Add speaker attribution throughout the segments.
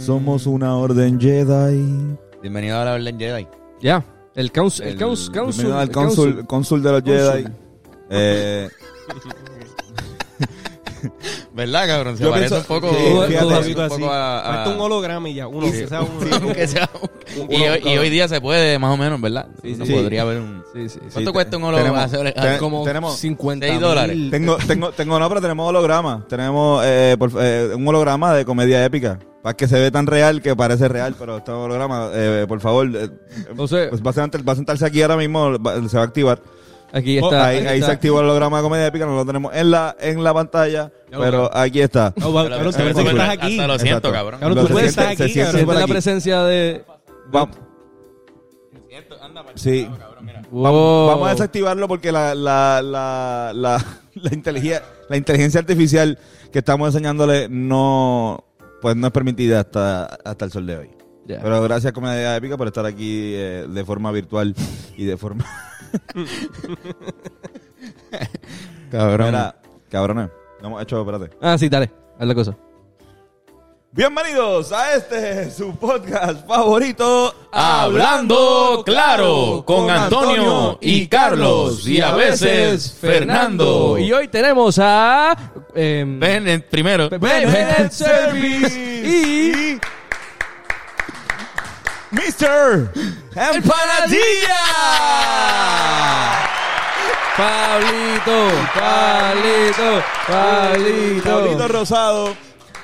Speaker 1: Somos una orden Jedi.
Speaker 2: Bienvenido a la Orden Jedi.
Speaker 3: Ya. El council. El,
Speaker 2: El-
Speaker 3: council. council,
Speaker 1: Bienvenido al
Speaker 3: el
Speaker 1: cónsul, cónsul de los Jedi.
Speaker 3: Cónsul.
Speaker 1: Eh,
Speaker 2: ¿Verdad, cabrón? Se
Speaker 1: Yo
Speaker 2: parece
Speaker 1: pienso-
Speaker 2: un poco,
Speaker 1: sí,
Speaker 2: un
Speaker 1: fíjate,
Speaker 2: poco
Speaker 1: algo
Speaker 2: un poco a... a-
Speaker 4: Falta un holograma y ya. Uno que sea uno.
Speaker 2: que sea un- y, hoy- y hoy día se puede, más o menos, ¿verdad?
Speaker 3: Sí,
Speaker 2: No
Speaker 3: sí.
Speaker 2: podría haber un...
Speaker 3: Sí, sí, sí.
Speaker 2: ¿Cuánto
Speaker 1: te-
Speaker 2: cuesta un holograma?
Speaker 1: tenemos-
Speaker 2: Hacer-
Speaker 1: te-
Speaker 3: Como
Speaker 1: tenemos-
Speaker 3: 50
Speaker 2: seis dólares.
Speaker 3: mil-
Speaker 1: tengo, tengo, tengo, no, pero tenemos holograma. Tenemos eh, por- eh, un holograma de comedia épica. Para que se ve tan real que parece real, pero está un holograma. Eh, por favor, eh,
Speaker 3: No sé,
Speaker 1: pues va, a sentar- va a sentarse aquí ahora mismo, va- se va a activar.
Speaker 3: aquí
Speaker 1: Oh,
Speaker 3: está.
Speaker 1: ahí,
Speaker 3: aquí
Speaker 1: ahí
Speaker 3: está.
Speaker 1: se activó el holograma de comedia épica, no lo tenemos en la, en la pantalla,
Speaker 4: Ya lo
Speaker 1: pero aquí está.
Speaker 4: No, va- cabrón, te
Speaker 1: Pero-
Speaker 4: parece que
Speaker 1: pero-
Speaker 4: estás aquí.
Speaker 2: Hasta lo siento,
Speaker 1: Exacto.
Speaker 2: cabrón.
Speaker 4: Cabrón,
Speaker 1: Lo
Speaker 4: tú puedes
Speaker 1: siente-
Speaker 4: estar
Speaker 1: se
Speaker 4: aquí.
Speaker 1: siente
Speaker 4: cabrón.
Speaker 1: por
Speaker 3: Siente la
Speaker 1: aquí.
Speaker 3: presencia de.
Speaker 1: Va- sí.
Speaker 3: Wow.
Speaker 1: Vamos a desactivarlo porque la, la, la, la, la, inteligencia, la inteligencia artificial que estamos enseñándole no, pues no es permitida hasta, hasta el sol de hoy.
Speaker 3: Ya.
Speaker 1: Pero gracias Comedia Épica por estar aquí eh, de forma virtual y de forma...
Speaker 2: Cabrón.
Speaker 1: Mira, cabrones, no hemos hecho, espérate.
Speaker 3: Ah, sí, dale. Haz la cosa.
Speaker 1: Bienvenidos a este, su podcast favorito,
Speaker 2: Hablando claro con Antonio y Carlos y a veces Fernando.
Speaker 3: Y hoy tenemos a. em,
Speaker 2: Ven eh, primero.
Speaker 3: Ben- Ben Service y.
Speaker 1: Mr.
Speaker 2: ¡Empanadilla!
Speaker 3: Pablito, Pablito,
Speaker 1: Pablito
Speaker 3: Pablito.
Speaker 1: Rosado.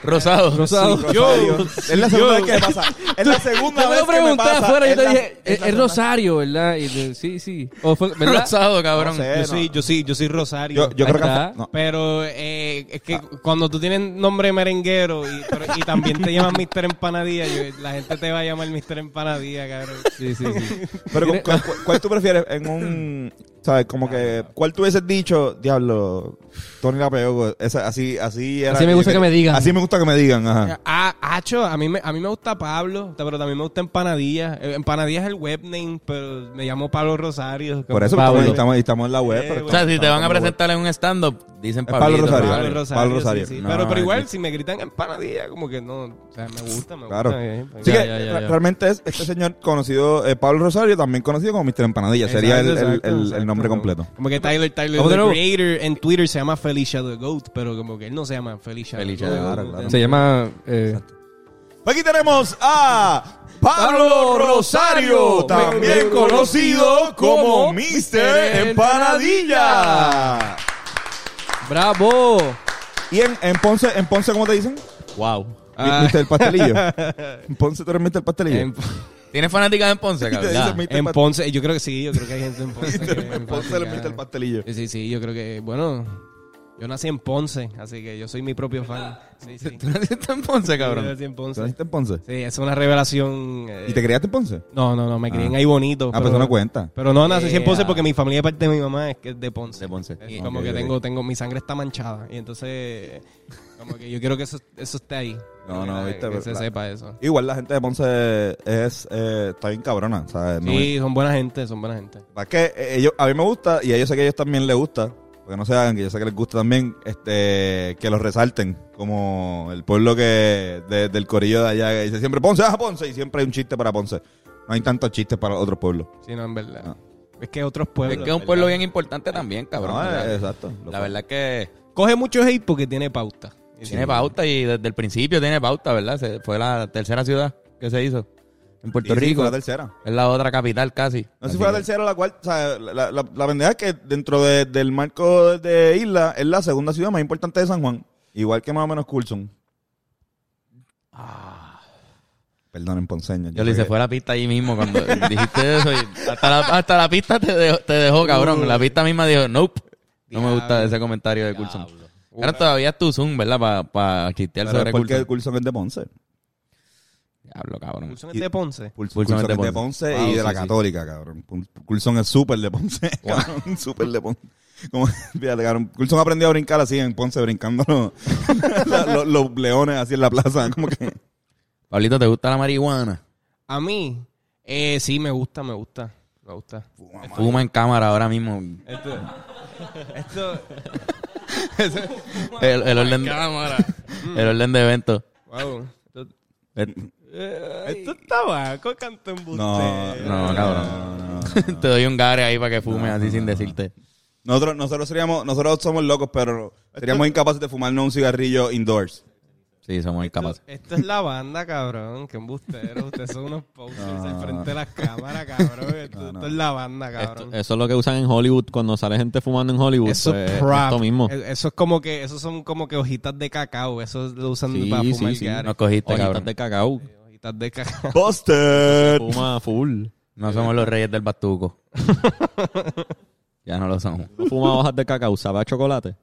Speaker 2: Rosado.
Speaker 3: Rosado.
Speaker 1: Rosario. es la segunda vez que me pasa. Es la
Speaker 3: Tú
Speaker 1: segunda
Speaker 3: me
Speaker 1: vez
Speaker 3: lo
Speaker 1: que me
Speaker 3: preguntaste
Speaker 1: pasa.
Speaker 3: afuera, yo
Speaker 1: Es
Speaker 3: te
Speaker 1: la-
Speaker 3: dije, es,
Speaker 1: la
Speaker 3: es
Speaker 1: segunda-
Speaker 3: Rosario, ¿verdad? Y te- sí, sí. O fue- ¿verdad?
Speaker 2: Rosado, cabrón.
Speaker 1: No sé.
Speaker 4: Yo soy, yo soy, yo soy Rosario.
Speaker 1: Yo, yo
Speaker 3: Ahí
Speaker 1: creo
Speaker 3: está.
Speaker 1: que... no. Ah.
Speaker 4: Pero eh, es que cuando tú tienes nombre merenguero y, pero- y también te llamas Mr. Empanadilla, yo- la gente te va a llamar Mr. Empanadilla, cabrón.
Speaker 3: Sí, sí, sí.
Speaker 1: Pero ¿cu- cu- cu- ¿cuál tú prefieres en un... ¿Sabes? Como que... ¿Cuál tú hubieses dicho? Diablo, Tony la pegó. Esa, así, así era...
Speaker 3: Así me gusta que me digan.
Speaker 1: Así me gusta que me digan, ajá.
Speaker 4: Ah, Acho, a mí, me, a mí me gusta Pablo, pero también me gusta Empanadilla. Eh, Empanadilla es el webname, pero me llamo Pablo Rosario.
Speaker 1: Por eso
Speaker 3: Pablo.
Speaker 1: estamos, estamos, estamos en la web. pero
Speaker 2: O sea, si te
Speaker 1: estamos
Speaker 2: van a
Speaker 1: en la web.
Speaker 2: presentar en un stand-up, dicen
Speaker 1: Es Pablo
Speaker 2: Pablito.
Speaker 1: Rosario. eh,
Speaker 4: Pablo Rosario.
Speaker 1: Pablo
Speaker 4: sí,
Speaker 1: Rosario.
Speaker 4: sí.
Speaker 1: No,
Speaker 4: pero, pero igual,
Speaker 1: es-
Speaker 4: si me gritan Empanadilla, como que no, o sea, me gusta, me
Speaker 1: Claro.
Speaker 4: gusta. eh,
Speaker 1: Así
Speaker 3: Ya,
Speaker 1: que
Speaker 3: ya, ya,
Speaker 1: ra-
Speaker 3: ya.
Speaker 1: realmente es este señor conocido, eh, Pablo Rosario, también conocido como Mr. Empanadilla. Sería el,
Speaker 4: Exacto,
Speaker 1: el-
Speaker 4: exacto,
Speaker 1: el- el
Speaker 4: exacto.
Speaker 1: nombre completo.
Speaker 4: Como que Tyler, Tyler,
Speaker 3: Vamos de
Speaker 4: the
Speaker 3: nuevo.
Speaker 4: Creator en Twitter se llama Felicia the Goat, pero como que él no se llama Felicia.
Speaker 2: Felicia
Speaker 4: the
Speaker 2: the
Speaker 4: Goat.
Speaker 1: Claro, claro.
Speaker 3: Se llama. eh,
Speaker 1: Aquí tenemos a Pablo
Speaker 3: Pablo
Speaker 1: Rosario,
Speaker 3: Rosario,
Speaker 1: también
Speaker 3: me-
Speaker 1: conocido como Mr. Empanadilla.
Speaker 3: ¡Bravo!
Speaker 1: ¿Y en, en Ponce, en Ponce cómo te dicen?
Speaker 2: Wow.
Speaker 1: Mi- Mr. Pastelillo. En Ponce tú eres Mr. Pastelillo.
Speaker 4: En,
Speaker 2: ¿Tienes fanáticas en Ponce,
Speaker 1: Y te
Speaker 2: cabrón?
Speaker 1: dicen
Speaker 2: Ya.
Speaker 1: Mr.
Speaker 4: en
Speaker 1: Pat-
Speaker 4: Ponce, yo creo que sí, yo creo que hay gente en Ponce. que-
Speaker 1: En Ponce le Mr. Pastelillo.
Speaker 4: Sí, sí, sí, yo creo que, bueno, yo nací en Ponce, así que yo soy mi propio fan. Sí, sí.
Speaker 2: ¿Tú naciste en Ponce,
Speaker 4: Yo
Speaker 2: cabrón?
Speaker 4: nací en
Speaker 1: ¿Tú
Speaker 4: Ponce.
Speaker 1: naciste en Ponce?
Speaker 4: Sí, es una revelación. eh,
Speaker 1: ¿Y te criaste en Ponce?
Speaker 4: No, no, no, me crié en ahí bonito.
Speaker 1: Ah, pero eso no cuenta.
Speaker 4: Pero no nací en Ponce
Speaker 2: Eh,
Speaker 4: porque mi familia de parte de mi mamá es que es de Ponce.
Speaker 1: De Ponce.
Speaker 4: Es
Speaker 1: Ok,
Speaker 4: como que
Speaker 1: ok.
Speaker 4: tengo, tengo, mi sangre está manchada. Y entonces, como que yo quiero que eso, eso esté ahí.
Speaker 1: No, no,
Speaker 4: Que-
Speaker 1: viste,
Speaker 4: Que
Speaker 1: pero
Speaker 4: se
Speaker 1: la-
Speaker 4: sepa eso.
Speaker 1: Igual la gente de Ponce es, eh, está bien cabrona, ¿sabes? No eh. me-
Speaker 4: Sí, son buena gente, son buena gente.
Speaker 1: Es que eh, ellos, a mí me gusta, y a ellos sé que a ellos también les gusta, porque no se hagan, que yo sé que les gusta también, este, que los resalten, como el pueblo que de- del corillo de allá, que dice siempre Ponce, ah, Ponce, y siempre hay un chiste para Ponce. No hay tantos chistes para otros pueblos.
Speaker 4: Sí, no, en verdad.
Speaker 1: No.
Speaker 4: Es que otros
Speaker 2: Es
Speaker 4: pueblos.
Speaker 2: que es un pueblo bien importante también, cabrón.
Speaker 1: No, eh,
Speaker 2: La-
Speaker 1: exacto.
Speaker 2: La verdad es que
Speaker 4: Coge mucho hate porque tiene pauta.
Speaker 2: tiene pauta y desde el principio tiene pauta, ¿verdad? Se- fue la tercera ciudad que se hizo en Puerto
Speaker 1: Y sí,
Speaker 2: Rico.
Speaker 1: fue la tercera.
Speaker 2: Es la otra capital casi.
Speaker 1: No sé
Speaker 2: Así
Speaker 1: si fue la
Speaker 2: que-
Speaker 1: tercera o la cuarta. O sea, la, la, la pendeja es que dentro de- del marco de Isla es la segunda ciudad más importante de San Juan. Igual que más o menos Coulson. Perdonen, ponceño.
Speaker 2: Yo le Ah. hice fue la pista ahí mismo cuando dijiste eso. y hasta, la, hasta la pista te dejó, te
Speaker 4: Uh.
Speaker 2: dejó, cabrón. La pista misma dijo, nope. No me gusta ese comentario de Coulson. Ahora todavía es tu Zoom, ¿verdad? Para pa chistear
Speaker 1: Pero
Speaker 2: sobre
Speaker 1: es porque
Speaker 2: Coulson.
Speaker 1: Coulson es de Ponce.
Speaker 2: Diablo, cabrón.
Speaker 4: Pulso es de Ponce.
Speaker 1: Coulson,
Speaker 2: Coulson
Speaker 1: es de Ponce,
Speaker 2: Wow,
Speaker 1: y de
Speaker 2: Ah, sí,
Speaker 1: la
Speaker 2: sí.
Speaker 1: Católica, cabrón. Pul- Coulson es súper de Ponce, cabrón. Súper de Ponce. Como, fíjate, cabrón. Coulson aprendió a brincar así en Ponce, brincando los, la- los- los leones así en la plaza. Como que.
Speaker 2: Pablito, ¿te gusta la marihuana?
Speaker 4: A mí, eh, sí, me gusta, me gusta. Me gusta.
Speaker 2: Fuma en cámara ahora mismo.
Speaker 4: Esto. Esto.
Speaker 2: El, el orden,
Speaker 5: Cámara.
Speaker 2: el orden de evento.
Speaker 4: Wow. Esto,
Speaker 2: Eh,
Speaker 4: eh,
Speaker 1: No,
Speaker 4: esto es tabaco, canto embustero.
Speaker 1: no, no,
Speaker 2: No, cabrón.
Speaker 1: no.
Speaker 4: Ah.
Speaker 2: Te doy un gare ahí para que fumes así sin decirte.
Speaker 1: Nosotros, nosotros seríamos, nosotros somos locos, pero seríamos incapaces de fumarnos un cigarrillo indoors.
Speaker 2: Sí, somos incapaces.
Speaker 4: Esto, esto es la banda, cabrón. Qué embustero. Ustedes son unos posters al frente de las cámaras, cabrón. Esto, esto es la banda,
Speaker 5: Esto,
Speaker 4: cabrón.
Speaker 5: eso es lo que usan en Hollywood cuando sale gente fumando en Hollywood.
Speaker 4: Eso
Speaker 5: pues,
Speaker 4: es prop.
Speaker 5: Esto mismo.
Speaker 4: E- Eso es como que, eso son como que hojitas de cacao. Eso lo usan
Speaker 5: Sí,
Speaker 4: para
Speaker 5: sí,
Speaker 4: fumar
Speaker 5: sí.
Speaker 4: gare.
Speaker 2: Nos cogiste,
Speaker 5: Hojitas
Speaker 2: cabrón.
Speaker 5: de cacao.
Speaker 4: Hojitas de cacao.
Speaker 1: Busted.
Speaker 5: Fuma full.
Speaker 2: No somos los reyes del batuco. ya no lo somos.
Speaker 5: No Fuma hojas de cacao. ¿Sabe a chocolate?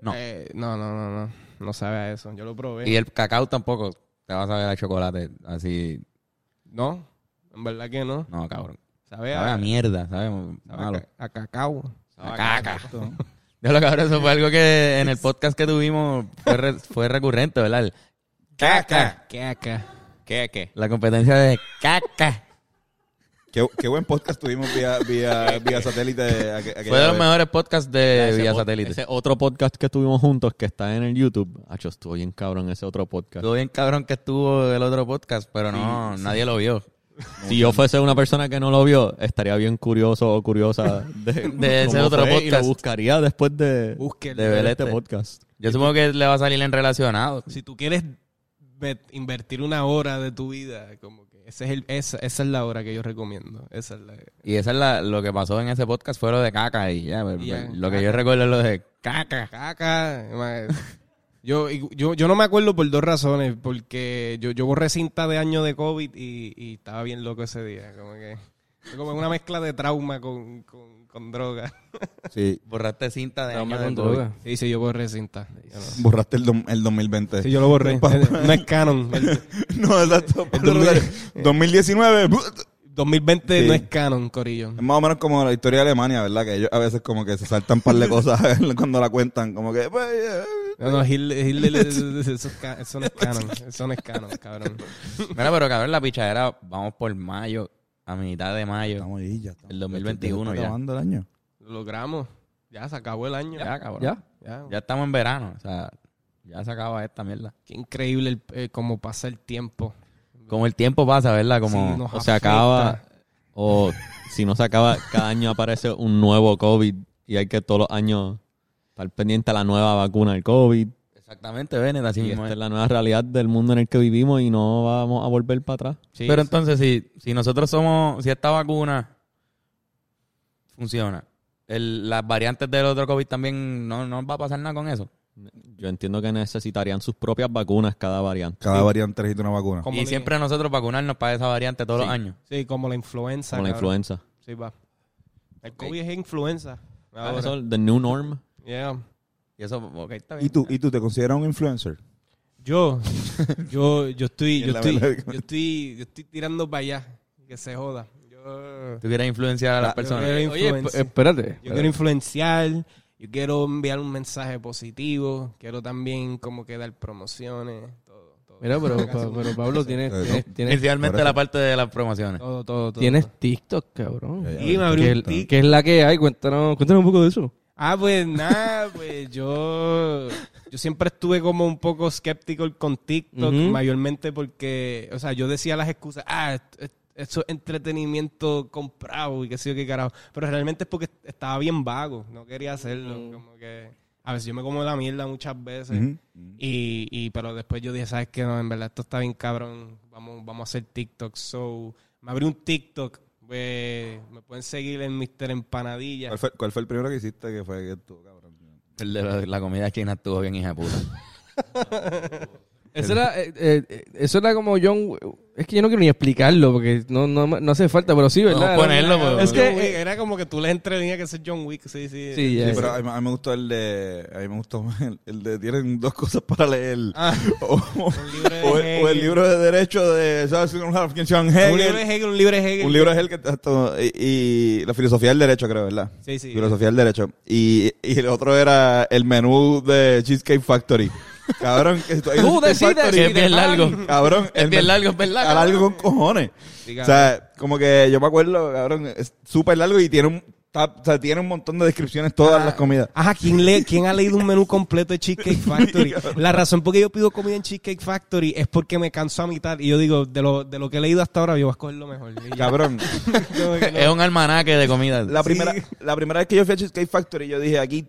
Speaker 2: No.
Speaker 4: Eh, no, no, no, no. No sabe a eso. Yo lo probé.
Speaker 2: Y el cacao tampoco. Te vas a ver a chocolate así.
Speaker 4: No, en verdad que no.
Speaker 2: No, cabrón.
Speaker 4: Sabe
Speaker 2: Sabe
Speaker 4: a,
Speaker 2: a mierda, sabe
Speaker 4: sabe a
Speaker 2: malo.
Speaker 4: ca- a cacao.
Speaker 2: A caca. De lo cabrón, eso fue algo que en el podcast que tuvimos fue, re- fue recurrente, ¿verdad? El
Speaker 4: Caca. Caca.
Speaker 2: La competencia de caca.
Speaker 1: Qué, qué buen podcast tuvimos vía, vía, vía satélite. aqu- aquella
Speaker 2: Fue de los
Speaker 1: vez.
Speaker 2: mejores podcasts de
Speaker 5: Ese
Speaker 2: Vía
Speaker 5: pod-
Speaker 2: Satélite.
Speaker 5: Ese otro podcast que tuvimos juntos que está en el YouTube. Acho, estuvo bien cabrón ese otro podcast.
Speaker 2: Estuvo bien cabrón que estuvo el otro podcast, pero no, nadie lo vio.
Speaker 5: Si yo fuese una persona que no lo vio, estaría bien curioso o curiosa de,
Speaker 2: De ese
Speaker 5: cómo
Speaker 2: otro
Speaker 5: fue Y lo
Speaker 2: podcast.
Speaker 5: buscaría después de,
Speaker 4: Búsquelo.
Speaker 5: de ver
Speaker 2: Velete.
Speaker 5: este podcast.
Speaker 2: Yo supongo que le va a salir en relacionado.
Speaker 4: Si tú quieres ve- invertir una hora de tu vida, como que ese es el, esa, esa es la hora que yo recomiendo. Esa es la.
Speaker 2: Y esa es la, lo que pasó en ese podcast fue lo de caca y ya, pues,
Speaker 4: Y ya,
Speaker 2: lo que yo recuerdo es lo de caca.
Speaker 4: Caca. ma- Yo, yo, yo no me acuerdo por dos razones. Porque yo, yo borré cinta de año de COVID y, y estaba bien loco ese día. Como que. fue Como una mezcla de trauma con, con, con droga.
Speaker 1: Sí,
Speaker 2: Borraste cinta de año
Speaker 3: Trauma
Speaker 2: de
Speaker 3: con
Speaker 2: COVID.
Speaker 3: droga.
Speaker 4: Sí, sí, yo borré cinta. Yo no.
Speaker 1: borraste el, dom- el 2020.
Speaker 4: Sí, yo lo borré. No es canon. El
Speaker 1: No, exacto.
Speaker 4: El 2000.
Speaker 1: 2019. but-
Speaker 4: 2020
Speaker 1: Sí.
Speaker 4: no es canon, Corillo.
Speaker 1: Es más o menos como la historia de Alemania, ¿verdad? Que ellos a veces como que se saltan un par de cosas cuando la cuentan. Como que... pues, eh,
Speaker 4: No, no, Hitler, Hitler- eso, es ca- eso no es canon. Eso no es canon, cabrón.
Speaker 2: Mira, pero cabrón, la pichadera, vamos por mayo, a mitad de mayo.
Speaker 1: Estamos ahí ya. estamos-
Speaker 2: El 2021
Speaker 1: está
Speaker 2: ya.
Speaker 1: acabando el año.
Speaker 4: Lo logramos. Ya se acabó el año.
Speaker 2: Ya, cabrón.
Speaker 3: ¿Ya?
Speaker 4: Ya.
Speaker 2: Ya estamos en verano, o sea, ya se acaba esta mierda.
Speaker 4: Qué increíble el- eh, cómo pasa el tiempo.
Speaker 2: Como el tiempo pasa, ¿verdad? Como
Speaker 4: Sí, nos
Speaker 5: O se acaba,
Speaker 4: afecta.
Speaker 5: o si no se acaba, cada año aparece un nuevo COVID y hay que todos los años estar pendiente a la nueva vacuna del COVID.
Speaker 2: exactamente, Bennett, así
Speaker 5: y
Speaker 2: mismo.
Speaker 5: esta
Speaker 2: es.
Speaker 5: es la nueva realidad del mundo en el que vivimos y no vamos a volver para atrás.
Speaker 4: Sí,
Speaker 2: Pero
Speaker 4: sí.
Speaker 2: entonces, si, si nosotros somos, si esta vacuna funciona, el- las variantes del otro COVID también no, no va a pasar nada con eso.
Speaker 5: Yo entiendo que necesitarían sus propias vacunas cada variante.
Speaker 1: Cada variante necesita una vacuna.
Speaker 4: Como
Speaker 2: Y
Speaker 4: la-
Speaker 2: siempre nosotros vacunarnos para esa variante todos los años.
Speaker 4: Sí, como la influenza.
Speaker 5: Como la
Speaker 4: cabrón.
Speaker 5: influenza.
Speaker 4: Sí, va. El COVID es influenza.
Speaker 5: Ah,
Speaker 4: Ahora.
Speaker 5: Eso, the new norm.
Speaker 4: Yeah.
Speaker 2: Y eso, ok, está bien.
Speaker 1: ¿Y tú, ¿Y tú te consideras un influencer?
Speaker 4: Yo, yo, yo estoy,
Speaker 1: Es
Speaker 4: yo
Speaker 1: la
Speaker 4: estoy,
Speaker 1: verdad.
Speaker 4: yo estoy, yo estoy tirando para allá. Que se joda. Yo,
Speaker 2: Tú quieres influenciar a las
Speaker 1: Ah,
Speaker 2: personas.
Speaker 4: yo
Speaker 3: Oye,
Speaker 4: quiero
Speaker 3: pues,
Speaker 4: influencia.
Speaker 3: esp- espérate.
Speaker 4: Yo
Speaker 3: espérate.
Speaker 4: quiero influenciar, yo quiero enviar un mensaje positivo, quiero también como que dar promociones, todo, todo.
Speaker 3: Mira, pero, pa- pero Pablo, tienes,
Speaker 1: Eso.
Speaker 3: tienes, tienes,
Speaker 2: Especialmente
Speaker 1: Por
Speaker 2: la
Speaker 1: eso.
Speaker 2: parte de las promociones.
Speaker 4: todo, todo, todo.
Speaker 3: tienes TikTok, cabrón.
Speaker 1: Ya,
Speaker 4: Y me
Speaker 1: ya,
Speaker 4: abrió un
Speaker 1: ya.
Speaker 4: tic.
Speaker 3: ¿Qué es la que hay? Cuéntanos, cuéntanos un poco de eso.
Speaker 4: Ah, pues nada, pues yo yo siempre estuve como un poco escéptico con TikTok,
Speaker 3: Ujú.
Speaker 4: mayormente porque, o sea, yo decía las excusas, ah, est- est- eso es entretenimiento comprado y qué sé yo qué carajo, pero realmente es porque estaba bien vago, no quería hacerlo,
Speaker 3: Mm.
Speaker 4: como que a veces yo me como la mierda muchas veces.
Speaker 1: Ujú.
Speaker 4: Y, y- pero después yo dije, ¿sabes qué? No, en verdad esto está bien cabrón. Vamos, vamos a hacer TikTok. So, me abrí un TikTok. pues, me pueden seguir en Mr. Empanadilla.
Speaker 1: ¿Cuál fue, cuál fue el primero que hiciste que fue que tú, cabrón?
Speaker 2: El de la, la comida china estuvo bien hija de puta.
Speaker 3: Eso era, eh, eh, eh, eso era como John... Es que yo no quiero ni explicarlo porque no, no, no hace falta, pero sí, ¿verdad?
Speaker 2: Vamos a ponerlo, pues.
Speaker 3: Es
Speaker 4: Es
Speaker 3: que...
Speaker 4: que eh, era como que tú le entrevías que ese es John Wick. Sí, sí.
Speaker 3: Sí,
Speaker 1: Sí,
Speaker 3: ya,
Speaker 1: pero
Speaker 3: ya.
Speaker 1: a mí, a mí me gustó el de. A mí me gustó más el, el de. Tienen dos cosas para leer.
Speaker 4: Ah,
Speaker 1: O, o-
Speaker 4: un libro de
Speaker 1: o el, o el
Speaker 4: Hegel.
Speaker 1: libro de Derecho de. ¿Sabes? Un
Speaker 4: Un libro de
Speaker 1: Hegel.
Speaker 4: Hegel, un libro de Hegel.
Speaker 1: Un libro de Hegel que. está todo- y, y la filosofía del derecho, creo, ¿verdad?
Speaker 4: Sí, sí.
Speaker 1: Filosofía del derecho. Y, y el otro era el menú de Cheesecake Factory. Cabrón, que esto-
Speaker 3: Tú
Speaker 1: esto es
Speaker 3: decides
Speaker 1: factory.
Speaker 2: Que es bien
Speaker 3: Ay.
Speaker 2: largo.
Speaker 1: Cabrón,
Speaker 2: Es
Speaker 1: el
Speaker 2: bien
Speaker 1: men-
Speaker 2: largo, es verdad.
Speaker 1: a largo con cojones.
Speaker 4: Diga-
Speaker 1: O sea, como que yo me acuerdo, cabrón, es súper largo y tiene un, ta- o sea, tiene un montón de descripciones
Speaker 2: Ah.
Speaker 1: todas las comidas.
Speaker 4: Ajá, ¿quién, le, ¿quién ha leído un menú completo de Cheesecake Factory? La razón por qué yo pido comida en Cheesecake Factory es porque me canso a mitad y yo digo, de lo, de lo que he leído hasta ahora, yo voy a escoger lo mejor. Y ya.
Speaker 1: Cabrón,
Speaker 4: Como que no.
Speaker 2: Es un almanaque de comida.
Speaker 1: la primera, la primera vez que yo fui a Cheesecake Factory, yo dije, aquí,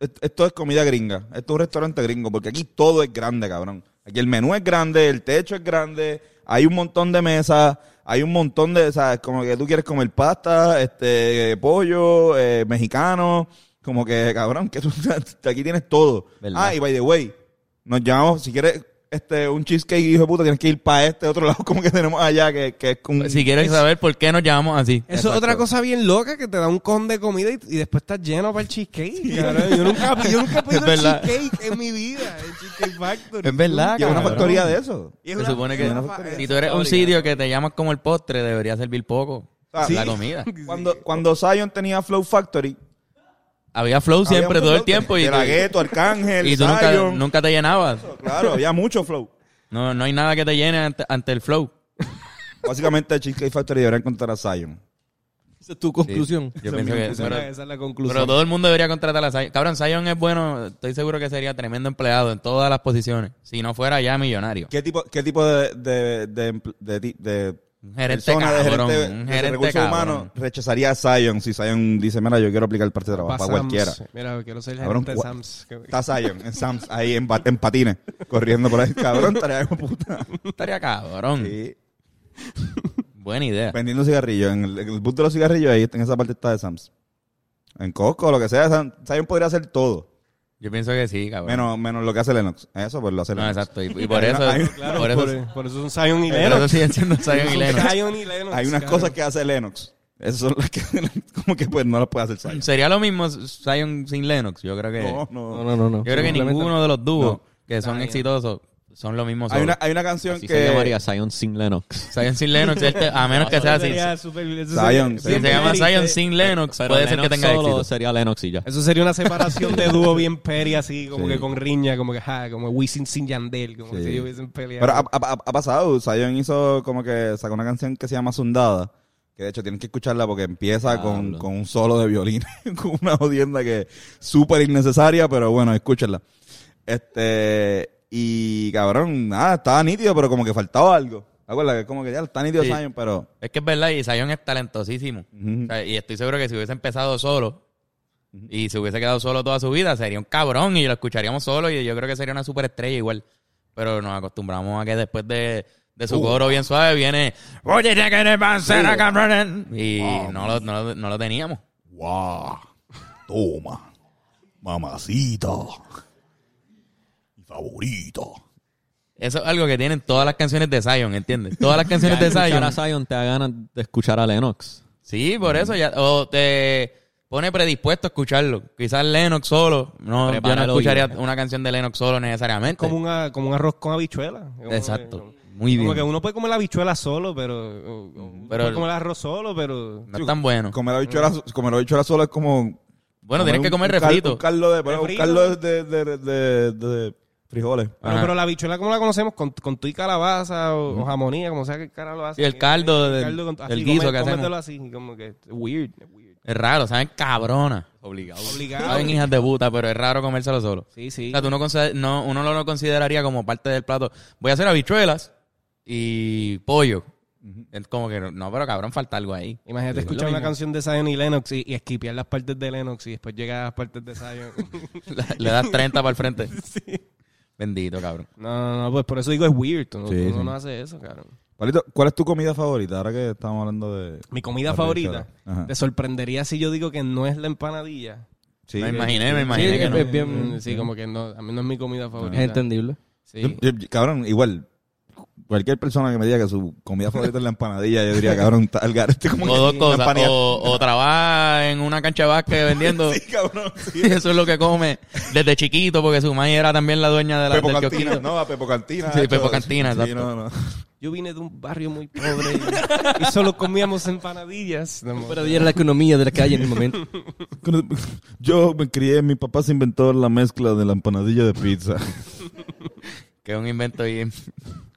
Speaker 1: est- esto es comida gringa, esto es un restaurante gringo, porque aquí todo es grande, cabrón. Aquí el menú es grande, el techo es grande, hay un montón de mesas, hay un montón de, o sea, es como que tú quieres comer pasta, este, pollo, eh, mexicano, como que, cabrón, que tú, aquí tienes todo.
Speaker 2: ¿Verdad?
Speaker 1: Ah, y by the way, nos llamamos, si quieres, este, un cheesecake, hijo de puta, tienes que ir para este otro lado, como que tenemos allá, que, que es como...
Speaker 2: Si quieres saber por qué nos llamamos así.
Speaker 4: Eso es otra cosa bien loca que te da un con de comida y, y después estás lleno para el cheesecake. cabrón. Yo nunca, yo nunca he
Speaker 2: Es
Speaker 4: pedido
Speaker 2: verdad.
Speaker 4: cheesecake en mi vida, el Cheesecake Factory.
Speaker 2: Es verdad,
Speaker 1: Y es una
Speaker 2: cabrón.
Speaker 1: factoría de eso.
Speaker 4: Y es
Speaker 2: Se
Speaker 4: una-
Speaker 2: supone
Speaker 4: es
Speaker 2: que
Speaker 4: una fa-
Speaker 2: si tú eres un sitio que te llamas como el postre, debería servir poco
Speaker 1: Ah,
Speaker 2: la
Speaker 1: sí.
Speaker 2: comida.
Speaker 1: Cuando, cuando Zion tenía Flow Factory.
Speaker 2: Había flow siempre,
Speaker 1: había un
Speaker 2: todo el
Speaker 1: flow
Speaker 2: tiempo.
Speaker 1: de-
Speaker 2: Y,
Speaker 1: De la
Speaker 2: tú-
Speaker 1: gueto, Arcángel,
Speaker 2: y tú
Speaker 1: Zion.
Speaker 2: nunca, nunca te llenabas.
Speaker 1: Claro, había mucho Flow.
Speaker 2: No, no hay nada que te llene ante, ante el flow.
Speaker 1: Básicamente, Cheesecake Factory debería encontrar a Zion.
Speaker 3: Esa es tu conclusión.
Speaker 2: Yo
Speaker 1: Esa
Speaker 2: pienso
Speaker 1: es mi
Speaker 2: que-
Speaker 1: conclusión.
Speaker 2: pero-
Speaker 4: Esa es la conclusión.
Speaker 2: pero todo el mundo debería contratar a Zion. Cabrón, Zion es bueno, estoy seguro que sería tremendo empleado en todas las posiciones. Si no fuera ya millonario.
Speaker 1: ¿Qué tipo, qué tipo de, de, de, empl- de ti- de
Speaker 2: Un gerente
Speaker 1: persona, de
Speaker 2: cabrón,
Speaker 1: gerente,
Speaker 2: un
Speaker 1: de
Speaker 2: gerente
Speaker 1: recursos
Speaker 2: cabrón.
Speaker 1: humanos rechazaría a Zion si Zion dice, mira, yo quiero aplicar el parte de trabajo
Speaker 4: Pa'
Speaker 1: para
Speaker 4: Sam's.
Speaker 1: cualquiera?
Speaker 4: Mira, quiero ser el
Speaker 1: Cabrón,
Speaker 4: gerente de
Speaker 1: cua-
Speaker 4: Sam's.
Speaker 1: Está Zion en Sam's, ahí en, pa- en patines, corriendo por ahí. Cabrón, estaría como puta.
Speaker 2: Estaría cabrón.
Speaker 1: Sí.
Speaker 2: Buena idea.
Speaker 1: Vendiendo cigarrillos. En el, en el bus de los cigarrillos, ahí en esa parte está de Sam's. En Costco, lo que sea, Sam- Zion podría hacer todo.
Speaker 2: Yo pienso que sí, cabrón.
Speaker 1: Menos, menos lo que hace Lennox. Eso pues lo hace
Speaker 2: No,
Speaker 1: Lennox.
Speaker 2: exacto. Y, y por
Speaker 1: Hay
Speaker 2: eso,
Speaker 1: una- hay una-
Speaker 4: Claro,
Speaker 2: por eso, por
Speaker 4: por, por eso son Zion y
Speaker 2: eso
Speaker 4: Lennox.
Speaker 2: siguen siendo Zion y
Speaker 4: Son
Speaker 2: Lennox.
Speaker 4: Zion y Lennox,
Speaker 1: Hay unas
Speaker 4: cabrón.
Speaker 1: cosas que hace Lennox. Esas son las que como que pues no las puede hacer Zion.
Speaker 2: Sería lo mismo Zion sin Lennox. Yo creo que.
Speaker 1: No,
Speaker 3: No,
Speaker 1: no.
Speaker 3: no, no. no.
Speaker 2: Yo creo que
Speaker 3: Simplemente-
Speaker 2: ninguno de los dúos
Speaker 1: No.
Speaker 2: que son
Speaker 4: Ah, ya.
Speaker 2: exitosos son los mismos.
Speaker 1: Hay
Speaker 2: solos.
Speaker 1: una, hay una canción
Speaker 5: Así
Speaker 1: que...
Speaker 5: se llamaría Zion sin Lennox.
Speaker 2: Zion sin Lennox, él te- a menos que sea
Speaker 4: Eso
Speaker 2: así.
Speaker 4: sería super- eso
Speaker 1: Zion,
Speaker 4: sería-
Speaker 1: sí.
Speaker 2: Si se
Speaker 1: Siempre
Speaker 2: llama
Speaker 4: sería-
Speaker 2: Zion sin Lennox,
Speaker 5: Pero
Speaker 2: puede ser que
Speaker 5: Lennox
Speaker 2: tenga
Speaker 5: solo
Speaker 2: éxito.
Speaker 5: sería Lennox y ya.
Speaker 4: Eso sería una separación de dúo bien peri, así, como
Speaker 1: Sí.
Speaker 4: que con riña, como que, ja, como Wisin sin Yandel, como que
Speaker 1: Sí.
Speaker 4: si ellos hubiesen peleado.
Speaker 2: ah,
Speaker 1: Pero ha, ha- ha- ha pasado. Zion hizo como que sacó una canción que se llama Sundada. Que de hecho tienen que escucharla porque empieza con,
Speaker 5: Diablo.
Speaker 1: con un solo de violín. con una jodienda que es súper innecesaria, pero bueno, escúchenla. Este. Y cabrón, nada, estaba nítido, pero como que faltaba algo. ¿Te acuerdas? Que es como que ya está nítido
Speaker 2: Sí.
Speaker 1: Zion, pero.
Speaker 2: Es que es verdad, y Zion es talentosísimo.
Speaker 1: Ujú.
Speaker 2: O sea, y estoy seguro que si hubiese empezado solo y se hubiese quedado solo toda su vida, sería un cabrón y lo escucharíamos solo. Y yo creo que sería una superestrella igual. Pero nos acostumbramos a que después de, de
Speaker 6: Uh.
Speaker 2: su coro bien suave viene. "Oye, ya que eres pancera, cabrón". Y no, lo, no, lo- no lo teníamos.
Speaker 6: ¡Guau! Toma. Mamacita. Mi favorito.
Speaker 2: Eso es algo que tienen todas las canciones de Zion, ¿entiendes? Todas las canciones de
Speaker 5: Escuchar
Speaker 2: Zion.
Speaker 5: a Zion te da ganas de escuchar a Lennox.
Speaker 2: Sí, por eso ya. O te pone predispuesto a escucharlo. Quizás Lennox solo. No, yo
Speaker 5: Prepara
Speaker 2: no
Speaker 5: el
Speaker 2: escucharía
Speaker 5: oído.
Speaker 2: una canción de Lennox solo necesariamente.
Speaker 4: como, una, como un arroz con habichuela. Como que-
Speaker 2: Exacto.
Speaker 4: como-
Speaker 2: Muy
Speaker 4: Como
Speaker 2: bien.
Speaker 4: que uno puede comer la habichuela solo, pero. o- o
Speaker 2: Pero-
Speaker 4: puede comer el arroz solo, pero.
Speaker 2: No es tan bueno.
Speaker 1: Comer habichuela, comer habichuela solo es como.
Speaker 2: Bueno, tienes que comer
Speaker 1: un cal-
Speaker 2: refrito.
Speaker 1: Un caldo de, pero un
Speaker 4: Refrito.
Speaker 1: caldo de, de, de- de- de frijoles.
Speaker 4: Pero,
Speaker 2: Ajá.
Speaker 4: pero la habichuela como la conocemos, con, con tu y calabaza o, o jamonía, como sea que el cara lo hace.
Speaker 2: Y el caldo del-
Speaker 4: con-
Speaker 2: del guiso
Speaker 4: come-
Speaker 2: que hacemos.
Speaker 4: cómetelo así, como que weird, weird.
Speaker 2: Es raro, saben cabrona.
Speaker 5: Obligado.
Speaker 4: Obligado.
Speaker 2: Saben hijas de puta, pero es raro comérselo solo.
Speaker 4: Sí, sí.
Speaker 2: O sea, tú no, consider- no- uno no lo consideraría como parte del plato. Voy a hacer habichuelas y pollo. Es como que no, pero cabrón, falta algo ahí.
Speaker 4: Imagínate escuchar una canción de Zion y Lennox y, y esquipear las partes de Lennox y después llegar a las partes de Zion.
Speaker 2: Le das 30 para el frente. Bendito, cabrón.
Speaker 4: no, no, no, pues por eso digo es weird. tú no-
Speaker 1: Sí,
Speaker 4: uno
Speaker 1: sí.
Speaker 4: no hace eso, cabrón.
Speaker 1: Palito, ¿cuál es tu comida favorita? Ahora que estamos hablando de.
Speaker 4: Mi comida
Speaker 1: Las
Speaker 4: favorita.
Speaker 1: habichuelas. Ajá.
Speaker 4: Te sorprendería si yo digo que no es la empanadilla.
Speaker 1: Sí.
Speaker 2: me imaginé, me imaginé
Speaker 3: Sí,
Speaker 2: que
Speaker 3: es
Speaker 2: no.
Speaker 3: bien- Ah.
Speaker 4: Mm, Sí, como que no, a mí no es mi comida
Speaker 3: Es
Speaker 4: favorita.
Speaker 3: entendible.
Speaker 4: Sí.
Speaker 1: Yo- yo- yo- cabrón, igual. Cualquier persona que me diga que su comida favorita es la empanadilla, yo diría, cabrón, tal garete como
Speaker 2: O
Speaker 1: que
Speaker 2: dos
Speaker 1: una
Speaker 2: cosas.
Speaker 1: empanilla-
Speaker 2: O, o trabaja en una cancha de básquet vendiendo.
Speaker 1: Sí, cabrón, sí.
Speaker 2: Eso es lo que come desde chiquito, porque su madre era también la dueña de la,
Speaker 1: Pepo
Speaker 2: del
Speaker 1: Cantina,
Speaker 2: kiosquito.
Speaker 1: no, a Pepo Cantina.
Speaker 2: Sí,
Speaker 1: hecho,
Speaker 2: Pepo Cantina,
Speaker 1: sí,
Speaker 2: exacto.
Speaker 1: no, no.
Speaker 4: Yo vine de un barrio muy pobre y, y solo comíamos empanadillas. No,
Speaker 3: Para ver la economía de la calle en el momento.
Speaker 1: Yo me crié, mi papá se inventó la mezcla de la empanadilla de pizza.
Speaker 2: Que es un invento bien.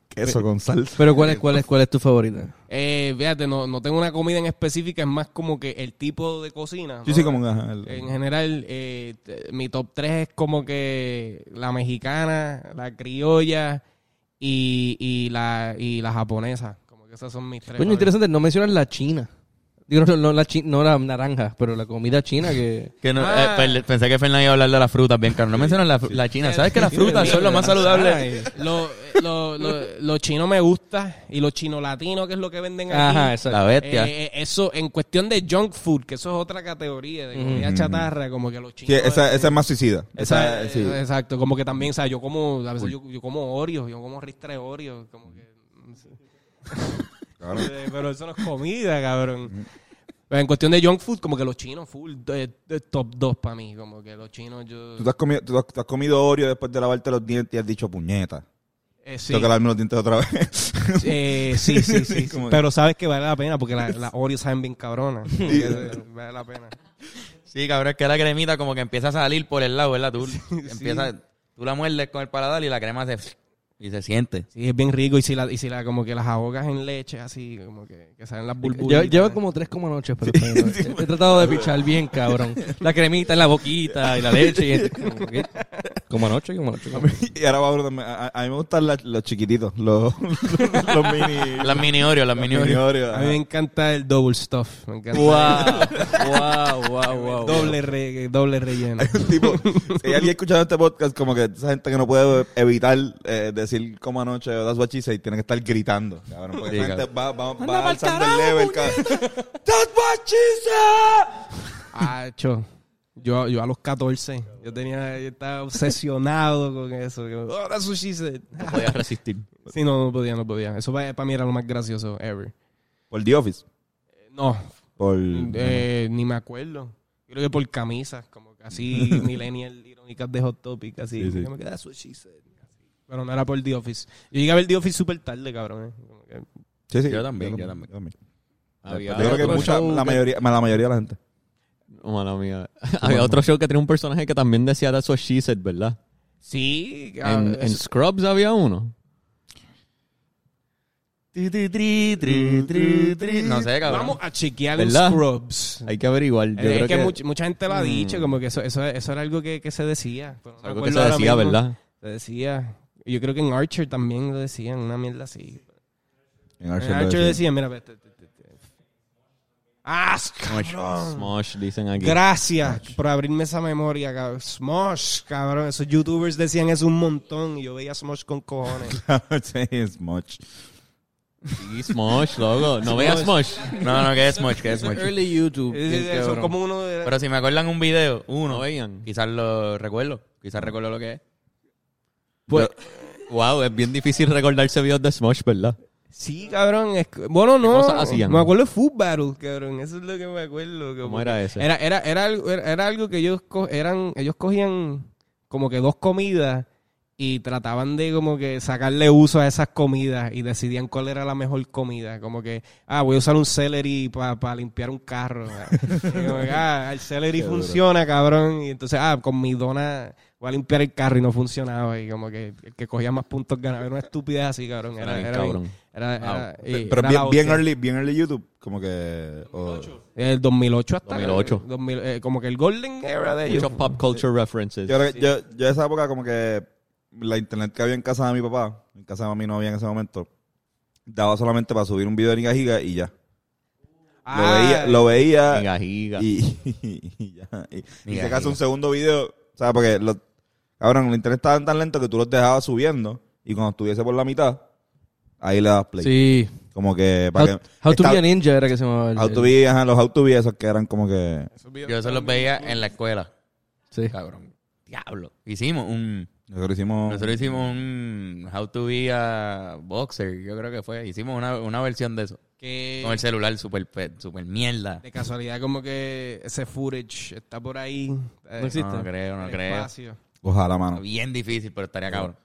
Speaker 1: Queso con salsa.
Speaker 3: Pero ¿cuál es, cuál es, cuál es tu favorita?
Speaker 4: Eh, fíjate, no, no tengo una comida en específica, es más como que el tipo de cocina.
Speaker 1: Yo
Speaker 4: ¿no?
Speaker 1: sí como ajá, el-
Speaker 4: En general, eh, t- mi top 3 es como que la mexicana, la criolla y, y la, y la japonesa. Como que esas son mis tres.
Speaker 3: Coño, interesante, no mencionas la china. Digo, no, no la chi- no la naranja, pero la comida china que...
Speaker 2: Que no-
Speaker 4: Ah.
Speaker 2: eh, pel- pensé que Fernández iba a hablar de las frutas, bien caro. No mencionas la, la china. ¿Sabes que las frutas son lo más saludable?
Speaker 4: saludables. Lo, lo, lo- lo chino me gusta y lo chino latino, que es lo que venden aquí.
Speaker 3: Ajá,
Speaker 2: La
Speaker 3: exacto.
Speaker 2: bestia.
Speaker 4: Eh, eh, eso, en cuestión de junk food, que eso es otra categoría de comida
Speaker 1: Ujú.
Speaker 4: chatarra, como que los
Speaker 1: Sí,
Speaker 4: chinos.
Speaker 1: esa,
Speaker 4: eh,
Speaker 1: esa es más suicida. Esa,
Speaker 4: esa-
Speaker 1: sí.
Speaker 4: eh, Exacto, como que también, o sea, yo como, a veces yo, yo como Oreos, yo como ristre Oreos, como que. no sé.
Speaker 1: Claro.
Speaker 4: Eh, Pero eso no es comida, cabrón. Pero en cuestión de junk food, como que los chinos full, eh, eh, top 2 para mí, como que los chinos yo.
Speaker 1: ¿Tú, te has comido, tú has- tú has comido Oreo después de lavarte los dientes y has dicho puñeta.
Speaker 4: Eh, sí.
Speaker 1: Tengo que lavarme los dientes otra vez.
Speaker 4: Eh, sí, sí, sí.
Speaker 1: Como-
Speaker 4: Pero sabes que vale la pena porque la- las Oreos saben bien cabronas.
Speaker 1: Sí.
Speaker 4: vale la pena.
Speaker 2: Sí, cabrón, es que la cremita como que empieza a salir por el lado, ¿verdad? Tú, empieza, tú la muerdes con el paladar y la crema se... Y se siente.
Speaker 4: Sí, es bien rico y si la, y si la como que las ahogas en leche, así como que, que salen las
Speaker 3: Lleva,
Speaker 4: burbujas.
Speaker 3: lleva como 3,8, pero pero- he, he tratado de pichar bien, cabrón. La cremita en la boquita y la leche. Y como, que- como anoche, como anoche. como-
Speaker 1: y ahora va uno también. A, a- a mí me gustan las- los chiquititos, los, los mini.
Speaker 2: Las mini Oreo, las mini Oreo.
Speaker 1: Oreo,
Speaker 4: A
Speaker 1: ajá.
Speaker 4: mí me encanta el double stuff. Me encanta
Speaker 3: Wow, wow, wow,
Speaker 4: el
Speaker 3: wow.
Speaker 4: doble, re- doble relleno.
Speaker 1: tipo, si hay alguien escuchando este podcast, como que esa gente que no puede evitar eh, decir como anoche o that's what she said, tienen que estar gritando, cabrón. Porque esa gente va, va, va alzando el level, cabrón. that's what she said.
Speaker 4: Acho. Yo, yo a los 14, yo tenía, yo estaba obsesionado con eso. Yo, oh, that's what she said.
Speaker 5: Podías resistir.
Speaker 4: Sí, no, no podía, no podía. Eso para, mí era lo más gracioso ever.
Speaker 1: Por The Office.
Speaker 4: No,
Speaker 1: Por.
Speaker 5: Mm,
Speaker 4: eh, ni me acuerdo. Yo Creo que por camisas, como que así, millennial, irónicas de Hot Topic, así.
Speaker 1: Sí, sí.
Speaker 4: Como que, that's what she said. Así. Pero no era por The Office. Yo llegué a ver The Office súper tarde, cabrón. eh. Como que-
Speaker 1: Sí, sí.
Speaker 2: Yo también, yo también.
Speaker 1: Yo
Speaker 5: Había
Speaker 1: creo que
Speaker 5: otro
Speaker 1: mucha,
Speaker 5: show
Speaker 1: la,
Speaker 5: que-
Speaker 1: mayoría, la mayoría de la gente.
Speaker 5: Oh, mala mía. Había otro show que tenía un personaje que también decía That's what she said, ¿verdad?
Speaker 4: Sí, ah,
Speaker 5: En, en
Speaker 4: eso-
Speaker 5: Scrubs había uno.
Speaker 2: No sé, cabrón.
Speaker 4: Vamos a chequear
Speaker 5: ¿Verdad?
Speaker 4: los Scrubs.
Speaker 5: Hay que averiguar. Yo
Speaker 4: Eh, es
Speaker 5: creo
Speaker 4: que,
Speaker 5: que, Mm.
Speaker 4: much- mucha gente lo ha dicho, como que eso, eso, eso era algo que, que se decía. pero no me
Speaker 5: algo que
Speaker 4: acuerdo
Speaker 5: se
Speaker 4: ahora
Speaker 5: decía,
Speaker 4: mismo.
Speaker 5: ¿verdad?
Speaker 4: Se decía. Yo creo que en Archer también lo decían, una mierda así.
Speaker 1: En
Speaker 4: En
Speaker 1: Archer lo
Speaker 4: Archer
Speaker 1: decía.
Speaker 4: decían, Ah, mira, vete, te- te- te- ¡Ah, cabrón!
Speaker 5: Smosh, dicen aquí.
Speaker 4: Gracias por abrirme esa memoria, cabrón. Smosh, cabrón. Esos youtubers decían eso un montón y yo veía Smosh con cojones.
Speaker 1: sí, es much.
Speaker 5: Sí, Smosh, loco. No veas Smosh.
Speaker 2: No, no, que es much, que es much.
Speaker 3: Early YouTube.
Speaker 4: Eh,
Speaker 2: Bien,
Speaker 4: Eso
Speaker 2: cabrón.
Speaker 4: como uno de...
Speaker 2: Pero si me acuerdan un video,
Speaker 5: No
Speaker 2: uno,
Speaker 5: veían.
Speaker 2: quizás lo recuerdo. Quizás recuerdo lo que es.
Speaker 5: Pues, wow, es bien difícil recordarse videos de Smosh, ¿verdad?
Speaker 4: Sí, cabrón. es- Bueno, no.
Speaker 5: cosas hacían?
Speaker 4: Me acuerdo de Food Battle, cabrón. Eso es lo que me acuerdo. como
Speaker 5: ¿Cómo era
Speaker 4: que-
Speaker 5: ese?
Speaker 4: Era, era, era, algo- era, era algo que ellos, co- eran, ellos cogían como que dos comidas y trataban de como que sacarle uso a esas comidas y decidían cuál era la mejor comida. Como que, ah, voy a usar un celery para limpiar un carro. Y como que, ah, el celery funciona, cabrón. Y entonces, ah, con mi dona voy a limpiar el carro y no funcionaba. Y como que el que cogía más puntos ganaba. Era una estupidez así, cabrón. Era,
Speaker 5: Era bien
Speaker 4: era bien-
Speaker 5: cabrón.
Speaker 4: era- era- y-
Speaker 1: Pero
Speaker 4: era
Speaker 1: bien,
Speaker 4: la
Speaker 1: bien
Speaker 4: hostia.
Speaker 1: early, bien early YouTube, como que... o-
Speaker 4: El 2008 hasta.
Speaker 5: 2008.
Speaker 4: 2000, eh, como que el Golden Era de ellos.
Speaker 5: Muchos pop culture references.
Speaker 1: Yo, creo que- yo, yo esa época como que la internet que había en casa de mi papá, en casa de mi novia en ese momento, daba solamente para subir un video de Niga Giga y ya.
Speaker 4: Ah,
Speaker 1: lo veía, lo veía
Speaker 5: Giga, giga.
Speaker 1: y, y ya. Y, y si
Speaker 2: Giga,
Speaker 1: acaso
Speaker 2: giga.
Speaker 1: un segundo video, ¿sabes? Porque los, cabrón, el internet estaba tan lento que tú los dejabas subiendo y cuando estuviese por la mitad, ahí le das play.
Speaker 3: Sí.
Speaker 1: Como que
Speaker 3: How,
Speaker 1: para que...
Speaker 3: How to
Speaker 1: está-
Speaker 3: be a ninja era que se llamaba. el-
Speaker 1: How to be, ajá, los How to be esos que eran como que...
Speaker 2: Yo eso los veía en la escuela.
Speaker 3: Sí.
Speaker 2: Cabrón. Diablo. Hicimos un...
Speaker 1: Nosotros hicimos...
Speaker 2: Nosotros hicimos un How to be a boxer, yo creo que fue. Hicimos una, una versión de eso.
Speaker 4: que
Speaker 2: Con el celular, super, pe- super mierda.
Speaker 4: de casualidad, como que ese footage está por ahí. eh,
Speaker 3: No existe.
Speaker 2: No creo,
Speaker 4: en
Speaker 2: no
Speaker 4: el
Speaker 2: creo.
Speaker 4: espacio.
Speaker 1: Ojalá, mano.
Speaker 2: Bien difícil, pero estaría cabrón.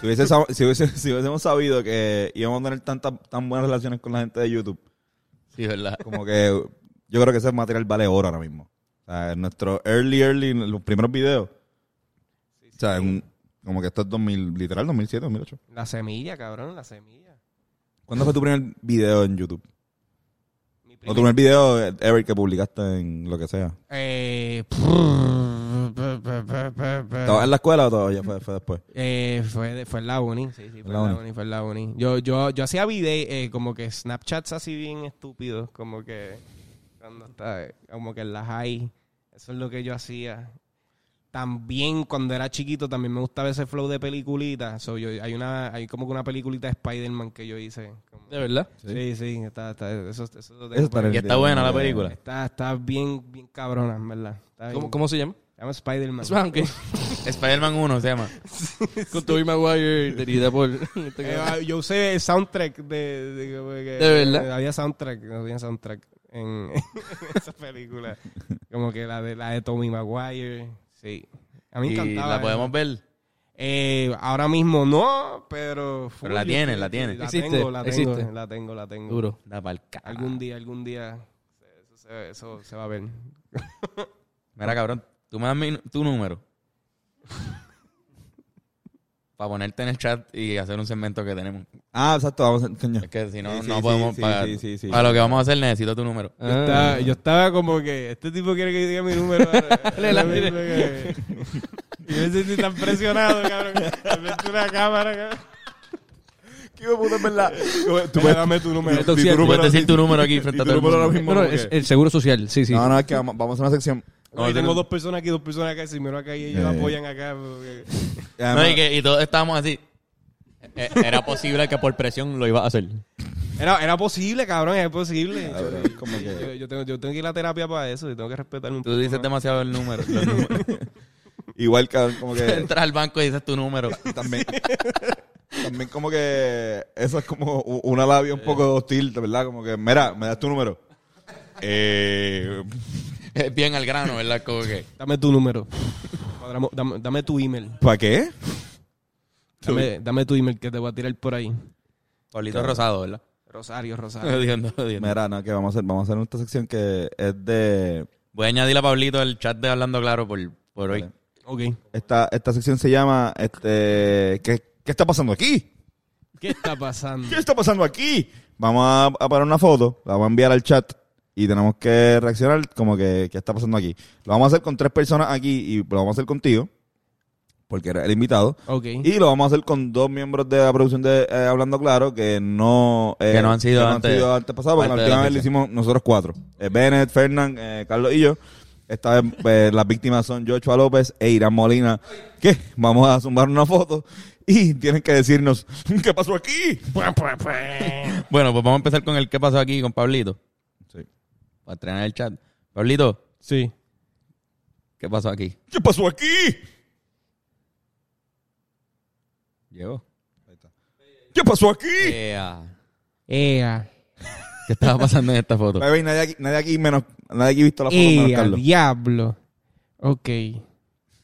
Speaker 1: Si, hubiese sab- si hubiese- si hubiésemos sabido que íbamos a tener tantas tan buenas relaciones con la gente de YouTube,
Speaker 2: Sí, ¿verdad?
Speaker 1: como que yo creo que ese material vale oro ahora mismo. O sea, en nuestro early, early, en los primeros videos. O sea, en- como que esto es 2000, literal 2007, 2008.
Speaker 4: La semilla, cabrón, la semilla.
Speaker 1: ¿Cuándo fue tu primer video en YouTube?
Speaker 4: Mi
Speaker 1: O
Speaker 4: primer-
Speaker 1: tu primer video eh, ever que publicaste en lo que sea.
Speaker 4: Eh,
Speaker 1: ¿Estabas en la escuela o todavía fue, fue después?
Speaker 4: Eh, fue, de- fue en la uni, sí, sí,
Speaker 1: la
Speaker 4: fue en la
Speaker 1: uni.
Speaker 4: uni, fue en la uni. Yo, yo, yo hacía video, eh, como que Snapchats así bien estúpidos, como que cuando está, eh, como que en las high, eso es lo que yo hacía. También cuando era chiquito también me gustaba ese flow de peliculita. So, yo, hay una, hay como que una peliculita de Spider-Man que yo hice. como-
Speaker 3: ¿De verdad?
Speaker 4: sí, sí, está, está, eso, eso, lo tengo
Speaker 1: Eso
Speaker 4: por ahí.
Speaker 2: Y está buena la película.
Speaker 4: está, está bien, bien cabrona, en verdad. Está bien-
Speaker 3: ¿Cómo, cómo se llama?
Speaker 4: Se llama Spider-Man.
Speaker 3: aunque
Speaker 2: Spider-Man 1 se llama.
Speaker 3: Con Tobey Maguire, dirigida por... este
Speaker 4: Eh, ah, yo usé el soundtrack de... de, como que-
Speaker 3: ¿De verdad?
Speaker 4: Había soundtrack, había soundtrack en, en esa película. Como que la de, la de Tommy Maguire, sí. A mí me
Speaker 2: Y
Speaker 4: encantaba.
Speaker 2: la
Speaker 4: eso.
Speaker 2: podemos ver.
Speaker 4: Eh, ahora mismo no, pero... full,
Speaker 2: Pero la
Speaker 4: yo
Speaker 2: tiene,
Speaker 4: creo
Speaker 2: la
Speaker 4: que
Speaker 2: tiene.
Speaker 4: La
Speaker 3: Existe,
Speaker 4: tengo, la tengo,
Speaker 3: existe.
Speaker 4: la tengo, la tengo.
Speaker 3: Duro.
Speaker 2: La palca.
Speaker 4: Algún día, algún día... Eso se, eso se va a ver.
Speaker 2: Mira, cabrón, tú me das mi- tu número. Para ponerte en el chat y hacer un segmento que tenemos.
Speaker 1: Ah, exacto, vamos a enseñar.
Speaker 2: Es que si no,
Speaker 1: Sí, sí,
Speaker 2: no
Speaker 1: sí,
Speaker 2: podemos
Speaker 1: sí,
Speaker 2: pagar.
Speaker 1: sí, sí, sí.
Speaker 2: Para lo que vamos a hacer necesito tu número.
Speaker 4: Yo, estaba, yo estaba como que... Este tipo quiere que diga mi número.
Speaker 3: Le la-
Speaker 4: Lo mismo que- y me sentí tan presionado, cabrón. Me metí una cámara, cabrón.
Speaker 1: ¿Qué me puta, en verdad?
Speaker 4: Tú me dame tu número.
Speaker 3: Di tu
Speaker 1: Di tu
Speaker 3: número,
Speaker 2: Puedes decir tu número aquí
Speaker 1: di
Speaker 2: frente
Speaker 1: tu
Speaker 2: a todo el
Speaker 1: número
Speaker 2: mundo.
Speaker 1: ahora mismo.
Speaker 3: Bueno,
Speaker 1: como
Speaker 3: es
Speaker 1: que-
Speaker 3: el Seguro Social, sí, sí.
Speaker 1: No, no, es que vamos, vamos a una sección.
Speaker 4: Ahí tengo dos personas aquí, dos personas acá. Si me lo acá y ellos
Speaker 1: Eh.
Speaker 4: apoyan acá. porque-
Speaker 2: No, y, que, y todos estábamos así.
Speaker 5: Eh, Era posible que por presión lo iba a hacer.
Speaker 4: Era, era posible, cabrón, era posible.
Speaker 1: Cabrón,
Speaker 4: Yo-
Speaker 1: como que-
Speaker 4: yo, yo tengo, yo tengo que ir a terapia para eso y tengo que respetarme un
Speaker 2: Tú dices
Speaker 4: más.
Speaker 2: demasiado el número. los números.
Speaker 1: Igual, cabrón, como que.
Speaker 2: Entras al banco y dices tu número.
Speaker 1: También. También como que eso es como u- una labia un poco hostil, de ¿verdad? Como que, mira, me das tu número. Eh,
Speaker 2: Es Bien al grano, ¿verdad? Como que.
Speaker 4: Dame tu número. Dame, dame- dame tu email.
Speaker 1: ¿Para qué?
Speaker 4: Dame, dame tu email que te voy a tirar por ahí.
Speaker 2: Pablito Rosado, ¿verdad?
Speaker 4: Rosario, Rosario.
Speaker 2: Odiando, odiando.
Speaker 1: Mira, no, que vamos a hacer, vamos a hacer esta sección que es de
Speaker 2: Voy a añadir a Pablito al chat de Hablando Claro por, por hoy.
Speaker 1: Vale.
Speaker 4: Ok.
Speaker 1: esta, esta sección se llama este ¿qué, qué está pasando aquí?
Speaker 4: ¿Qué está pasando?
Speaker 1: ¿Qué está pasando aquí? Vamos a, a parar una foto, la vamos a enviar al chat y tenemos que reaccionar como que qué está pasando aquí. Lo vamos a hacer con tres personas aquí y lo vamos a hacer contigo porque eres el invitado.
Speaker 4: Ok.
Speaker 1: Y lo vamos a hacer con dos miembros de la producción de eh, Hablando Claro que no, eh,
Speaker 2: Que no han sido antes-
Speaker 1: pasados, porque la
Speaker 2: parte de la
Speaker 1: última vez lo
Speaker 2: sección.
Speaker 1: hicimos nosotros cuatro. Eh, Bennett, Fernán, eh, Carlos y yo. Esta vez eh, las víctimas son Joshua López e Irán Molina, que vamos a zumbar una foto y tienen que decirnos ¿qué pasó aquí?
Speaker 2: Bueno, pues vamos a empezar con el qué pasó aquí con Pablito.
Speaker 1: Sí.
Speaker 2: Para entrenar el chat. Pablito,
Speaker 4: Sí.
Speaker 2: ¿qué pasó aquí?
Speaker 1: ¿Qué pasó aquí?
Speaker 2: Llegó. Eh,
Speaker 1: ¿Qué pasó aquí?
Speaker 4: Ea.
Speaker 2: ¿Qué estaba pasando en esta foto?
Speaker 1: Bebé, y nadie aquí, nadie aquí menos, nadie aquí visto la
Speaker 2: Eh,
Speaker 1: foto menos
Speaker 4: Ea,
Speaker 1: Carlos.
Speaker 4: diablo. Ok.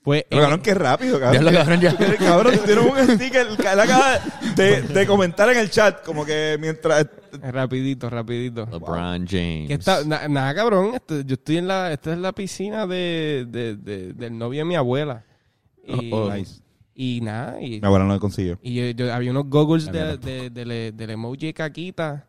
Speaker 4: Pues.
Speaker 1: Pero, cabrón, qué rápido, cabrón.
Speaker 2: Ya lo cabrón ya.
Speaker 1: Cabrón, tienes un sticker que él acaba de, de comentar en el chat, como que mientras...
Speaker 4: eh, Rapidito, rapidito.
Speaker 5: LeBron James.
Speaker 4: Que está- na- nada, cabrón. esto- yo estoy en la. Esta es la piscina de, de- de- del novio de mi abuela. Y,
Speaker 2: Oh, oh.
Speaker 1: Nice.
Speaker 4: y nada. Y,
Speaker 1: Mi abuela no lo consiguió.
Speaker 4: y yo, yo- había unos goggles de, de- del- del emoji caquita.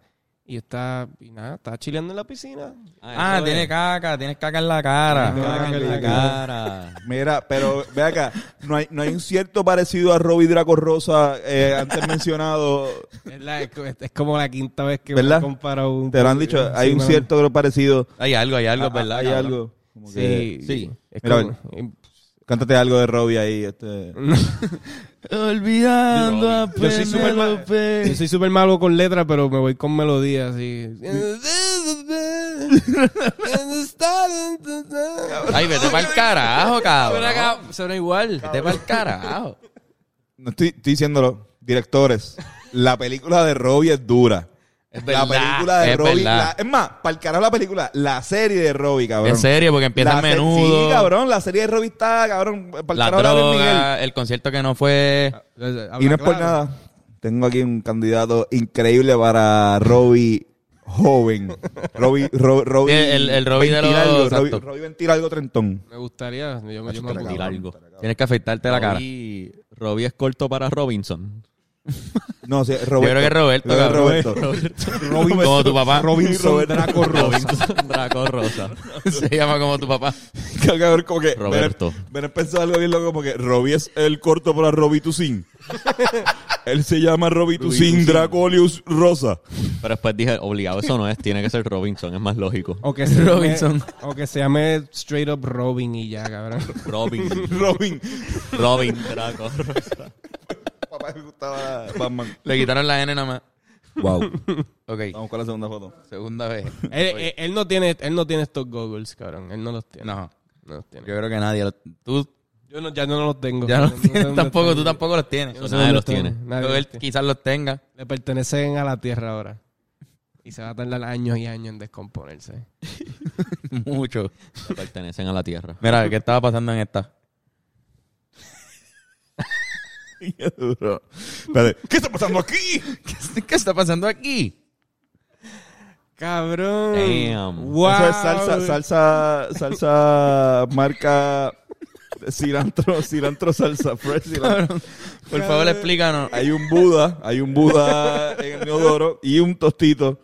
Speaker 4: Y está. Y nada, está chileando en la piscina.
Speaker 2: Ah,
Speaker 5: eso
Speaker 2: tiene
Speaker 5: es.
Speaker 2: caca, tienes caca en la cara.
Speaker 4: Tiene
Speaker 5: Caca en la cara.
Speaker 1: Mira, pero ve acá, no hay, no hay un cierto parecido a Robbie Draco Rosa eh, antes mencionado.
Speaker 4: Es, la- es co- es como la quinta vez que
Speaker 1: ¿Verdad?
Speaker 4: me comparo un.
Speaker 1: Te lo han dicho, hay un
Speaker 4: sí,
Speaker 1: cierto parecido.
Speaker 2: Hay algo, hay algo,
Speaker 1: Ah,
Speaker 2: es ¿verdad?
Speaker 1: Hay
Speaker 2: cabrón?
Speaker 1: algo. Como que-
Speaker 4: Sí. eh,
Speaker 5: Sí.
Speaker 4: es
Speaker 1: Mira,
Speaker 4: como-
Speaker 1: Cántate algo de Robbie ahí. Este.
Speaker 2: Olvidando a
Speaker 4: yo soy súper mal- yo soy súper malo con letras, pero me voy con melodías. así.
Speaker 2: Ay, vete para el carajo, cabrón.
Speaker 3: Suena igual.
Speaker 2: Vete para el carajo.
Speaker 1: No estoy, estoy diciéndolo, directores. La película de Robbie es dura.
Speaker 2: Es
Speaker 1: La
Speaker 2: verdad,
Speaker 1: película de
Speaker 2: es
Speaker 1: Robbie.
Speaker 2: verdad.
Speaker 1: la- es más, para el carajo la película, la serie de Robbie, cabrón.
Speaker 2: En serio, porque empieza
Speaker 1: La
Speaker 2: a
Speaker 1: se-
Speaker 2: menudo.
Speaker 1: Sí, cabrón, la serie de Robbie está, cabrón, para el
Speaker 2: La
Speaker 1: carajo la de Miguel.
Speaker 2: droga, el concierto que no fue.
Speaker 1: Y no es por nada. Tengo aquí un candidato increíble para Robbie joven. Robbie, Ro- Robbie
Speaker 2: Sí, el- el Robbie de los-
Speaker 1: veintilargo, Robbie,
Speaker 2: exacto.
Speaker 1: Robbie veintilargo trentón.
Speaker 4: Me gustaría. Yo, me- yo me
Speaker 1: Macho,
Speaker 4: apunto.
Speaker 1: te cabrón,
Speaker 5: algo.
Speaker 1: te cabrón.
Speaker 2: Tienes que afeitarte la cara.
Speaker 5: Robbie, Robbie es corto para Robinson.
Speaker 1: No, sí, Roberto.
Speaker 2: Yo creo que es Roberto,
Speaker 1: Yo creo que
Speaker 2: cabrón.
Speaker 1: es Roberto.
Speaker 2: Como tu papá.
Speaker 1: Robinson Draco Ross.
Speaker 5: Robinson Draco Rosa.
Speaker 2: Se llama como tu papá.
Speaker 1: Cabrón, como que.
Speaker 5: Roberto.
Speaker 1: Benet- Benet pensó algo bien loco, como que Robbie es el corto para Robbie Tucin. Él se llama Robbie Tucin Dracolius Rosa.
Speaker 5: Pero después dije, obligado, eso no es, tiene que ser Robinson, es más lógico.
Speaker 4: O que se
Speaker 2: Robinson.
Speaker 4: Llame, o que se llame Straight Up Robin y ya, cabrón.
Speaker 5: Robin,
Speaker 1: Robin.
Speaker 5: Robin Draco Rosa.
Speaker 1: Papá me gustaba Batman.
Speaker 2: Le quitaron la N nada más.
Speaker 1: Wow.
Speaker 2: Ok,
Speaker 1: Vamos con la segunda foto.
Speaker 2: segunda vez.
Speaker 4: él, él- él no tiene, él no tiene estos goggles, cabrón. Él no los tiene.
Speaker 2: No,
Speaker 4: No los
Speaker 2: yo
Speaker 4: tiene.
Speaker 2: creo que nadie. lo- Tú
Speaker 4: Yo no- ya no los tengo.
Speaker 2: ya no los
Speaker 4: sé
Speaker 2: tienes
Speaker 4: dónde
Speaker 2: tampoco,
Speaker 4: están.
Speaker 2: tú tampoco los tienes.
Speaker 4: No sé
Speaker 5: Nadie
Speaker 4: dónde este.
Speaker 5: los
Speaker 4: están.
Speaker 5: tiene.
Speaker 4: Nadie
Speaker 2: Pero
Speaker 4: los
Speaker 2: él
Speaker 4: tiene.
Speaker 2: quizás los tenga.
Speaker 4: Le pertenecen a la tierra ahora. Y se va a tardar años y años en descomponerse.
Speaker 2: Mucho.
Speaker 5: Pertenecen a la tierra.
Speaker 2: Mira, ¿qué estaba pasando en esta?
Speaker 1: Qué duro. Espérate, ¿Qué está pasando aquí?
Speaker 2: ¿Qué, qué está pasando aquí?
Speaker 4: Cabrón.
Speaker 5: Damn.
Speaker 4: Wow.
Speaker 1: Eso es salsa, salsa, salsa marca cilantro, cilantro salsa, fresh cilantro.
Speaker 2: Por favor,
Speaker 4: eh.
Speaker 2: explícanos.
Speaker 1: Hay un Buda, hay un Buda en el Neodoro y un tostito.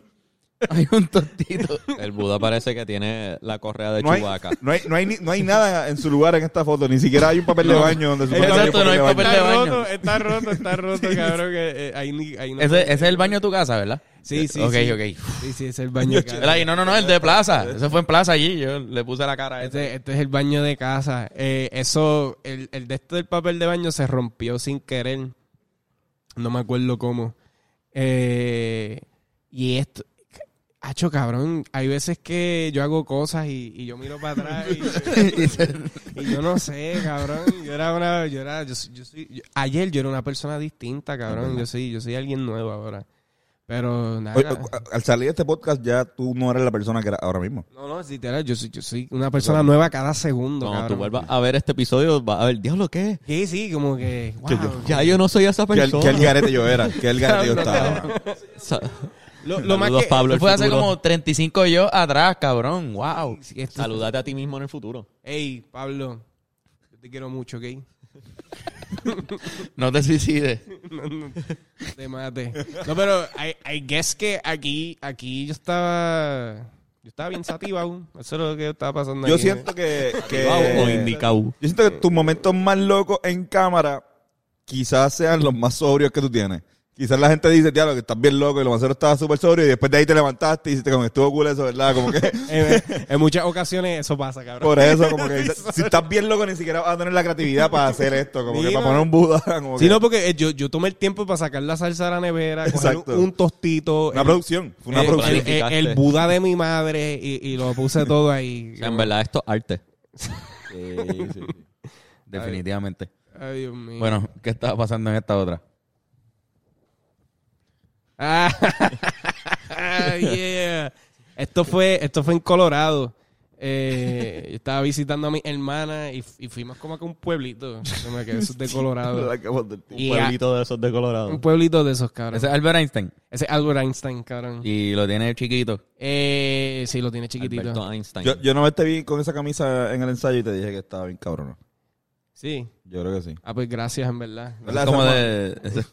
Speaker 2: Hay un tontito.
Speaker 5: El Buda parece que tiene la correa de
Speaker 1: No hay,
Speaker 5: Chewbacca.
Speaker 1: no, hay, no, hay, ni- no hay nada en su lugar en esta foto, ni siquiera hay un papel de baño donde se
Speaker 2: Exacto, no hay papel de
Speaker 4: Está
Speaker 2: baño.
Speaker 4: roto, está roto, está roto, cabrón. que, eh, ahí ni- ahí no-
Speaker 2: Ese, ese es el baño de tu casa, ¿verdad?
Speaker 4: Sí, sí.
Speaker 2: Ok,
Speaker 4: sí.
Speaker 2: ok.
Speaker 4: Sí, sí, es el baño. cabrón.
Speaker 2: Era ahí, no, no, no, el de plaza. Ese fue en plaza allí. Yo le puse la cara a este.
Speaker 4: Este, este es el baño de casa. Eh, eso, el, el de esto del papel de baño se rompió sin querer. No me acuerdo cómo. Eh, y esto, hacho cabrón, hay veces que yo hago cosas y, y yo miro para atrás y, y yo no sé, cabrón. Yo era una, yo era, yo, soy- yo soy, yo- ayer yo era una persona distinta, cabrón. Yo soy, yo soy alguien nuevo ahora. Pero nada.
Speaker 1: Al salir de este podcast ya tú no eres la persona que era ahora mismo.
Speaker 4: No, no, literal, yo soy, yo soy una persona nueva cada segundo,
Speaker 5: Cuando tú
Speaker 4: cabrón.
Speaker 5: vuelvas a ver este episodio, vas a ver, diablo, ¿qué?
Speaker 4: Sí, sí, como que.
Speaker 1: Que
Speaker 4: wow.
Speaker 5: Ya yo no soy esa
Speaker 2: Pues
Speaker 1: Que el,
Speaker 5: persona.
Speaker 1: que el garete yo era, que el garete yo estaba.
Speaker 5: Sa-
Speaker 4: Lo, lo más
Speaker 5: Saludos,
Speaker 4: que.
Speaker 5: Pablo.
Speaker 2: Eso
Speaker 5: el
Speaker 2: fue hace
Speaker 5: futuro.
Speaker 2: como 35 yo atrás, cabrón. Wow.
Speaker 4: Sí, esto-
Speaker 5: Saludate a ti mismo en el futuro.
Speaker 4: Ey, Pablo, yo te quiero mucho, ¿ok?
Speaker 2: No te suicides.
Speaker 4: Te mate. No, pero I, I guess que aquí, aquí yo estaba. Yo estaba bien sativado. Eso es lo que estaba pasando
Speaker 1: Yo
Speaker 4: aquí,
Speaker 1: siento que... que-
Speaker 5: O indicau.
Speaker 1: Yo siento que tus momentos más locos en cámara quizás sean los más sobrios que tú tienes. Quizás la gente dice, diablo, que estás bien loco y lo mancero estaba súper sobrio y después de ahí te levantaste y dijiste, como estuvo cool eso, ¿verdad? Como que
Speaker 4: Eh, En, muchas ocasiones eso pasa, cabrón.
Speaker 1: por eso, como que si estás bien loco ni siquiera vas a tener la creatividad para hacer esto, como que
Speaker 4: Sí,
Speaker 1: para
Speaker 4: no.
Speaker 1: poner un Buda. Como
Speaker 4: Sí,
Speaker 1: que-
Speaker 4: no, porque eh, yo, yo tomé el tiempo para sacar la salsa de la nevera, coger
Speaker 1: Exacto.
Speaker 4: un, un tostito.
Speaker 1: una
Speaker 4: el-
Speaker 1: producción, fue una
Speaker 4: el-
Speaker 1: producción.
Speaker 4: el, el- el Buda de mi madre y, y lo puse todo ahí.
Speaker 5: En verdad, esto es arte.
Speaker 2: Definitivamente.
Speaker 4: Ay, Dios mío.
Speaker 2: Bueno, ¿qué estaba pasando en esta otra?
Speaker 4: Ah, yeah. Esto fue, esto fue en Colorado. Eh, yo estaba visitando a mi hermana y, y fuimos como que a un pueblito. No me quedé, eso es de Colorado.
Speaker 5: Un
Speaker 4: Y
Speaker 5: pueblito de esos de
Speaker 4: a- un
Speaker 5: Colorado.
Speaker 4: pueblito de esos, cabrón.
Speaker 2: Ese
Speaker 4: Ese
Speaker 2: es Albert Einstein.
Speaker 4: es Albert Einstein, cabrón.
Speaker 2: Y lo tiene chiquito.
Speaker 4: Eh, sí, lo tiene chiquitito.
Speaker 5: Alberto Einstein.
Speaker 1: Yo, yo no te vi con esa camisa en el ensayo y te dije que estaba bien cabrón.
Speaker 4: Sí.
Speaker 1: Yo creo que sí.
Speaker 4: Ah, pues gracias, en verdad.
Speaker 2: Ese Es como de... ese es-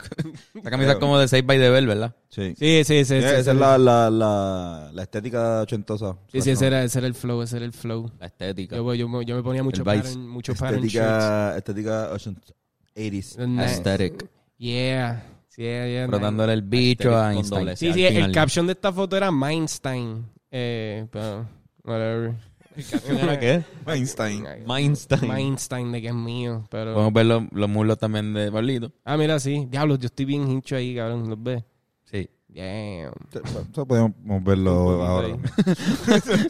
Speaker 2: Esa camisa es como de 6 by the Bell, ¿verdad?
Speaker 1: Sí.
Speaker 4: Sí, sí, sí. sí,
Speaker 1: Esa
Speaker 4: sí.
Speaker 1: es la, la, la, la estética ochentosa.
Speaker 4: Sí, sí, ese era, ese era el flow, ese era el flow.
Speaker 5: La estética.
Speaker 4: Yo, yo, me- yo me ponía mucho
Speaker 2: El Vice.
Speaker 4: pattern, mucho pattern shirts.
Speaker 1: Estética, estética ochent- 80s.
Speaker 5: Aesthetic.
Speaker 4: Yeah. Yeah, yeah. nice.
Speaker 2: Frotándole el bicho
Speaker 5: Aesthetic
Speaker 2: a
Speaker 5: con
Speaker 2: Einstein.
Speaker 5: doble S.
Speaker 4: Sí,
Speaker 5: al
Speaker 4: sí, el
Speaker 5: final.
Speaker 4: caption de esta foto era Einstein. Eh, pero, whatever.
Speaker 5: ¿Era qué?
Speaker 1: Einstein.
Speaker 5: Mainstein.
Speaker 4: Einstein de que es mío, pero...
Speaker 2: Podemos ver los, los muslos también de Pablito.
Speaker 4: Ah, mira, sí. Diablo, yo estoy bien hincho ahí, cabrón. ¿Los ves?
Speaker 2: Sí.
Speaker 4: Damn.
Speaker 1: Eso podemos verlo ahora.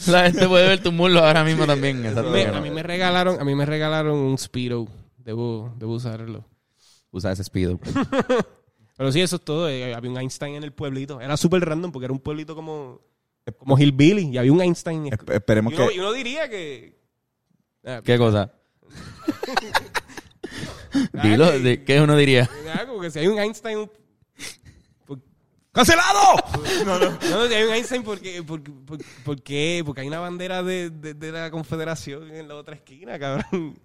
Speaker 2: La gente puede ver tus muslos ahora mismo también.
Speaker 4: Me-
Speaker 2: exacto.
Speaker 4: a mí me regalaron, a mí me regalaron un Speedo. Debo, debo usarlo.
Speaker 2: Usa ese speedo. pues.
Speaker 4: Pero Pero sí, eso es todo. Eh, Había un Einstein en el pueblito. Era súper random porque era un pueblito como, como Hillbilly y había un Einstein.
Speaker 1: Esp- esperemos
Speaker 4: Y uno,
Speaker 1: que.
Speaker 4: y uno diría que... Ah,
Speaker 2: ¿Qué cosa? Dilo, de- ¿qué uno diría?
Speaker 4: ah, como que si hay un Einstein... un-
Speaker 1: ¡Cancelado!
Speaker 4: No, no, si hay un Einstein porque, porque, porque, porque, porque hay una bandera de, de, de la Confederación en la otra esquina, cabrón.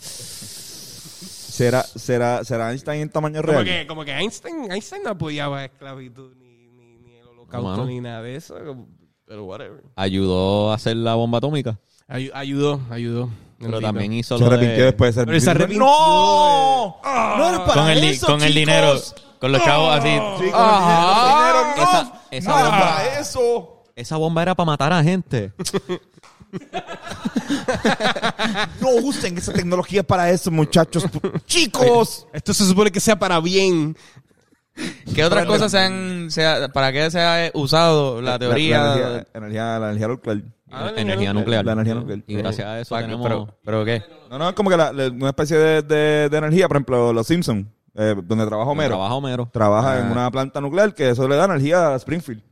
Speaker 1: ¿Será, será, ¿Será Einstein en tamaño
Speaker 4: Como
Speaker 1: real?
Speaker 4: que, como que Einstein, Einstein no apoyaba la esclavitud ni, ni, ni el holocausto
Speaker 5: Humano.
Speaker 4: ni nada de eso. como- Pero whatever.
Speaker 5: Ayudó a hacer la bomba atómica,
Speaker 4: Ayu- ayudó, ayudó.
Speaker 5: pero también hizo
Speaker 1: Se
Speaker 5: lo
Speaker 1: arrepintió
Speaker 5: de...
Speaker 1: después de ser
Speaker 4: Pero se arrepintió.
Speaker 1: ¡No! ¡No eres para
Speaker 2: Con el, di-
Speaker 1: eso,
Speaker 2: con el
Speaker 1: chicos!
Speaker 2: dinero, con los chavos así.
Speaker 1: Sí, con
Speaker 5: Ajá.
Speaker 1: el dinero, con el dinero,
Speaker 5: Esa- esa
Speaker 1: ¡No! ¡No
Speaker 5: bomba.
Speaker 1: para eso!
Speaker 5: Esa bomba era para matar a gente.
Speaker 1: No usen esa tecnología para eso, muchachos. ¡Chicos!
Speaker 4: Esto se supone que sea para bien.
Speaker 2: ¿Qué otras cosas se han, se ha- para qué se ha eh, usado la teoría?
Speaker 1: La, energía, energía- la energía nuclear.
Speaker 5: energía nuclear.
Speaker 1: La energía nuclear.
Speaker 5: Y gracias a eso
Speaker 2: Pa-
Speaker 5: tenemos...
Speaker 2: Ah, pero, pero qué?
Speaker 1: No, no, es como que la- la- una especie de, de- de energía, por ejemplo, los Simpsons, donde trabaja Homero.
Speaker 5: Trabaja Homero.
Speaker 1: Trabaja
Speaker 2: Ah.
Speaker 1: en una planta nuclear que eso le da energía a Springfield.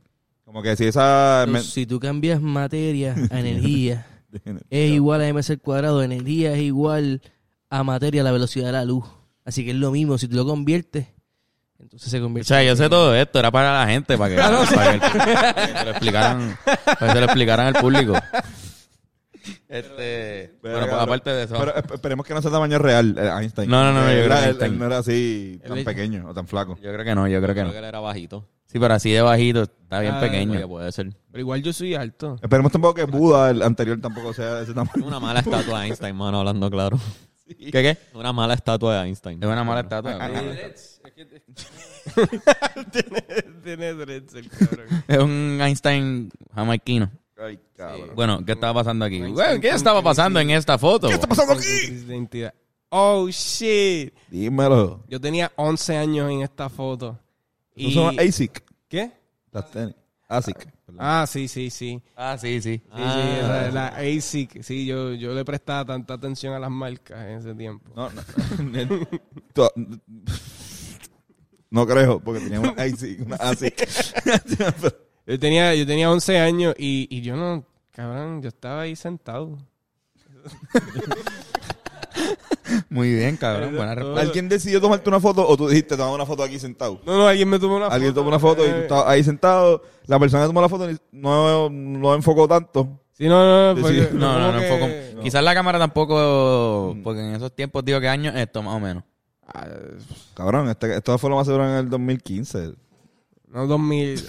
Speaker 1: Como que si esa... me-
Speaker 7: Si tú cambias materia a energía, es igual a mc al cuadrado. Energía es igual a materia a la velocidad de la luz. Así que es lo mismo. Si tú lo conviertes, entonces se
Speaker 2: O
Speaker 7: convierte.
Speaker 2: sea, yo sé todo esto, era para la gente, para que, para que- para que se lo explicaran, para que se lo explicaran al público. Este,
Speaker 1: Pero,
Speaker 2: bueno,
Speaker 1: cabrón,
Speaker 2: aparte de eso.
Speaker 1: Pero esp- esperemos que no sea tamaño real, eh, Einstein.
Speaker 2: No, no, no,
Speaker 1: Eh,
Speaker 2: yo creo
Speaker 1: era-
Speaker 2: que
Speaker 1: él-
Speaker 2: Einstein.
Speaker 1: él no era así tan
Speaker 7: Él-
Speaker 1: pequeño o tan flaco.
Speaker 2: yo creo que no, yo creo que no.
Speaker 5: Creo que él era bajito.
Speaker 2: Sí, pero así de bajito, está bien
Speaker 4: Ah,
Speaker 5: Oye,
Speaker 2: pequeño.
Speaker 5: puede ser.
Speaker 4: Pero igual yo soy alto.
Speaker 1: Esperemos tampoco que Buda, el anterior, tampoco sea de ese tamaño.
Speaker 5: Una mala estatua de Einstein, mano, hablando claro.
Speaker 2: ¿Qué Ah, qué?
Speaker 5: Una mala estatua de Einstein.
Speaker 2: Es una mala estatua.
Speaker 4: Tiene dreads el cabrón.
Speaker 2: Es un Einstein jamaiquino.
Speaker 1: Ay, cabrón.
Speaker 2: Bueno, ¿qué estaba pasando aquí? Bueno, ¿Qué estaba pasando en esta foto?
Speaker 1: pasando
Speaker 4: Crisis de identidad. Oh, shit.
Speaker 1: Dímelo.
Speaker 4: Yo tenía 11 años en esta foto.
Speaker 1: Tú
Speaker 4: Y-
Speaker 1: son ASIC.
Speaker 4: ¿Qué?
Speaker 1: Las tenis. ASIC. perdón.
Speaker 4: Ah, sí, sí, sí.
Speaker 2: Ah, sí, sí.
Speaker 4: Sí, sí,
Speaker 1: Ah.
Speaker 4: esa es la ASIC. Sí, yo, yo le prestaba tanta atención a las marcas en ese tiempo.
Speaker 1: No, no. Tú- ah, no creo, porque tenía una ASIC. Una ASIC.
Speaker 4: Yo tenía, yo tenía 11 años y, y yo no, cabrón, yo estaba ahí sentado.
Speaker 2: Muy bien, cabrón. Buena respuesta.
Speaker 1: ¿Alguien decidió tomarte una foto o tú dijiste, toma una foto aquí sentado?
Speaker 4: No, no, alguien me tomó una
Speaker 1: Alguien
Speaker 4: foto.
Speaker 1: tomó una foto y tú
Speaker 4: Eh,
Speaker 1: estabas ahí sentado. La persona que tomó la foto ni- no, no enfocó tanto.
Speaker 4: Sí, no, no,
Speaker 1: Sí,
Speaker 4: no. porque-
Speaker 1: sí.
Speaker 2: No, no,
Speaker 4: como
Speaker 2: no
Speaker 4: que-
Speaker 2: enfoco. Quizás la cámara tampoco, porque en esos tiempos digo que años esto, más o menos.
Speaker 4: Ah,
Speaker 1: Cabrón, este- esto fue lo más seguro en el 2015.
Speaker 4: No, 2000.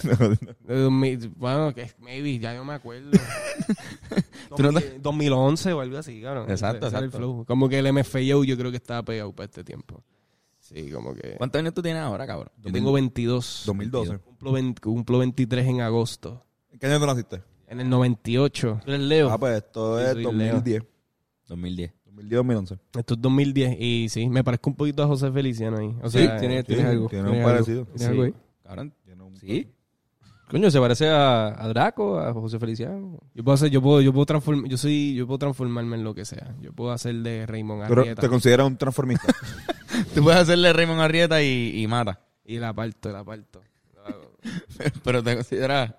Speaker 4: de 2000 bueno, que maybe, ya no me acuerdo. 2000, 2011 o algo así, cabrón.
Speaker 2: Exacto,
Speaker 4: Ese era el
Speaker 2: exacto.
Speaker 4: flow. Como que el MFAO yo creo que estaba pegado para este tiempo. Sí, como que...
Speaker 2: ¿Cuántos años tú tienes ahora, cabrón?
Speaker 4: Yo tengo 22.
Speaker 1: 2012.
Speaker 4: Cumplo, 20 cumplo 23 en agosto.
Speaker 1: ¿En qué año tú naciste?
Speaker 4: En el 98.
Speaker 7: Tú eres Leo.
Speaker 1: Ah, pues esto
Speaker 4: Sí,
Speaker 1: es
Speaker 4: soy
Speaker 1: 2010.
Speaker 2: 2010.
Speaker 1: 2010-2011.
Speaker 4: Esto es 2010 y sí, me parezco un poquito a José Feliciano ahí. O sea,
Speaker 3: Sí, tiene-
Speaker 1: Tiene
Speaker 3: algo,
Speaker 1: Tiene un
Speaker 4: tienes algo.
Speaker 1: parecido.
Speaker 4: ¿Tienes algo ahí?
Speaker 2: Cabrón,
Speaker 1: Tiene un-
Speaker 2: sí.
Speaker 3: Coño, se parece a, a Draco, a José Feliciano.
Speaker 4: Yo puedo hacer, yo puedo, yo puedo transformar, yo soy, yo puedo transformarme en lo que sea. Yo puedo hacer de Raymond
Speaker 1: Pero
Speaker 4: Arrieta
Speaker 1: te consideras un transformista.
Speaker 2: Tú puedes hacerle Raymond Arrieta y, y mata.
Speaker 4: y la parto, la parto.
Speaker 2: Pero te consideras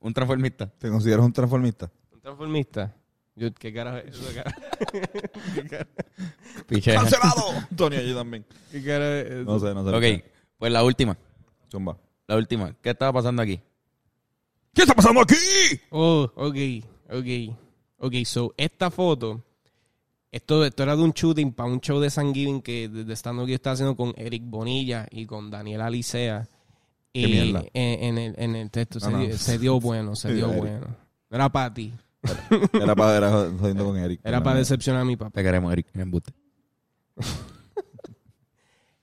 Speaker 2: un transformista.
Speaker 1: te consideras un transformista.
Speaker 4: ¿Un transformista? Yo, ¿Qué carajo es eso? cara?
Speaker 2: Piche.
Speaker 1: ¡Cancelado! Antonio, yo también.
Speaker 4: ¿Qué carajo es eso?
Speaker 1: No sé, no sé.
Speaker 2: ok, pues la última.
Speaker 1: Chumba.
Speaker 2: La última. ¿Qué estaba pasando aquí?
Speaker 6: ¿Qué está pasando aquí?
Speaker 4: Oh, ok, ok. Ok, so, esta foto, esto, esto era de un shooting para un show de San Giving que de, de stand-up que yo estaba haciendo con Eric Bonilla y con Daniel Alicea. Y
Speaker 1: Qué mierda. Ah,
Speaker 4: en, en el, en el texto se,
Speaker 1: No, no.
Speaker 4: Dio, se dio bueno, se
Speaker 1: Sí,
Speaker 4: dio
Speaker 1: Eric.
Speaker 4: bueno. No era para ti,
Speaker 1: Era para era jodiendo con Eric.
Speaker 4: era para decepcionar a mi papá.
Speaker 2: Te queremos, Eric. en embuste.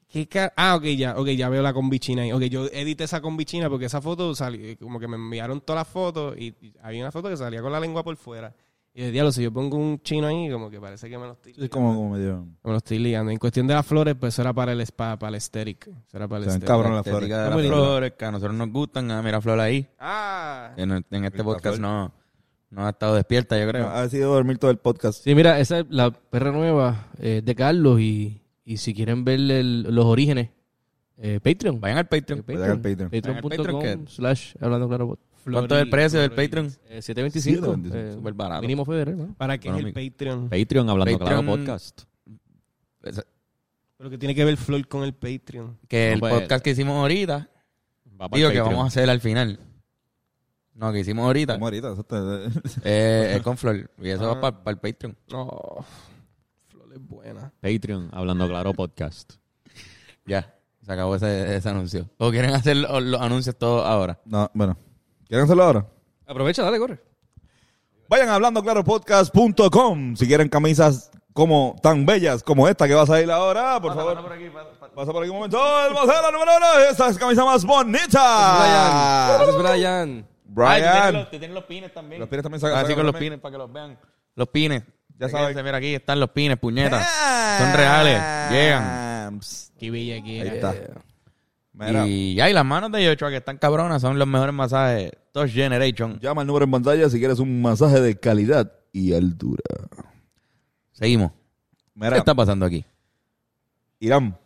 Speaker 4: ¿Qué ca- ah, ok, ya, ok, ya veo la combichina ahí. Ok, yo edité esa combichina porque esa foto salió, como que me enviaron todas las fotos y y había una foto que salía con la lengua por fuera. Y yo, diablo, si yo pongo un chino ahí, como que parece que me lo estoy
Speaker 1: Es
Speaker 4: ligando.
Speaker 1: como, como medio...
Speaker 4: Me lo estoy ligando. En cuestión de las flores, pues eso era para el spa, para el esteric. Eso era para el
Speaker 1: Se ven
Speaker 4: esteric.
Speaker 1: cabrón las flores.
Speaker 2: Estética de las
Speaker 4: Muy lindo.
Speaker 2: flores, que a nosotros nos gustan. Ah, mira, flor ahí.
Speaker 4: Ah,
Speaker 2: En, en este
Speaker 1: Esta
Speaker 2: podcast
Speaker 1: flor. Ah.
Speaker 2: no, no ha estado despierta, yo creo.
Speaker 1: Ha sido dormir todo el podcast.
Speaker 7: Sí, mira, esa es la perra nueva eh, de Carlos y, y si quieren ver el- los orígenes,
Speaker 3: Eh, Patreon.
Speaker 2: Vayan al Patreon.
Speaker 1: Vayan al Patreon.
Speaker 2: Vayan al Patreon,
Speaker 3: Patreon.com slash hablando claro. bot.
Speaker 2: ¿Cuánto es el precio del Patreon?
Speaker 3: Eh, 725.
Speaker 1: 7.25.
Speaker 3: eh,
Speaker 2: Súper barato.
Speaker 3: mínimo federal, ¿no?
Speaker 4: ¿Para qué es el
Speaker 2: Económico.
Speaker 4: Patreon?
Speaker 5: Patreon hablando
Speaker 2: Patreon-
Speaker 5: claro podcast.
Speaker 4: Pero que tiene que ver Flor con el Patreon.
Speaker 2: Pues, Que
Speaker 5: No,
Speaker 2: el
Speaker 5: pues,
Speaker 2: podcast que hicimos ahorita,
Speaker 5: Va para
Speaker 2: digo
Speaker 5: el
Speaker 2: que
Speaker 5: Patreon.
Speaker 2: vamos a hacer al final. No, que hicimos ahorita.
Speaker 1: Como ahorita, eso está-
Speaker 2: Eh, es con Flor. Y eso
Speaker 4: Ah.
Speaker 2: va para el Patreon.
Speaker 4: No. Flor es buena.
Speaker 5: Patreon hablando claro podcast.
Speaker 2: Ya. Se acabó ese, ese anuncio. ¿O quieren hacer los, los anuncios todos ahora?
Speaker 1: No, bueno. ¿Quieren hacerlo ahora?
Speaker 3: Aprovecha, dale, corre.
Speaker 1: Vayan a hablando claro podcast.com si quieren camisas como tan bellas como esta que vas a ir ahora, por favor. Pasa por aquí un momento. El Marcelo número uno, esa es camisa más bonita.
Speaker 3: Brian. Ah. Es Brian.
Speaker 1: Brian.
Speaker 2: Te tienen los pines también.
Speaker 1: Los pines también sacan-
Speaker 2: Así
Speaker 1: sacan
Speaker 2: con los
Speaker 1: también.
Speaker 2: pines para que los vean. Los pines.
Speaker 1: Ya
Speaker 2: Ya
Speaker 1: saben.
Speaker 2: sabes. Mira, aquí están los pines, puñetas. Son reales. Llegan.
Speaker 1: Psst,
Speaker 3: Qué bella que
Speaker 1: Ahí está. Mira,
Speaker 2: Y ya, y las manos de Yochoa que están cabronas son los mejores masajes. Touch Generation.
Speaker 1: llama al número en pantalla si quieres un masaje de calidad y altura.
Speaker 2: Seguimos. ¿Qué
Speaker 1: Mira,
Speaker 2: está pasando aquí?
Speaker 1: Irán.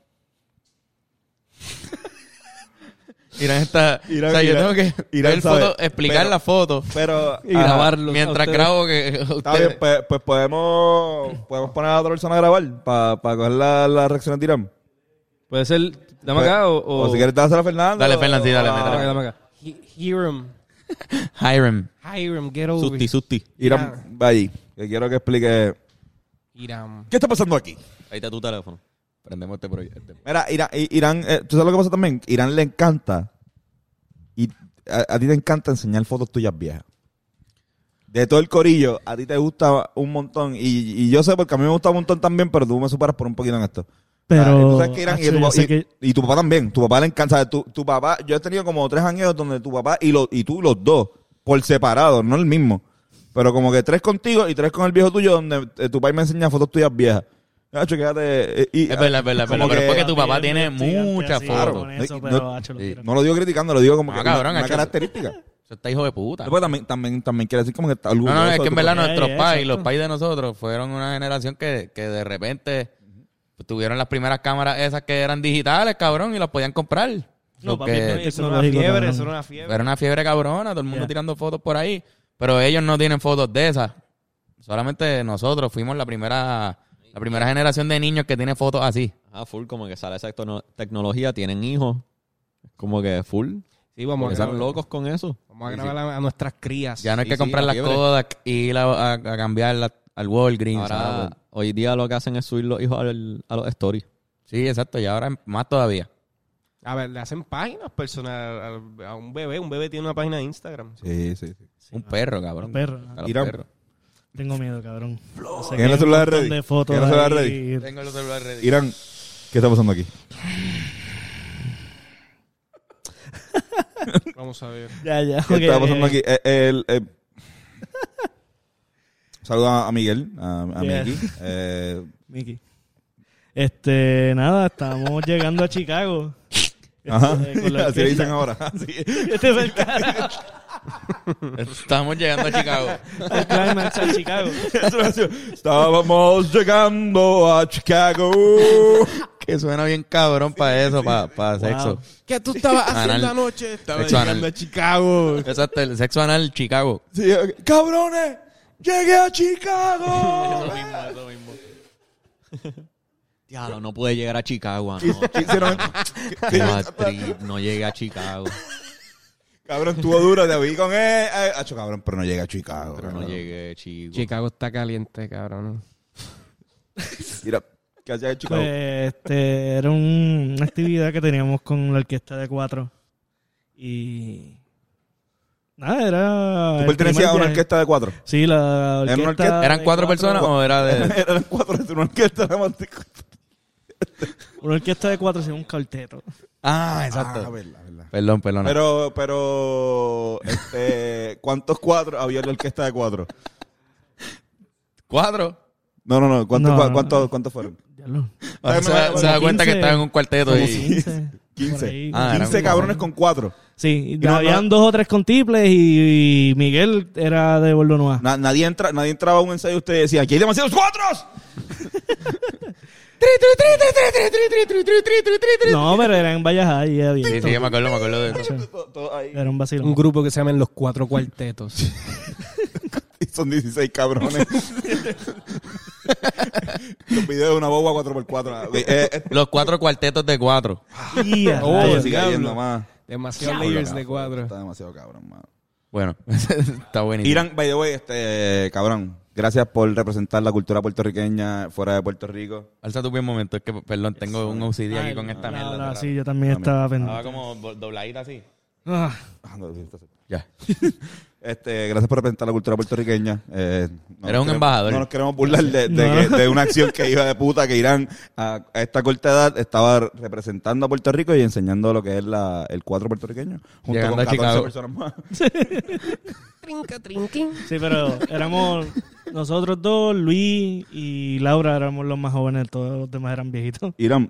Speaker 2: Irán está.
Speaker 1: Irán-
Speaker 2: o sea, yo
Speaker 1: Irán-
Speaker 2: tengo que
Speaker 1: Irán
Speaker 2: ver
Speaker 1: sabe,
Speaker 2: foto- explicar
Speaker 1: pero-
Speaker 2: la foto
Speaker 1: Pero
Speaker 3: Y
Speaker 1: ajá,
Speaker 3: grabarlo.
Speaker 2: mientras
Speaker 3: a ustedes.
Speaker 2: grabo que
Speaker 1: Está bien,
Speaker 2: ustedes.
Speaker 1: pues, pues podemos, podemos poner a otra persona a grabar para coger la, la reacción de Irán. Pues,
Speaker 3: Puede ser. Dame acá o.
Speaker 1: O, si quieres dásela a Fernando. Ah,
Speaker 2: Dale, Fernan, sí, dale, métele.
Speaker 3: Dame acá, dame acá.
Speaker 4: Hi- Hiram.
Speaker 2: Hiram.
Speaker 4: Hiram, get over.
Speaker 5: Susti, susti.
Speaker 1: Irán, va allí. Que quiero que explique.
Speaker 4: Hiram.
Speaker 1: ¿Qué está pasando aquí?
Speaker 5: Ahí está tu teléfono.
Speaker 2: Prendemos este proyecto.
Speaker 1: Mira, Irán, I- Irán, eh, ¿tú sabes lo que pasa también? Irán le encanta. Y a, a ti te encanta enseñar fotos tuyas viejas. De todo el corillo, a ti te gusta un montón. Y, y yo sé porque a mí me gusta un montón también, pero tú me superas por un poquito en esto. Ah,
Speaker 8: Pero.
Speaker 1: tú sabes que Irán- y,
Speaker 8: Hacho,
Speaker 1: tu,
Speaker 8: yo
Speaker 1: pa-
Speaker 8: sé
Speaker 1: y-
Speaker 8: que-
Speaker 1: y tu papá también. Tu papá le encanta. o sea, Tu, tu papá, yo he tenido como tres años donde tu papá y, lo, y tú, los dos, por separado, no el mismo. Pero como que tres contigo y tres con el viejo tuyo, donde eh, tu papá me enseña fotos tuyas viejas. Nacho, quédate. eh, y-
Speaker 2: Es verdad, es verdad, es
Speaker 1: como
Speaker 2: verdad. Pero
Speaker 1: que-
Speaker 2: porque tu papá tiene
Speaker 8: Sí, antes
Speaker 2: muchas
Speaker 8: así,
Speaker 2: fotos.
Speaker 8: con eso,
Speaker 1: No,
Speaker 8: pero,
Speaker 1: no-
Speaker 8: hacho, lo
Speaker 2: sí.
Speaker 8: quiero.
Speaker 1: No lo digo criticando, lo digo como
Speaker 2: Ah,
Speaker 1: que
Speaker 2: cabrón,
Speaker 1: una, una
Speaker 2: Nacho.
Speaker 1: característica.
Speaker 2: Eso está hijo de puta.
Speaker 1: Pero también, también, también quiere decir como que está
Speaker 2: No, no, es que en verdad
Speaker 8: papá.
Speaker 2: nuestros
Speaker 8: Sí,
Speaker 2: pais,
Speaker 8: exacto.
Speaker 2: los pais de nosotros, fueron una generación que, que de repente pues, tuvieron las primeras cámaras esas que eran digitales, cabrón, y las podían comprar.
Speaker 8: No,
Speaker 2: Lo
Speaker 8: papi,
Speaker 2: que-
Speaker 8: no es-
Speaker 4: Eso
Speaker 8: no
Speaker 4: era una
Speaker 8: lo digo,
Speaker 4: fiebre,
Speaker 8: cabrón.
Speaker 4: eso era una fiebre.
Speaker 2: Era una fiebre cabrona, todo el mundo
Speaker 8: Yeah.
Speaker 2: tirando fotos por ahí. Pero ellos no tienen fotos de esas. Solamente nosotros fuimos la primera la primera generación de niños que tiene fotos así.
Speaker 5: Ah, full, como que sale esa tecno- tecnología, tienen hijos. Como que full.
Speaker 4: Sí, vamos
Speaker 5: Porque
Speaker 4: a
Speaker 5: están
Speaker 4: grabar,
Speaker 5: locos con eso.
Speaker 4: vamos a, grabar a, a nuestras crías.
Speaker 2: Ya no hay
Speaker 5: Sí,
Speaker 2: que
Speaker 5: sí,
Speaker 2: comprar
Speaker 5: la
Speaker 2: las
Speaker 5: fiebre.
Speaker 2: Kodak y ir a, a- a cambiarlas al Walgreens.
Speaker 5: Ahora,
Speaker 2: a-
Speaker 5: hoy día lo que hacen es subir los hijos al- a los stories.
Speaker 2: sí, exacto. Y ahora más todavía.
Speaker 4: A ver, le hacen páginas personales a, a un bebé. Un bebé tiene una página de Instagram.
Speaker 1: Sí, sí, sí.
Speaker 2: Un perro, cabrón.
Speaker 8: Un perro.
Speaker 2: A los
Speaker 1: Irán.
Speaker 2: perros.
Speaker 8: Tengo miedo, cabrón. Yo sé
Speaker 1: ¿Quién
Speaker 8: que
Speaker 1: es el
Speaker 8: hay un
Speaker 1: celular
Speaker 8: montón
Speaker 1: ready?
Speaker 8: de fotos
Speaker 1: ¿Quién es el celular
Speaker 8: ahí.
Speaker 2: Tengo el celular ready.
Speaker 1: Irán, ¿qué está pasando aquí?
Speaker 4: Vamos a ver.
Speaker 8: Ya, ya.
Speaker 1: ¿Qué
Speaker 8: ok,
Speaker 1: está pasando
Speaker 8: ok.
Speaker 1: aquí? Eh, el, eh, Saluda a Miguel, a, a
Speaker 8: Yeah.
Speaker 1: Miki. Eh,
Speaker 8: Mickey. Este, nada, estamos llegando a Chicago. Este,
Speaker 1: ajá.
Speaker 8: con la
Speaker 1: Así le dicen
Speaker 8: orquesta.
Speaker 1: ahora. Así.
Speaker 8: Este fue el, cara,
Speaker 2: Estamos llegando a Chicago.
Speaker 8: el climax a Chicago.
Speaker 1: Estábamos llegando a Chicago.
Speaker 2: que suena bien cabrón para eso, para sexo.
Speaker 4: ¿Qué tú estabas
Speaker 2: haciendo Anal.
Speaker 4: anoche? Estaba
Speaker 2: Sexo llegando anal. a
Speaker 4: Chicago.
Speaker 2: Exacto, el sexo anal Chicago.
Speaker 1: Sí, ok. ¡Cabrones! ¡Llegué a Chicago!
Speaker 5: Diablo, no pude llegar a Chicago, ah, no.
Speaker 1: ¿Qué hicieron?
Speaker 5: Qué bad trip, no llegué a Chicago.
Speaker 1: Cabrón, estuvo duro. Te vi con él. Ay, Hacho, cabrón, pero no llegué a Chicago.
Speaker 5: Pero no
Speaker 1: cabrón.
Speaker 5: llegué, chico.
Speaker 4: Chicago está caliente, cabrón.
Speaker 1: Mira, ¿qué hacía en Chicago?
Speaker 8: Pues, este, era un- una actividad que teníamos con la orquesta de cuatro. Y. Nada, era.
Speaker 1: ¿Tú
Speaker 8: el
Speaker 1: pertenecías
Speaker 8: primer
Speaker 1: a una
Speaker 8: viaje.
Speaker 1: orquesta de cuatro?
Speaker 8: Sí, la
Speaker 1: ¿Era
Speaker 8: orquesta.
Speaker 1: una orquesta?
Speaker 2: ¿Eran
Speaker 8: Ah, de
Speaker 2: cuatro personas o era de.?
Speaker 1: Eran cuatro, es una orquesta de
Speaker 8: Una orquesta de cuatro, sino un cuarteto.
Speaker 2: Ah, exacto. Perdón, perdón.
Speaker 1: Pero, pero, este, ¿cuántos cuatro había en la orquesta de cuatro?
Speaker 2: ¿Cuatro?
Speaker 1: No, no, no, ¿cuántos,
Speaker 8: No,
Speaker 1: cua-
Speaker 8: no,
Speaker 1: cuántos,
Speaker 8: no.
Speaker 1: cuántos fueron?
Speaker 8: Diablo.
Speaker 2: Ahora
Speaker 1: Bueno,
Speaker 2: se, da-
Speaker 1: Ah, bueno,
Speaker 2: se da
Speaker 8: como
Speaker 2: cuenta que
Speaker 8: 15.
Speaker 2: estaba en un cuarteto
Speaker 8: Como
Speaker 2: y.
Speaker 8: 15. por
Speaker 1: 15.
Speaker 8: ahí.
Speaker 2: Ah, eran
Speaker 1: 15
Speaker 2: como-
Speaker 1: cabrones con cuatro.
Speaker 8: Sí,
Speaker 1: no-
Speaker 8: habían
Speaker 1: no-
Speaker 8: dos o tres contiples y, y Miguel era de Borlonoa.
Speaker 1: Na- nadie, entra, nadie entraba a un ensayo y usted decía, aquí hay demasiados cuatros.
Speaker 8: No, pero era en Vallas High, era bien.
Speaker 2: Sí, sí, yo me acuerdo, me acuerdo de eso.
Speaker 8: Era un vacilón.
Speaker 4: Un grupo que se llaman Los Cuatro Cuartetos.
Speaker 1: Y son 16 cabrones. Los videos de una boba 4x4. Eh, eh,
Speaker 2: Los cuatro cuartetos de cuatro.
Speaker 8: Y a
Speaker 4: Oh,
Speaker 1: Oye,
Speaker 8: rayos. Ah,
Speaker 1: sigue
Speaker 4: diablo.
Speaker 1: yendo más.
Speaker 4: Demasiados
Speaker 1: Diablo,
Speaker 4: layers de
Speaker 1: cabrón,
Speaker 4: cuadro.
Speaker 1: Está demasiado cabrón, mano.
Speaker 2: Bueno, está buenísimo.
Speaker 1: Irán, by the way, este, eh, cabrón, gracias por representar la cultura puertorriqueña fuera de Puerto Rico.
Speaker 2: Alza tu pie un momento, es que, perdón, tengo un OCD aquí con esta
Speaker 8: Ahora
Speaker 2: mierda. espera.
Speaker 8: sí, yo también estaba
Speaker 2: Estaba
Speaker 8: pendiente.
Speaker 2: como bo- dobladita así.
Speaker 8: Ah,
Speaker 1: Ah, no, sí, está cerca.
Speaker 2: Ya.
Speaker 1: Este, gracias por representar la cultura puertorriqueña. Eh, no
Speaker 2: Eres
Speaker 1: nos
Speaker 2: un
Speaker 1: queremos-
Speaker 2: embajador.
Speaker 1: No nos queremos burlar de, de
Speaker 8: No.
Speaker 1: que- de una acción que iba de puta, que Irán a, a esta corta edad estaba representando a Puerto Rico y enseñando lo que es la, el cuadro puertorriqueño. Junto
Speaker 2: Llegando
Speaker 1: con
Speaker 2: a
Speaker 1: 14
Speaker 2: Chicago.
Speaker 1: personas más.
Speaker 8: sí, pero éramos nosotros dos, Luis y Laura, éramos los más jóvenes, todos los demás eran viejitos.
Speaker 1: Irán,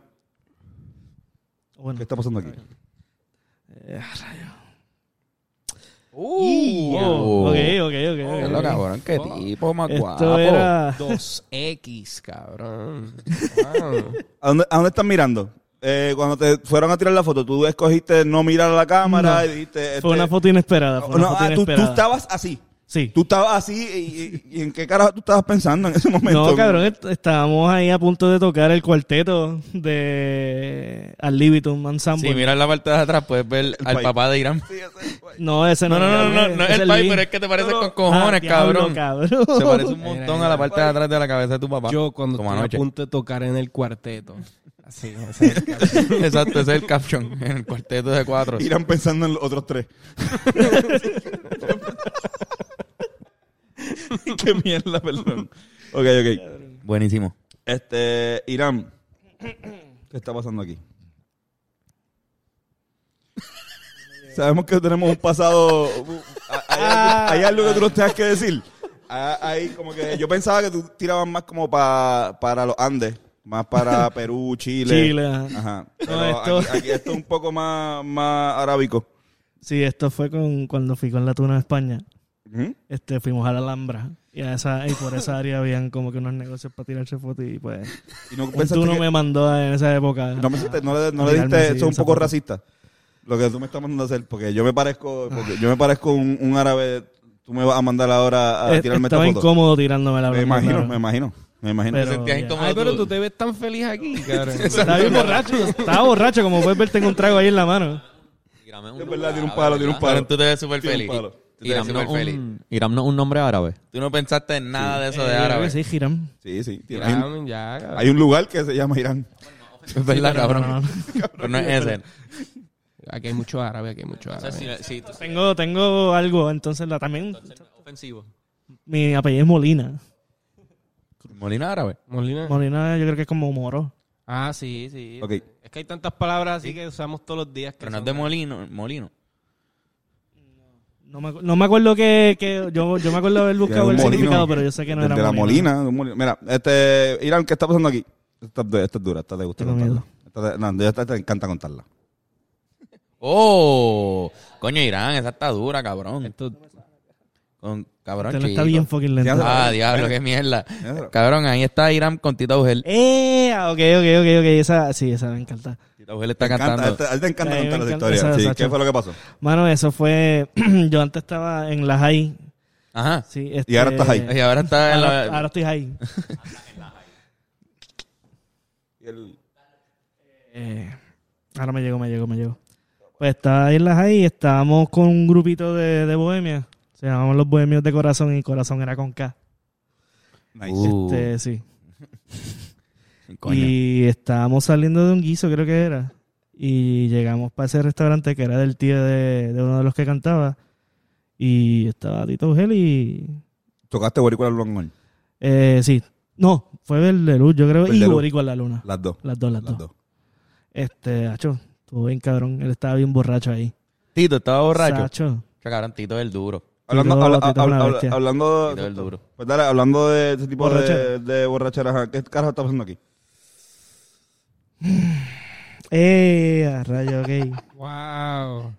Speaker 8: Bueno,
Speaker 1: ¿qué está pasando aquí?
Speaker 8: y- oh, ok, ok, ok. ok.
Speaker 2: Uh. Qué loca, cabrón, qué tipo más guapo.
Speaker 8: Esto era.
Speaker 4: 2X, cabrón.
Speaker 1: ¿A dónde, a dónde estás mirando? Eh, cuando te fueron a tirar la foto, tú escogiste no mirar a la cámara
Speaker 8: No.
Speaker 1: y dijiste... este-
Speaker 8: Fue una foto inesperada. Fue una
Speaker 1: No,
Speaker 8: foto
Speaker 1: ah, tú, tú
Speaker 8: inesperada.
Speaker 1: estabas así.
Speaker 8: Sí.
Speaker 1: Tú estabas así y, y- y en qué carajo tú estabas pensando en ese momento.
Speaker 8: No, cabrón, est- estábamos ahí a punto de tocar el cuarteto de Al Libitum
Speaker 2: Si
Speaker 8: Ensemble.
Speaker 2: miras la parte de atrás, puedes ver al
Speaker 1: país.
Speaker 2: papá de Irán.
Speaker 1: Sí, ese-
Speaker 8: No, ese
Speaker 2: No,
Speaker 8: no,
Speaker 2: no, no, no, no, no es el país,
Speaker 8: Luis.
Speaker 2: pero es que te parece con
Speaker 8: Ah,
Speaker 2: cojones,
Speaker 8: diablo,
Speaker 2: cabrón.
Speaker 8: cabrón.
Speaker 2: Se parece un montón
Speaker 4: Mira,
Speaker 2: a la parte de atrás de la cabeza de tu papá.
Speaker 4: Yo cuando
Speaker 2: Como
Speaker 4: estoy
Speaker 2: anoche.
Speaker 4: a punto de tocar en el cuarteto. Así, ese es el cabrón.
Speaker 2: Exacto, ese es el caption en el cuarteto de cuatro.
Speaker 1: Irán pensando en los otros tres. Qué mierda, perdón. Ok, ok.
Speaker 2: Buenísimo.
Speaker 1: Este, Irán, ¿qué está pasando aquí? Sabemos que tenemos un pasado. ¿Hay algo, hay algo que tú nos tengas que decir? Ah, Hay como que yo pensaba que tú tirabas más como pa- para los Andes, más para Perú, Chile.
Speaker 8: Chile, ajá.
Speaker 1: Ajá.
Speaker 8: No,
Speaker 1: Pero
Speaker 8: esto-
Speaker 1: Aquí, aquí esto es un poco más, más arábico.
Speaker 8: Sí, esto fue con, cuando fui con la tuna de España.
Speaker 1: Ujú.
Speaker 8: Este, fuimos a la Alhambra. Y, a esa, y por esa área habían como que unos negocios para tirarse fotos. Y pues.
Speaker 1: Y no
Speaker 8: Un
Speaker 1: pensaste
Speaker 8: tuno
Speaker 1: que-
Speaker 8: me mandó en esa época.
Speaker 1: No, me hiciste- no le, no
Speaker 8: A
Speaker 1: le diste,
Speaker 8: mirarme así
Speaker 1: eso es un
Speaker 8: esa
Speaker 1: poco
Speaker 8: foto.
Speaker 1: racista. Lo que tú me estás mandando a hacer, porque yo me parezco, porque yo me parezco un, un árabe, tú me vas a mandar ahora a
Speaker 8: Eh,
Speaker 1: tirarme esta
Speaker 8: Estaba
Speaker 1: foto.
Speaker 8: incómodo tirándome la
Speaker 1: me
Speaker 8: broma,
Speaker 1: imagino,
Speaker 8: claro.
Speaker 1: me imagino, me imagino.
Speaker 8: Pero-
Speaker 2: Sentías
Speaker 8: ya.
Speaker 2: incómodo
Speaker 4: Ay, pero
Speaker 2: tú.
Speaker 4: tú te ves tan feliz aquí, cabrón.
Speaker 8: Estaba bien borracho. Estaba borracho, como puedes ver, tengo un trago ahí en la mano.
Speaker 1: Es verdad, tiene un palo, tiene un
Speaker 2: Ah, Cabrón,
Speaker 1: palo.
Speaker 2: tú te ves súper
Speaker 1: Tiene un
Speaker 2: feliz.
Speaker 1: palo.
Speaker 2: Tú te ves
Speaker 5: Hiram no,
Speaker 2: súper
Speaker 5: es
Speaker 2: feliz.
Speaker 5: un- Hiram no es un nombre árabe.
Speaker 2: Tú no pensaste en nada de eso de
Speaker 8: Eh, creo
Speaker 2: árabe.
Speaker 8: que Sí, Hiram.
Speaker 1: Sí, sí. tiene- hay, un,
Speaker 4: Cabrón, ya, cabrón.
Speaker 1: hay un lugar que se llama Irán.
Speaker 2: Es verdad,
Speaker 8: Pero
Speaker 2: cabrón.
Speaker 8: no, no.
Speaker 2: Pero no es ese.
Speaker 4: Aquí hay mucho árabe, aquí hay mucho árabe.
Speaker 2: Eh,
Speaker 8: Tengo, tengo algo, entonces la, también.
Speaker 5: ofensivo.
Speaker 8: Mi apellido es Molina.
Speaker 2: Molina árabe.
Speaker 4: Molina.
Speaker 8: Molina, yo creo que es como moro.
Speaker 4: Ah, sí, sí.
Speaker 1: Ok.
Speaker 4: Es que hay tantas palabras así que usamos todos los días. que
Speaker 2: Pero no es
Speaker 4: son-
Speaker 2: de Molino. Molino.
Speaker 8: No me, acu- no me acuerdo que, que yo, yo me acuerdo haber buscado
Speaker 1: un
Speaker 8: el
Speaker 1: molino.
Speaker 8: significado, pero yo sé que no
Speaker 1: Desde
Speaker 8: era
Speaker 1: la Molina. de un molino. Mira, este, Irán, ¿qué está pasando aquí? Esta, esta es dura, esta te gusta
Speaker 8: Tengo
Speaker 1: contarla.
Speaker 8: miedo.
Speaker 1: Esta te- no, esta te encanta contarla.
Speaker 2: ¡Oh! Coño, Irán, esa está dura, cabrón.
Speaker 4: Esto-
Speaker 2: Con, cabrón,
Speaker 8: Usted Este no está
Speaker 2: chico.
Speaker 8: bien fucking lento.
Speaker 1: Ya-
Speaker 2: Ah, diablo, qué mierda.
Speaker 1: Mira,
Speaker 2: Cabrón, ahí está Irán con Tita Ugel.
Speaker 8: Eh, ah, ok, ok, ok, ok. Esa, sí, esa me encanta.
Speaker 2: Tita Ugel
Speaker 1: Te
Speaker 2: está
Speaker 1: encanta,
Speaker 2: cantando.
Speaker 5: este-
Speaker 1: esta- a él te encanta
Speaker 8: A mí me
Speaker 1: contar las
Speaker 8: encanta esa
Speaker 1: historias. Sí,
Speaker 8: Sacha.
Speaker 1: ¿Qué fue lo que pasó?
Speaker 8: Mano, eso fue. yo antes estaba en la high.
Speaker 2: Ajá.
Speaker 8: Sí, este-
Speaker 1: Y ahora estás high.
Speaker 2: Y ahora está en
Speaker 8: Ahora, ahora
Speaker 2: la...
Speaker 8: estoy high.
Speaker 1: Y el-
Speaker 8: Eh, ahora me llegó, me llegó, me llegó. Pues estaba ahí en la high y estábamos con un grupito de, de bohemias. Se llamaban los bohemios de corazón y corazón era con K.
Speaker 1: Nice.
Speaker 2: Uh,
Speaker 8: Este, sí.
Speaker 2: coño.
Speaker 8: Y estábamos saliendo de un guiso, creo que era. Y llegamos para ese restaurante que era del tío de, de uno de los que cantaba. Y estaba Tito Ugel y.
Speaker 1: Tocaste Boricua al Longón.
Speaker 8: eh, sí. No, fue Verdeluz, yo creo. Y
Speaker 1: Verdeluz.
Speaker 8: Boricua en la Luna.
Speaker 1: Las dos.
Speaker 8: Las dos, las,
Speaker 1: Las
Speaker 8: dos.
Speaker 1: dos.
Speaker 8: Este, Hacho, estuvo bien cabrón. Él estaba bien borracho ahí.
Speaker 2: Tito estaba borracho.
Speaker 8: Sacho.
Speaker 2: Chaca, Cabrón, Tito es el duro.
Speaker 1: Hablando,
Speaker 8: Tito-
Speaker 1: habla-
Speaker 8: Tito es una
Speaker 1: habla-
Speaker 8: bestia.
Speaker 1: hablando,
Speaker 2: Tito es el duro.
Speaker 1: pues dale, hablando de ese tipo de,
Speaker 8: Borrachera.
Speaker 1: de borracheras, ajá, ¿qué carajo está pasando aquí?
Speaker 8: Eh, a rayo, ok.
Speaker 4: Wow.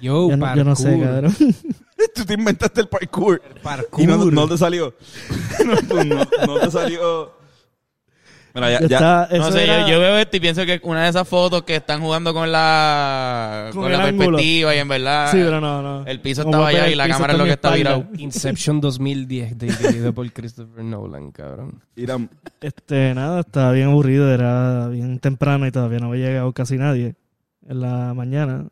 Speaker 4: Yo,
Speaker 8: Yo no, yo no sé,
Speaker 4: parkour.
Speaker 8: cabrón.
Speaker 1: Tú te inventaste el parkour.
Speaker 4: Parkour.
Speaker 1: Y no, no te salió. no, tú no- no te salió. Mira, ya,
Speaker 8: Yo
Speaker 1: ya-
Speaker 8: estaba-
Speaker 2: No
Speaker 8: eso
Speaker 2: sé, yo-
Speaker 8: era-
Speaker 2: yo, veo esto y pienso que es una de esas fotos que están jugando con la,
Speaker 8: Con
Speaker 2: con
Speaker 8: el
Speaker 2: la
Speaker 8: ángulo.
Speaker 2: perspectiva y en verdad
Speaker 8: Sí, pero no, no.
Speaker 2: el piso
Speaker 8: Como
Speaker 2: estaba
Speaker 8: que
Speaker 2: allá
Speaker 8: el
Speaker 2: y la
Speaker 8: piso
Speaker 2: cámara es lo que
Speaker 8: está en mi
Speaker 2: está
Speaker 8: espalda.
Speaker 2: virado.
Speaker 4: Inception 2010, dirigido por Christopher Nolan, cabrón.
Speaker 1: Irán,
Speaker 8: Este, nada, estaba bien aburrido, era bien temprano y todavía no había llegado casi nadie en la mañana,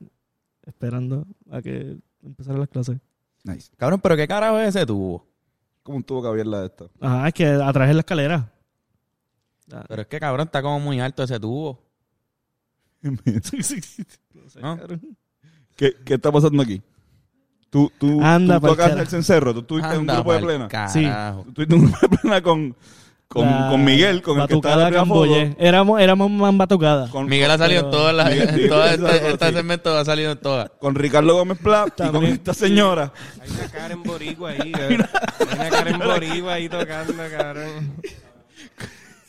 Speaker 8: esperando a que empezaran las clases.
Speaker 1: nice.
Speaker 5: Cabrón, pero qué carajo es ese tubo.
Speaker 1: Como un tubo que abrirla de esta.
Speaker 8: Ajá, es que atrás es la escalera.
Speaker 2: Pero es que cabrón está como muy alto ese tubo. ¿no?
Speaker 1: ¿Qué, ¿Qué está pasando aquí? Tú, tú,
Speaker 8: Anda
Speaker 1: tú
Speaker 8: pa'l
Speaker 1: tocas
Speaker 8: carajo.
Speaker 1: el cencerro, tú tuviste un
Speaker 2: Anda
Speaker 1: grupo de
Speaker 2: pa'l
Speaker 1: plena.
Speaker 2: Carajo.
Speaker 1: Tú tuviste un grupo de plena con, con,
Speaker 8: La
Speaker 1: con Miguel, con el que está en la
Speaker 8: batucada
Speaker 1: primera
Speaker 8: Camboyé.
Speaker 1: foto.
Speaker 8: Éramos, éramos más batucadas.
Speaker 1: Con,
Speaker 2: Miguel ha salido en todas las...
Speaker 1: Miguel-
Speaker 2: en
Speaker 1: Miguel
Speaker 2: todo
Speaker 1: ha salido,
Speaker 2: este, este
Speaker 1: sí.
Speaker 2: segmento ha salido en todas.
Speaker 1: con Ricardo Gómez Pla y con
Speaker 8: También.
Speaker 1: esta señora.
Speaker 4: Hay una Karen Boricua ahí, cabrón. Hay una Karen Boricua ahí tocando, cabrón.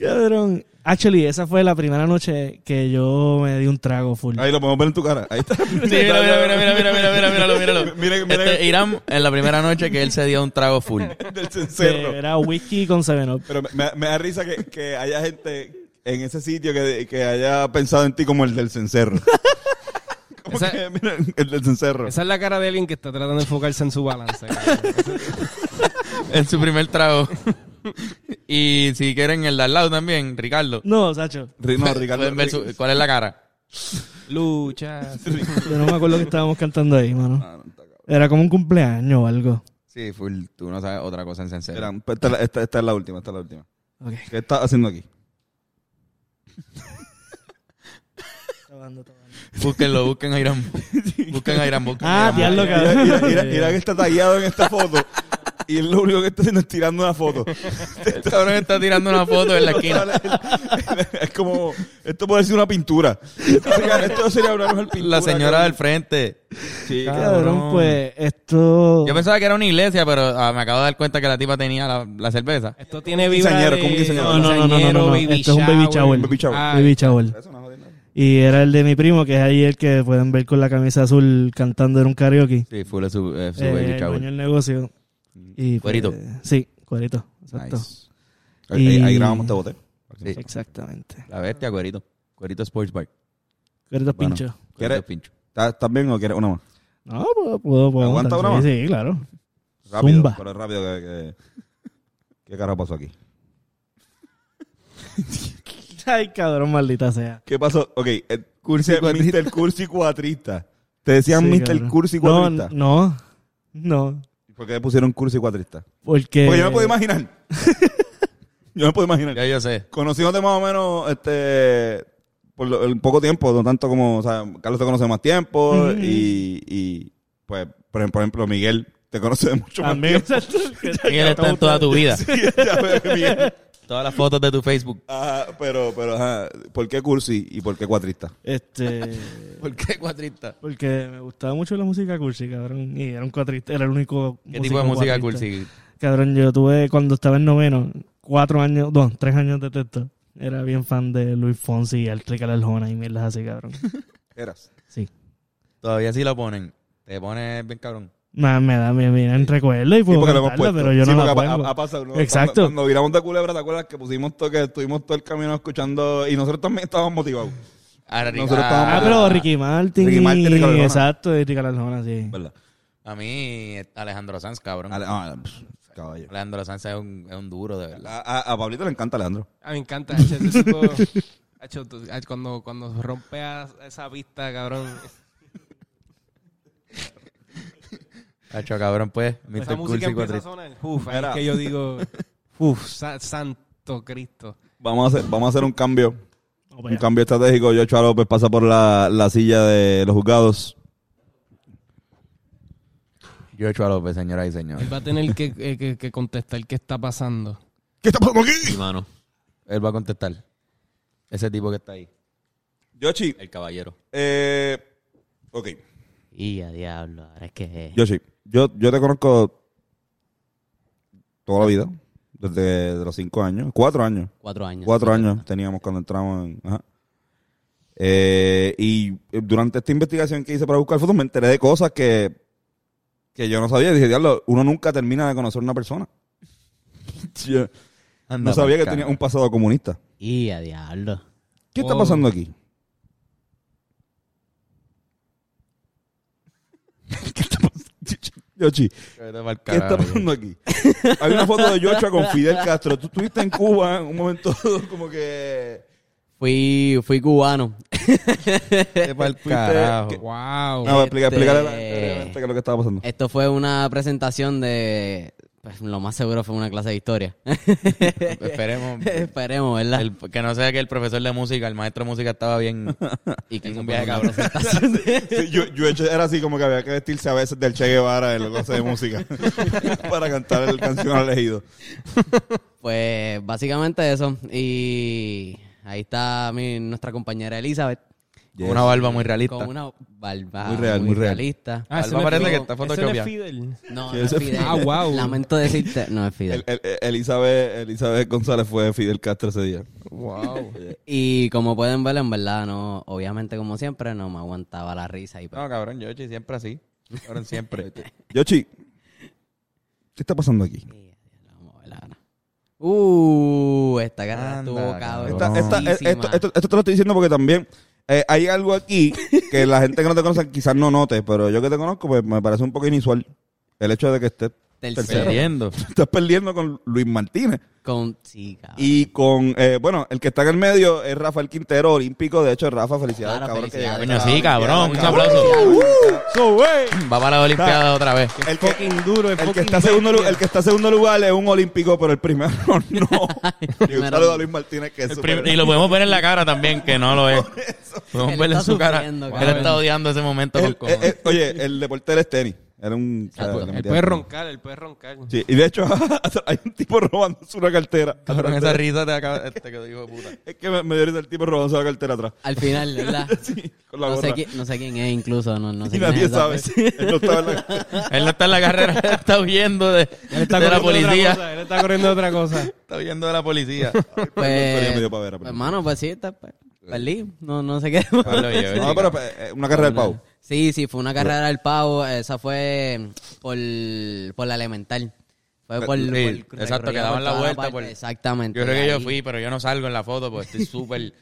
Speaker 8: Cabrón. Actually, esa fue la primera noche que yo me di un trago full.
Speaker 1: Ahí lo podemos ver en tu cara. Ahí está.
Speaker 2: Sí, mira, mira, mira, mira, mira, mira, mira, míralo, míralo.
Speaker 1: Mira, mira
Speaker 2: Este, Irán, en la primera noche que él se dio un trago full.
Speaker 1: del
Speaker 8: Que
Speaker 1: cencerro.
Speaker 8: era whisky con 7 Up.
Speaker 1: Pero me, me- me da risa que, que haya gente en ese sitio que, que haya pensado en ti como el del cencerro. como
Speaker 2: Esa-
Speaker 1: que, mira, el del cencerro.
Speaker 4: Esa es la cara de alguien que está tratando de enfocarse en su balance, cabrón.
Speaker 2: En su primer trago. Y si quieren el de al lado también, Ricardo.
Speaker 8: No, Sacho.
Speaker 1: Ri- No, Ricardo.
Speaker 2: Pueden ver
Speaker 1: Ri-
Speaker 2: su- ¿Cuál es la cara?
Speaker 4: Lucha.
Speaker 8: Yo no me acuerdo que estábamos cantando ahí, mano. Era como un cumpleaños o algo.
Speaker 2: Sí, full. Tú no sabes otra cosa en sincero.
Speaker 1: Espera, esta, es la- esta- esta es la última, esta es la última.
Speaker 8: Ok.
Speaker 1: ¿Qué estás haciendo aquí?
Speaker 2: Búsquenlo, busquen a Irán. Busquen a Irán, busquen a
Speaker 8: Ah,
Speaker 2: Irán.
Speaker 8: diablo,
Speaker 1: Mira, mira, mira-
Speaker 8: cabrón.
Speaker 1: mira que está tagueado en esta foto. Y él lo único que está haciendo es tirando una foto.
Speaker 2: El cabrón está tirando una foto en la esquina.
Speaker 1: Es como, esto puede ser una pintura. Esto sería una mejor pintura.
Speaker 2: La señora
Speaker 1: cabrón.
Speaker 2: del frente.
Speaker 1: Sí,
Speaker 8: Cabrón, pues esto.
Speaker 2: Yo pensaba que era una iglesia, pero ah, me acabo de dar cuenta que la tipa tenía la, la cerveza.
Speaker 4: Esto tiene vibra
Speaker 1: Quinceañero,
Speaker 4: de...
Speaker 1: como un quinceañero.
Speaker 8: No, no, no, no, no, no, no.
Speaker 4: baby
Speaker 8: Esto es un baby shower.
Speaker 1: Baby shower.
Speaker 4: Ah,
Speaker 8: Baby shower.
Speaker 1: Eso no es joder, no.
Speaker 8: Y era el de mi primo, que es ahí el que pueden ver con la camisa azul cantando en un karaoke.
Speaker 2: Sí, full es su, eh, su
Speaker 8: Eh,
Speaker 2: baby
Speaker 8: el
Speaker 2: shower. Mm.
Speaker 8: dueño del negocio. Y, pues,
Speaker 2: Cuerito.
Speaker 8: sí, cuerito. Exacto.
Speaker 2: Nice.
Speaker 1: Ahí, ahí- ahí
Speaker 8: Y-
Speaker 1: grabamos este bote.
Speaker 2: Sí.
Speaker 8: Exactamente.
Speaker 2: La bestia, cuerito. Cuerito Sports Bar.
Speaker 8: Cuerito
Speaker 1: Bueno.
Speaker 8: pincho.
Speaker 1: ¿Quieres?
Speaker 2: Cuerito pincho.
Speaker 1: ¿Estás estás bien o quieres una más?
Speaker 8: No, puedo, puedo, puedo
Speaker 1: ¿Aguanta
Speaker 8: aguantar,
Speaker 1: una
Speaker 8: sí, Sí, claro.
Speaker 1: Rápido,
Speaker 8: Zumba.
Speaker 1: pero rápido que, que- ¿Qué carajo pasó aquí?
Speaker 8: Ay, cabrón, maldita sea.
Speaker 1: ¿Qué pasó? Ok, el cursi, Mr. Cursi Cuatrista. Te decían
Speaker 8: Sí,
Speaker 1: Mr.
Speaker 8: cabrón.
Speaker 1: Cursi
Speaker 8: No,
Speaker 1: Cuatrista.
Speaker 8: no, no.
Speaker 1: ¿Por qué le pusieron Cursi Cuatrista?
Speaker 8: Porque.
Speaker 1: Porque yo me puedo imaginar. yo me puedo
Speaker 2: Ya
Speaker 1: imaginar.
Speaker 2: yo sé.
Speaker 1: Conociéndote más o menos, este, por lo- el poco tiempo, no tanto como, o sea, Carlos te conoce más tiempo y, y, pues, por ejemplo, por ejemplo, Miguel te conoce de mucho más
Speaker 8: También,
Speaker 1: tiempo.
Speaker 8: exacto. que-
Speaker 2: Miguel está en toda tu vida.
Speaker 1: Ya veo que Miguel-
Speaker 2: Todas las fotos de tu Facebook.
Speaker 1: Ajá, pero, pero, ajá, ¿por qué Cursi y por qué Cuatrista?
Speaker 8: Este.
Speaker 2: ¿Por qué cuatrista?
Speaker 8: Porque me gustaba mucho la música cursi, cabrón. Y era un cuatrista, era el único.
Speaker 2: ¿Qué
Speaker 8: músico
Speaker 2: tipo de música
Speaker 8: cuatrista.
Speaker 2: cursi?
Speaker 8: Cabrón, yo tuve, cuando estaba en noveno, cuatro años, dos, tres años de texto. Era bien fan de Luis Fonsi y Altrica la Aljona y mierdas así, cabrón.
Speaker 1: Eras.
Speaker 8: Sí.
Speaker 2: Todavía sí lo ponen. Te pones bien cabrón.
Speaker 8: Me, me da, me vienen recuerdos y
Speaker 1: Sí,
Speaker 8: puedo
Speaker 1: porque lo hemos
Speaker 8: cantarla,
Speaker 1: puesto.
Speaker 8: pero yo
Speaker 1: Sí,
Speaker 8: no la
Speaker 1: porque ha-
Speaker 8: pongo.
Speaker 1: ha- ha pasado, ¿no?
Speaker 8: Exacto.
Speaker 1: Cuando, cuando viramos de culebra, ¿te acuerdas que pusimos todo, que estuvimos todo el camino escuchando y nosotros también estábamos motivados?
Speaker 2: A,
Speaker 1: Nosotros estábamos-
Speaker 8: Ah, pero Ricky Martin.
Speaker 1: Ricky Martin, Ricky la Aljona.
Speaker 8: Exacto, y Ricky la Aljona, sí.
Speaker 1: ¿Verdad?
Speaker 2: a mí, Alejandro Sanz, cabrón.
Speaker 1: Ale- ah, pff, caballo.
Speaker 2: Alejandro Sanz es un, es un duro, de verdad.
Speaker 1: A, a- a Pablito le encanta Alejandro.
Speaker 4: Ah, me encanta. Hacho, ese tipo- Hacho, tú- hacho, cuando, cuando rompe a- esa pista, cabrón.
Speaker 2: Hacho, cabrón, pues.
Speaker 4: Esa
Speaker 2: Mr.
Speaker 4: música
Speaker 2: Cursi
Speaker 4: empieza a
Speaker 2: cuatrista.
Speaker 4: sonar. Uf, ahí
Speaker 1: Mira.
Speaker 4: es que yo digo... Uf, sa- santo Cristo.
Speaker 1: Vamos a hacer, vamos a hacer un cambio.
Speaker 8: Vamos
Speaker 1: Un
Speaker 8: para allá.
Speaker 1: cambio estratégico. Joshua López pasa por la, la silla de los juzgados.
Speaker 2: Yo hecho a López, señoras y señores.
Speaker 4: Él va a tener que, eh, que- que contestar qué está pasando.
Speaker 6: ¿Qué está pasando aquí?
Speaker 5: Sí, mano.
Speaker 2: Él va a contestar. Ese tipo que está ahí,
Speaker 1: Yoshi,
Speaker 2: el caballero.
Speaker 1: eh, ok.
Speaker 9: Y a diablo, ahora es que...
Speaker 1: Yoshi, yo, yo te conozco toda la vida. Desde los cinco años. Cuatro años.
Speaker 9: Cuatro años.
Speaker 1: Cuatro años teníamos cuando entramos en... ajá. Eh, y eh, durante esta investigación que hice para buscar fotos me enteré de cosas que, que yo no sabía. Dije, diablo, uno nunca termina de conocer una persona. Yo- No sabía que tenía un pasado comunista.
Speaker 9: Y a diablo.
Speaker 1: ¿Qué está pasando aquí? ¿Qué está pasando? Yoshi, ¿qué está pasando aquí? Hay una foto de Yoshua con Fidel Castro. Tú estuviste en Cuba en un momento como que...
Speaker 9: Fui, fui cubano.
Speaker 1: Fuiste- que-
Speaker 4: Wow.
Speaker 1: No, explica-
Speaker 9: Este-
Speaker 1: explícale a la gente realmente qué es lo que estaba pasando.
Speaker 9: Esto fue una presentación de. Pues lo más seguro fue una clase de historia.
Speaker 2: Esperemos.
Speaker 9: Esperemos, ¿verdad?
Speaker 2: El- que no sea que el profesor de música, el maestro de música estaba bien.
Speaker 9: y que
Speaker 2: en
Speaker 9: hizo
Speaker 2: un viaje
Speaker 9: por
Speaker 2: cabrón.
Speaker 9: presentación de-
Speaker 1: Sí, yo, yo hecho- era así como que había que vestirse a veces del Che Guevara en los clases de música para cantar el canción elegido.
Speaker 9: Pues básicamente eso. Y ahí está mi, nuestra compañera Elizabeth.
Speaker 2: con Una barba muy realista.
Speaker 9: Con una barba
Speaker 1: Muy real, muy real.
Speaker 9: realista.
Speaker 2: Ah, Alba parece que está
Speaker 4: Ese no es
Speaker 2: fotocopiada.
Speaker 4: Fidel.
Speaker 9: No,
Speaker 1: Sí,
Speaker 9: no es
Speaker 1: ese-
Speaker 9: Fidel.
Speaker 4: Ah, wow.
Speaker 9: Lamento decirte, no es Fidel.
Speaker 1: El- el- el- Elizabeth, Elizabeth González fue Fidel Castro ese día.
Speaker 4: Wow.
Speaker 9: Y como pueden ver, en verdad, no, obviamente como siempre, no me aguantaba la risa. Y pues,
Speaker 2: No, cabrón, Yoshi, siempre así. Cabrón, siempre.
Speaker 1: Yoshi, ¿qué está pasando aquí?
Speaker 9: Sí, vamos a ver ahora. Uh, esta guerra
Speaker 2: Anda,
Speaker 9: estuvo cabrón.
Speaker 1: Esta- esta- e, esto, esto- esto te lo estoy diciendo porque también eh, hay algo aquí que la gente que no te conoce quizás no note, pero yo que te conozco pues me parece un poco inusual el hecho de que estés,
Speaker 9: Tercero.
Speaker 2: Perdiendo.
Speaker 1: estás perdiendo con Luis Martínez.
Speaker 9: Con, sí,
Speaker 2: Ah.
Speaker 9: cabrón.
Speaker 1: Y con, eh, bueno, el que está en el medio es Rafael Quintero, olímpico. De hecho, Rafa, felicidades,
Speaker 9: Claro,
Speaker 1: cabrón. que
Speaker 9: felicidades.
Speaker 1: llegaste a
Speaker 2: Coño,
Speaker 1: la
Speaker 2: sí, cabrón. Un
Speaker 1: Olimpiada, Uh,
Speaker 2: aplauso.
Speaker 1: So, wey.
Speaker 2: Va para la Olimpiada otra vez.
Speaker 1: El que,
Speaker 4: Fucking duro, el
Speaker 1: el que
Speaker 4: fucking
Speaker 1: está segundo, lu-
Speaker 4: bestia.
Speaker 1: el que está segundo lugar es un olímpico, pero el primero no. y un
Speaker 9: primero
Speaker 1: saludo
Speaker 9: no.
Speaker 1: a Luis Martínez, que es
Speaker 2: El
Speaker 1: súper-
Speaker 2: prim- y lo podemos ver en la cara también, que no lo es. Podemos
Speaker 9: Él
Speaker 2: ver en
Speaker 9: está
Speaker 2: su cara.
Speaker 9: sufriendo,
Speaker 2: que
Speaker 9: cabrón.
Speaker 2: Él está odiando ese momento
Speaker 1: el-
Speaker 2: con cojones.
Speaker 1: eh, eh, Oye, el deporte era el tenis. Era un... o sea,
Speaker 9: Exacto.
Speaker 1: le
Speaker 9: pues, El
Speaker 4: Él
Speaker 1: metía-
Speaker 4: puede roncar, él puede roncar.
Speaker 1: Sí, y de hecho hay un tipo robándose una cartera.
Speaker 2: Cabrón,
Speaker 1: eh.
Speaker 2: esa risa te acaba. Te quedó hijo de puta.
Speaker 1: Es que me, me dio risa el tipo robándose la cartera atrás.
Speaker 9: Al final, ¿verdad?
Speaker 1: Sí, con la
Speaker 9: no, sé
Speaker 1: gorra.
Speaker 9: quién, no sé quién es, incluso. No, no sé
Speaker 1: y
Speaker 9: quién
Speaker 1: nadie
Speaker 9: es esa
Speaker 1: sabe.
Speaker 9: persona.
Speaker 1: Él no estaba en la...
Speaker 2: Él no está en la carrera, él está huyendo de,
Speaker 4: Está
Speaker 2: de la
Speaker 4: corriendo otra
Speaker 2: policía.
Speaker 4: cosa, Él está corriendo de otra cosa.
Speaker 2: Está huyendo de la policía.
Speaker 1: Antonio me
Speaker 9: Pues,
Speaker 1: dio pa' ver, pero-
Speaker 9: hermano, pues sí, está, pues, perdí. No, no sé qué.
Speaker 2: Pablo Villegas,
Speaker 1: No,
Speaker 2: chico.
Speaker 1: pero eh, una carrera del pavo.
Speaker 9: Sí, sí, fue una carrera del pavo. Esa fue por, por la elemental. Fue por,
Speaker 2: Sí,
Speaker 9: por-
Speaker 2: exacto,
Speaker 9: recorrida
Speaker 2: que daban
Speaker 9: por
Speaker 2: la
Speaker 9: toda
Speaker 2: vuelta
Speaker 9: parte.
Speaker 2: por-
Speaker 9: Exactamente.
Speaker 2: Yo creo que yo
Speaker 9: ahí.
Speaker 2: fui, pero yo no salgo en la foto porque estoy súper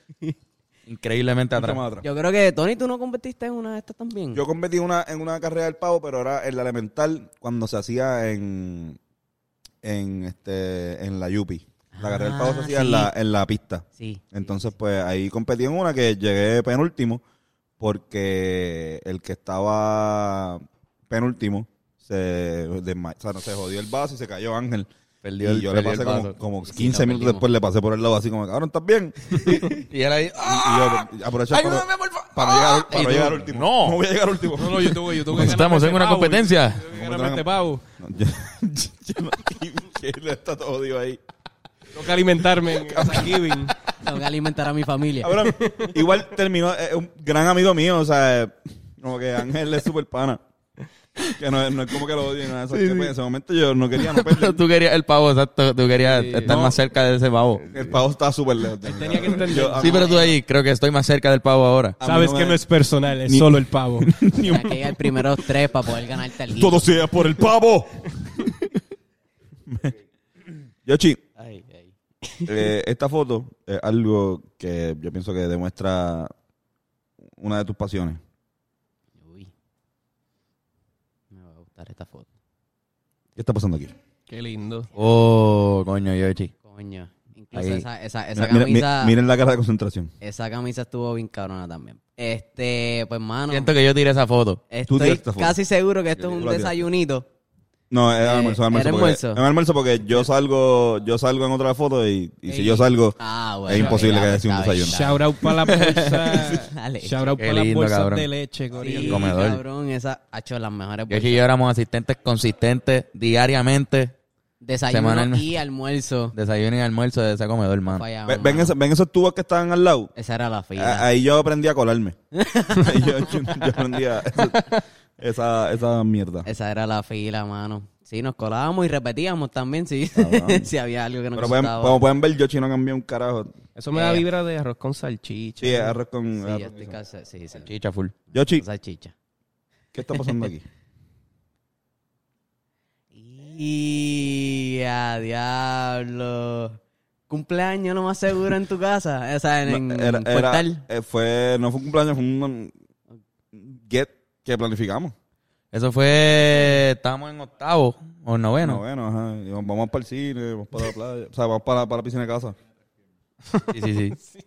Speaker 2: increíblemente atrás.
Speaker 9: Yo creo que, Tony, tú no competiste en una de estas también.
Speaker 1: Yo competí una, en una carrera del pavo, pero era en la elemental cuando se hacía en, en, este, en la Yupi. La carrera del pavo se
Speaker 9: Ah,
Speaker 1: hacía
Speaker 9: sí.
Speaker 1: en, la, en la pista.
Speaker 9: Sí.
Speaker 1: Entonces, pues ahí competí en una que llegué penúltimo porque el que estaba penúltimo se, desma- o sea, no, se jodió el vaso y se cayó Ángel.
Speaker 2: Perdió
Speaker 1: y
Speaker 2: el-
Speaker 1: yo le
Speaker 2: perdió el
Speaker 1: pasé
Speaker 2: vaso.
Speaker 1: como, como
Speaker 9: Sí,
Speaker 1: 15
Speaker 9: nos
Speaker 1: minutos
Speaker 9: perdimos.
Speaker 1: después, le pasé por el lado así como, cabrón, ¿estás bien?
Speaker 2: Y él ahí.
Speaker 1: Y,
Speaker 2: ¡Ah!
Speaker 1: y yo aproveché para, para no llegar, para
Speaker 2: Y
Speaker 1: no
Speaker 2: tú,
Speaker 1: llegar último.
Speaker 2: no.
Speaker 1: voy a llegar último.
Speaker 4: No, no, yo tuve, yo tuve.
Speaker 2: Estamos en una competencia.
Speaker 4: Ganamente pavo.
Speaker 1: No, yo, yo no- que le está todo odio ahí.
Speaker 4: Tengo que alimentarme en Thanksgiving.
Speaker 9: Tengo que alimentar a mi familia.
Speaker 1: Cabrón, igual terminó, eh, un gran amigo mío, o sea, eh, como que Ángel es súper pana. Que no, es- no es como que lo odie, nada. o sea, que, pues, en ese momento yo no quería no pues,
Speaker 2: Pero
Speaker 1: perder.
Speaker 2: tú querías el pavo, exacto. Tú querías estar
Speaker 1: No.
Speaker 2: más cerca de ese pavo.
Speaker 1: El pavo estaba súper lejos. de mí,
Speaker 4: Tenía que
Speaker 1: cabrón.
Speaker 4: entender.
Speaker 1: Yo- a
Speaker 2: Sí,
Speaker 1: mí-
Speaker 2: pero tú ahí, creo que estoy más cerca del pavo ahora.
Speaker 1: a mí
Speaker 4: Sabes
Speaker 1: no
Speaker 4: que
Speaker 1: me-
Speaker 4: no es personal, es
Speaker 1: Ni-
Speaker 4: solo el pavo.
Speaker 9: Tenía que llegar primero tres para poder ganarte el guito.
Speaker 1: Todo sea por el pavo. Yochi,
Speaker 9: Ay, ay.
Speaker 1: eh, esta foto es algo que yo pienso que demuestra una de tus pasiones.
Speaker 9: Uy. Me va a gustar esta foto.
Speaker 1: ¿Qué está pasando aquí?
Speaker 4: Qué lindo.
Speaker 2: Oh, coño, Yoshi.
Speaker 9: Coño. Incluso
Speaker 2: Ahí.
Speaker 9: esa, esa, esa
Speaker 1: Mira- mira-
Speaker 9: camisa.
Speaker 1: miren la cara de concentración.
Speaker 9: Esa camisa estuvo bien cabrona también. Este, pues, mano.
Speaker 2: Siento que yo tiré esa foto.
Speaker 1: Tú
Speaker 9: Estoy
Speaker 1: tiraste esta foto.
Speaker 9: casi seguro que esto es
Speaker 1: Tú
Speaker 9: un
Speaker 1: la tiraste.
Speaker 9: desayunito.
Speaker 1: No, era
Speaker 9: Eh,
Speaker 1: almuerzo, almuerzo.
Speaker 9: era
Speaker 1: porque-
Speaker 9: almuerzo.
Speaker 1: era almuerzo porque yo salgo, yo salgo en otra foto y, y si yo salgo,
Speaker 9: Ah, bueno.
Speaker 1: Es imposible
Speaker 9: mira,
Speaker 1: que haya sido un
Speaker 9: está bien,
Speaker 1: desayuno.
Speaker 4: Shout out para la bolsa.
Speaker 9: Dale.
Speaker 4: Shout out
Speaker 2: Qué
Speaker 4: para las
Speaker 2: lindo,
Speaker 4: bolsas
Speaker 2: cabrón.
Speaker 4: de leche,
Speaker 9: Sí,
Speaker 4: Corillo.
Speaker 2: El comedor.
Speaker 9: cabrón, esa ha hecho las mejores
Speaker 2: Yoshi
Speaker 9: bolsas.
Speaker 2: y yo éramos asistentes consistentes diariamente.
Speaker 9: Desayuno
Speaker 2: semanalmente.
Speaker 9: y almuerzo.
Speaker 2: Desayuno y almuerzo de ese comedor, hermano.
Speaker 9: Fallado,
Speaker 1: ve- Ah, ven,
Speaker 9: mano.
Speaker 1: ese- ven esos tubos que estaban al lado.
Speaker 9: Esa era la fila.
Speaker 1: A- Ahí yo aprendí a colarme. Ahí yo, yo- yo aprendí a esa, esa mierda.
Speaker 9: Esa era la fila, mano. Sí, nos colábamos y repetíamos también si,
Speaker 1: Cabrón.
Speaker 9: si había algo que nos
Speaker 1: Pero pueden-
Speaker 9: gustaba.
Speaker 1: como pueden ver, yo chino cambié un carajo.
Speaker 4: Eso me da vibra de arroz con salchicha.
Speaker 1: Sí, arroz con.
Speaker 9: Sí,
Speaker 1: arroz
Speaker 9: yo
Speaker 1: con
Speaker 9: estoy
Speaker 1: sal.
Speaker 9: casi- sí, sí.
Speaker 2: Chicha full.
Speaker 1: Yoshi,
Speaker 9: Salchicha.
Speaker 1: ¿qué está pasando aquí?
Speaker 9: Y a diablo. cumpleaños lo más seguro en tu casa. O sea, en, en
Speaker 1: Era- era-
Speaker 9: portal.
Speaker 1: eh, fue, no fue un cumpleaños, fue un um, get que planificamos.
Speaker 2: Eso fue. Estábamos en octavo o en noveno.
Speaker 1: Bueno, bueno, ajá. Y vamos- vamos para el cine, vamos para la playa, o sea, vamos para, para la piscina de casa.
Speaker 2: Sí, sí, sí.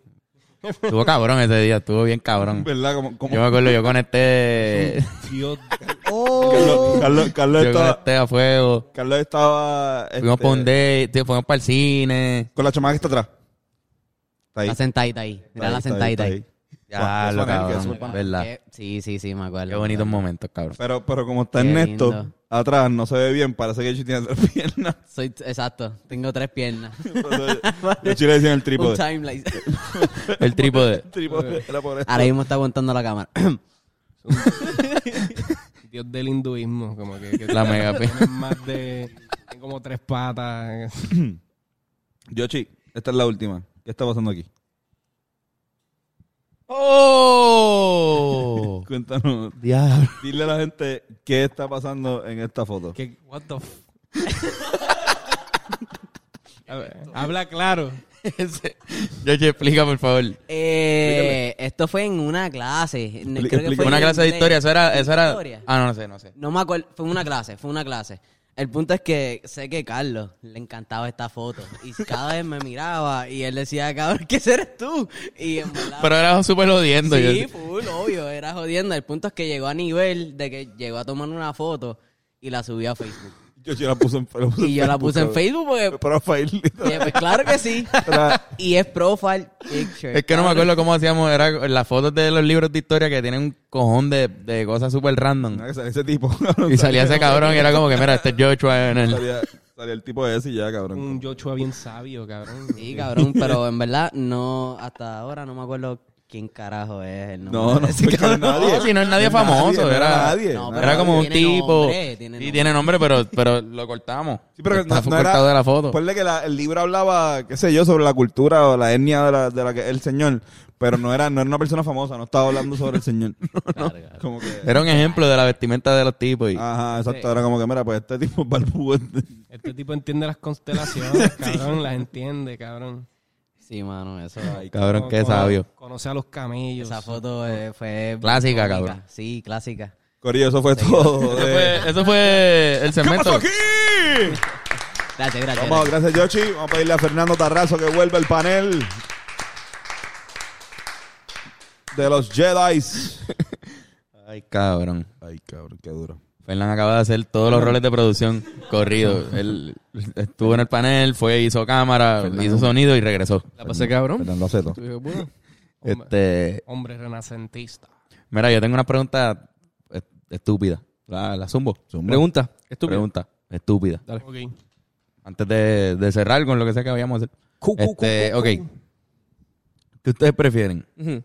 Speaker 2: Estuvo cabrón ese día, estuvo bien
Speaker 9: Ah.
Speaker 2: cabrón.
Speaker 1: ¿Verdad? Como, como-
Speaker 2: Yo me acuerdo, yo conecté.
Speaker 1: Carlos, Carlos, Carlos
Speaker 2: yo
Speaker 1: estaba,
Speaker 2: conecté a fuego.
Speaker 1: Carlos estaba
Speaker 2: Fuimos
Speaker 1: este,
Speaker 2: para un date, tío, fuimos para el cine.
Speaker 1: con la chamaca que está atrás. Está ahí.
Speaker 9: La sentadita ahí. Era la
Speaker 1: está ahí,
Speaker 9: sentadita
Speaker 1: está
Speaker 9: ahí.
Speaker 1: Guau,
Speaker 2: Ya,
Speaker 1: qué
Speaker 2: lo
Speaker 1: fanático,
Speaker 2: cabrón,
Speaker 1: qué superfanático.
Speaker 2: ¿verdad?
Speaker 9: Qué- Sí, sí, sí, me acuerdo.
Speaker 2: Qué bonitos momentos, cabrón.
Speaker 1: Pero, pero como está
Speaker 9: Qué
Speaker 1: Ernesto
Speaker 9: lindo.
Speaker 1: atrás, no se ve bien, parece que Yoshi tiene tres piernas.
Speaker 9: Soy, exacto, tengo tres piernas.
Speaker 1: Yoshi le decían el
Speaker 9: Un
Speaker 1: trípode.
Speaker 9: timeline.
Speaker 2: El trípode.
Speaker 1: Trípode, era por eso.
Speaker 9: Ahora mismo está aguantando la cámara.
Speaker 4: Dios del hinduismo, como que, que
Speaker 2: La mega pe-
Speaker 4: tienen más de tienen como tres patas.
Speaker 1: Yoshi, esta es la última. ¿Qué está pasando aquí?
Speaker 2: ¡Oh!
Speaker 1: Cuéntanos.
Speaker 2: Diablo.
Speaker 1: Dile a la gente qué está pasando en esta foto.
Speaker 4: Que- what the f- A ver, habla claro.
Speaker 2: Ese- Yo te explica, por favor.
Speaker 9: Eh, esto fue en una clase. Creo que
Speaker 1: explícame.
Speaker 9: fue
Speaker 2: Una
Speaker 9: en
Speaker 2: clase de
Speaker 9: inglés.
Speaker 2: historia, eso era, eso era.
Speaker 9: ¿Historia?
Speaker 2: Ah, no, no sé, no sé.
Speaker 9: No me acuerdo, fue una clase, fue una clase. El punto es que sé que Carlos le encantaba esta foto y cada vez me miraba y él decía, cabrón, ¿qué eres tú? Y en verdad,
Speaker 2: Pero era súper odiando. yo-
Speaker 9: sí, full, obvio, era jodiendo. El punto es que llegó a nivel de que llegó a tomar una foto y la subió a Facebook.
Speaker 1: Yoshi la puso en, la puso
Speaker 9: Y yo la puse en Facebook porque,
Speaker 1: Profile.
Speaker 9: porque, pues, claro que sí. Y es profile picture.
Speaker 2: Es que no me acuerdo cómo hacíamos, era las fotos de los libros de historia que tienen un cojón de, de cosas súper random.
Speaker 1: Nada que sale ese tipo.
Speaker 2: Y salía ese cabrón y era como que, mira, este es Joshua en el...
Speaker 1: salía, salía el tipo ese y ya, cabrón.
Speaker 4: Un Joshua bien sabio, cabrón.
Speaker 9: Sí, cabrón, pero en verdad no, hasta ahora no me acuerdo quién carajo es el nombre.
Speaker 1: No, no,
Speaker 9: de ese
Speaker 1: porque
Speaker 9: cabrón.
Speaker 1: nadie.
Speaker 2: No, si no es
Speaker 1: No
Speaker 2: nadie
Speaker 1: es nadie,
Speaker 2: famoso,
Speaker 1: no era
Speaker 2: era,
Speaker 1: nadie,
Speaker 9: no,
Speaker 2: era
Speaker 9: pero
Speaker 2: como un
Speaker 9: tiene
Speaker 2: tipo.
Speaker 9: nombre, tiene
Speaker 2: sí,
Speaker 9: nombre.
Speaker 2: tiene nombre, pero, pero lo cortamos.
Speaker 1: Sí, pero
Speaker 2: Está
Speaker 1: no, no
Speaker 2: cortado
Speaker 1: era,
Speaker 2: de la foto.
Speaker 1: Ponle que la- el libro hablaba, qué sé yo, sobre la cultura o la etnia de la, de la que el señor, pero no era, no era una persona famosa, no estaba hablando sobre el señor. No, no. Como que,
Speaker 2: Era un ejemplo de la vestimenta de los tipos. Y...
Speaker 1: ajá, exacto, era como que, mira, pues este tipo es barbudo.
Speaker 4: Este tipo entiende las constelaciones, cabrón, las entiende, cabrón.
Speaker 9: Sí, mano, eso.
Speaker 2: cabrón,
Speaker 4: Cono-
Speaker 2: qué
Speaker 4: cono-
Speaker 2: sabio.
Speaker 4: Conoce a los camellos.
Speaker 9: Esa foto eh, fue.
Speaker 2: Clásica,
Speaker 9: icónica.
Speaker 2: cabrón.
Speaker 9: Sí, clásica.
Speaker 1: Corillo, eso fue todo.
Speaker 2: Eso
Speaker 1: de-
Speaker 2: fue, eso fue el cemento.
Speaker 9: Gracias, gracias.
Speaker 1: Vamos, gracias Yoshi. Vamos a pedirle a Fernando Tarrazo que vuelva el panel de los Jedi.
Speaker 2: Ay, cabrón.
Speaker 1: Ay, cabrón, qué duro.
Speaker 2: Fernán acaba de hacer todos los roles de producción corrido. Él estuvo en el panel, fue, hizo cámara, hizo sonido y regresó.
Speaker 3: La pasé cabrón.
Speaker 1: Fernando Aceto.
Speaker 3: Estuvo bueno.
Speaker 4: Hombre,
Speaker 2: Este,
Speaker 4: hombre renacentista.
Speaker 2: Mira, yo tengo una pregunta est- estúpida. La, la zumbo.
Speaker 3: Pregunta. Estúpido.
Speaker 2: Pregunta estúpida.
Speaker 4: Ok.
Speaker 2: Antes de, de cerrar con lo que sea que vayamos a hacer. Este, ok. ¿Qué ustedes prefieren?
Speaker 3: Ujú.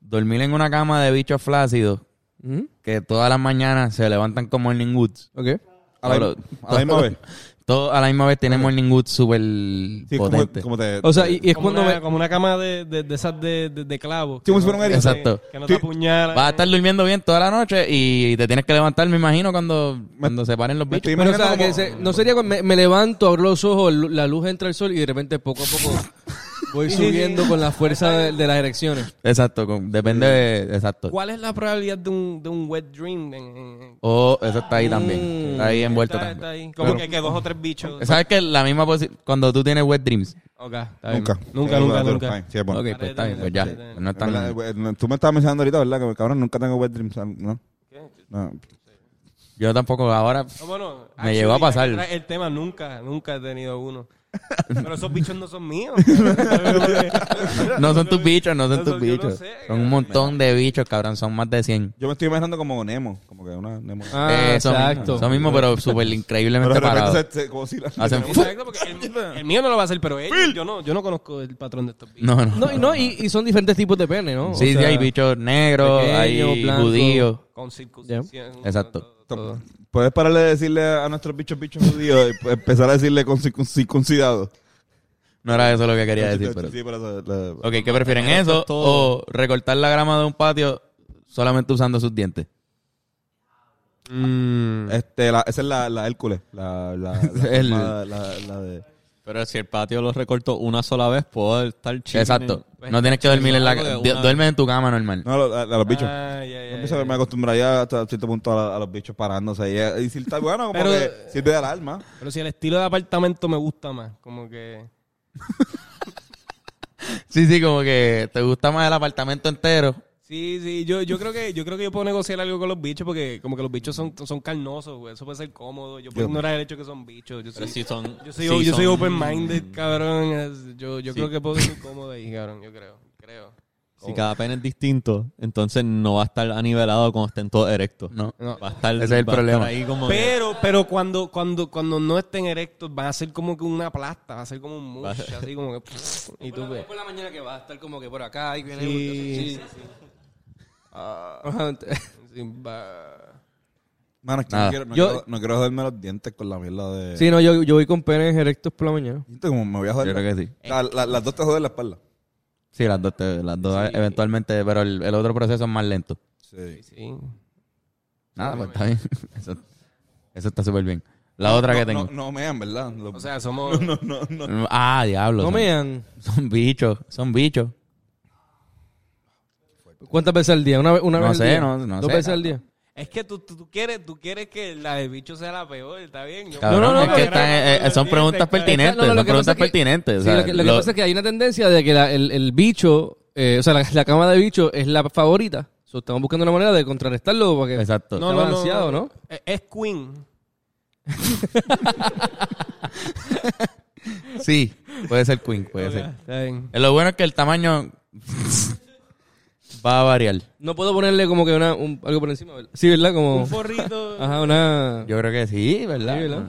Speaker 2: ¿Dormir en una cama de bichos flácidos
Speaker 3: Ujú.
Speaker 2: que todas las mañanas se levantan con morning woods?
Speaker 3: Ok.
Speaker 1: A la,
Speaker 2: Todos-
Speaker 1: a la misma vez.
Speaker 2: Todos a la misma vez tienen morning woods súper
Speaker 1: Sí, como,
Speaker 2: potente.
Speaker 1: como te...
Speaker 3: O sea, y, y es
Speaker 4: como,
Speaker 3: cuando
Speaker 4: una,
Speaker 3: me-
Speaker 4: como una cama de, de, de esas de, de, de clavo.
Speaker 1: Sí, como si
Speaker 4: Que
Speaker 1: fuera un
Speaker 4: no-
Speaker 1: erizo.
Speaker 2: Exacto.
Speaker 4: Que no te apuñala.
Speaker 2: Vas a estar durmiendo bien toda la noche y te tienes que levantar, me imagino, cuando, cuando se paren los
Speaker 1: me
Speaker 2: bichos.
Speaker 1: estoy
Speaker 3: Pero, o
Speaker 1: imaginando
Speaker 3: sea,
Speaker 1: como-
Speaker 3: que se- no sería cuando me, me levanto, abro los ojos, lu- la luz entra al sol y de repente poco a poco voy subiendo con la fuerza de, de las erecciones.
Speaker 2: Exacto, con- depende de... Exacto.
Speaker 4: ¿Cuál es la probabilidad de un, de un wet dream? En- en- en- Mm.
Speaker 2: Oh, eso está ahí
Speaker 1: Mm.
Speaker 2: también. Está ahí envuelto
Speaker 4: está- está
Speaker 2: también.
Speaker 4: ahí. Como que, que dos o tres bichos.
Speaker 2: ¿Sabes que la misma posibilidad cuando tú tienes wet dreams?
Speaker 4: Ok, está bien.
Speaker 1: Nunca.
Speaker 4: Nunca,
Speaker 1: Sí,
Speaker 4: nunca,
Speaker 1: duro.
Speaker 4: nunca.
Speaker 1: Ay, sí, es bueno.
Speaker 2: Ok, pues está bien, pues ya. No es tan-
Speaker 1: ¿Verdad? Eh, no, Tú me estabas mencionando ahorita, ¿verdad? Que cabrón, nunca tengo wet dreams, ¿no? No.
Speaker 2: Yo tampoco ahora.
Speaker 4: No, bueno,
Speaker 2: Me llegó a
Speaker 4: ya que
Speaker 2: pasar.
Speaker 4: traes El tema nunca, nunca he tenido uno. Pero esos bichos no son míos. cabrón.
Speaker 2: No son tus bichos, no son
Speaker 4: No
Speaker 2: tus
Speaker 4: son- yo no
Speaker 2: bichos.
Speaker 4: sé,
Speaker 2: Son un montón de bichos, cabrón. Son más de Eh, 100.
Speaker 1: Yo me estoy imaginando como Nemo, como que una Nemo.
Speaker 3: Ah,
Speaker 2: Eso mismo,
Speaker 3: exacto.
Speaker 2: Eso mismo, pero súper
Speaker 1: Pero
Speaker 2: increíblemente
Speaker 1: de repente
Speaker 2: parados.
Speaker 1: se, se- como si la-
Speaker 2: Hacen fu-
Speaker 4: Exacto, porque el, el mío no lo va a hacer, pero él, yo no, yo no conozco el patrón de estos bichos.
Speaker 2: No, no.
Speaker 3: No, y, no y, y son diferentes tipos de pene, ¿no? O
Speaker 2: Sí, sí,
Speaker 3: sea,
Speaker 2: hay bichos negros,
Speaker 3: pequeño,
Speaker 2: hay
Speaker 3: blanco.
Speaker 2: judíos.
Speaker 4: Con circuncisión.
Speaker 2: Exacto.
Speaker 4: todo, todo.
Speaker 1: Puedes pararle de decirle a nuestros bichos bichos judíos y empezar a decirle con circun- circuncidado.
Speaker 2: No era eso lo que quería decir,
Speaker 1: Sí,
Speaker 2: pero.
Speaker 1: sí, pero eso, la-
Speaker 2: Ok, ¿qué prefieren eso? O recortar la grama de un patio solamente usando sus dientes.
Speaker 1: Mm, eh, Este, la- esa es la, la Hércules. La, la, la,
Speaker 2: El-
Speaker 1: la- la- la de.
Speaker 5: Pero si el patio lo recortó una sola vez, puedo estar chido.
Speaker 2: Exacto. No tienes que dormir en la...
Speaker 5: Una
Speaker 2: du-
Speaker 5: vez.
Speaker 2: Duermes en tu cama normal.
Speaker 1: No, a, lo- a- a los bichos.
Speaker 4: Ah, ya,
Speaker 1: Yo
Speaker 4: ya,
Speaker 1: pienso
Speaker 4: ya.
Speaker 1: que me acostumbraría hasta cierto punto a, la- a los bichos parándose ahí. Y si está bueno, como
Speaker 4: Pero-
Speaker 1: que sirve de alarma.
Speaker 4: Pero si el estilo de apartamento me gusta más, como que...
Speaker 2: Sí, sí, como que te gusta más el apartamento entero.
Speaker 4: Sí, sí, yo, yo creo que yo creo que yo puedo negociar algo con los bichos porque como que los bichos son, son carnosos, güey. Eso puede ser cómodo. Yo puedo
Speaker 1: Yo-
Speaker 4: ignorar el hecho que son bichos. Yo soy,
Speaker 5: Pero si son...
Speaker 4: yo soy,
Speaker 5: si
Speaker 4: yo soy
Speaker 5: son-
Speaker 4: open-minded, cabrón. Es- Yo, yo
Speaker 5: Sí.
Speaker 4: creo que puedo ser cómodo ahí, cabrón. Yo creo, creo.
Speaker 5: Si cada pene es distinto, entonces no va a estar anivelado cuando estén todos erectos.
Speaker 2: No.
Speaker 4: No.
Speaker 5: Va a estar...
Speaker 2: Ese es el
Speaker 5: va a estar
Speaker 2: problema.
Speaker 5: ahí como que-
Speaker 4: Pero, pero cuando, cuando, cuando no estén erectos, van a ser como que una plasta, va a ser como un mush, así como que. Y tú ves.
Speaker 9: por la mañana que vas a estar como que por acá y viene...
Speaker 4: Sí.
Speaker 9: Ajá, ent-
Speaker 4: Sí, va.
Speaker 1: Mano, es que
Speaker 2: Nada.
Speaker 1: no, quiero, no,
Speaker 3: Yo-
Speaker 1: quiero, no quiero joderme los dientes con la mierda de...
Speaker 3: Sí, no, yo, yo voy con penes erectos por la mañana.
Speaker 1: Siento como me voy a joder.
Speaker 2: Yo creo que sí.
Speaker 1: La- la- las dos te joden la espalda.
Speaker 2: Sí, las dos, te- las dos eventualmente, pero el, el otro proceso es más lento.
Speaker 1: Sí.
Speaker 4: Sí.
Speaker 2: Nada,
Speaker 3: Ah,
Speaker 2: pues está bien. Eso, eso está súper bien. La otra que
Speaker 1: No-
Speaker 2: tengo.
Speaker 1: No, no mean, ¿verdad? Lo-
Speaker 4: O sea, somos.
Speaker 2: Ah, diablo.
Speaker 3: No
Speaker 2: son,
Speaker 3: mean.
Speaker 2: son bichos, son bichos.
Speaker 3: ¿Cuántas veces al día? ¿Una, vez- una
Speaker 2: No
Speaker 3: vez al
Speaker 2: sé,
Speaker 3: día?
Speaker 2: no- no
Speaker 3: ¿Dos
Speaker 2: sé,
Speaker 3: veces al
Speaker 2: no.
Speaker 3: día?
Speaker 4: Es que tú, tú, tú quieres, tú quieres que la de bicho sea la peor, está bien. Yo-
Speaker 2: Cabrón, es que están, eh, eh, son preguntas pertinentes,
Speaker 3: No, no, lo
Speaker 2: son
Speaker 3: que
Speaker 2: preguntas
Speaker 3: pasa es que-
Speaker 2: pertinentes. o
Speaker 3: Sí,
Speaker 2: sea,
Speaker 3: lo que, lo que
Speaker 2: lo-
Speaker 3: pasa es que hay una tendencia de que la- el, el bicho, eh, o sea, la, la cama de bicho es la favorita. So, estamos buscando una manera de contrarrestarlo para que
Speaker 2: Exacto.
Speaker 3: está balanceado, ¿no?
Speaker 4: Eh, Es Queen.
Speaker 2: Sí, puede ser Queen, puede ser.
Speaker 4: Está bien.
Speaker 2: Eh, Lo bueno es que el tamaño va a variar.
Speaker 3: No puedo ponerle como que una, un- algo por encima. ¿verdad? Sí, ¿verdad? Como,
Speaker 4: Un forrito.
Speaker 3: ajá, una...
Speaker 2: Yo creo que sí, ¿verdad?
Speaker 3: Sí, ¿verdad?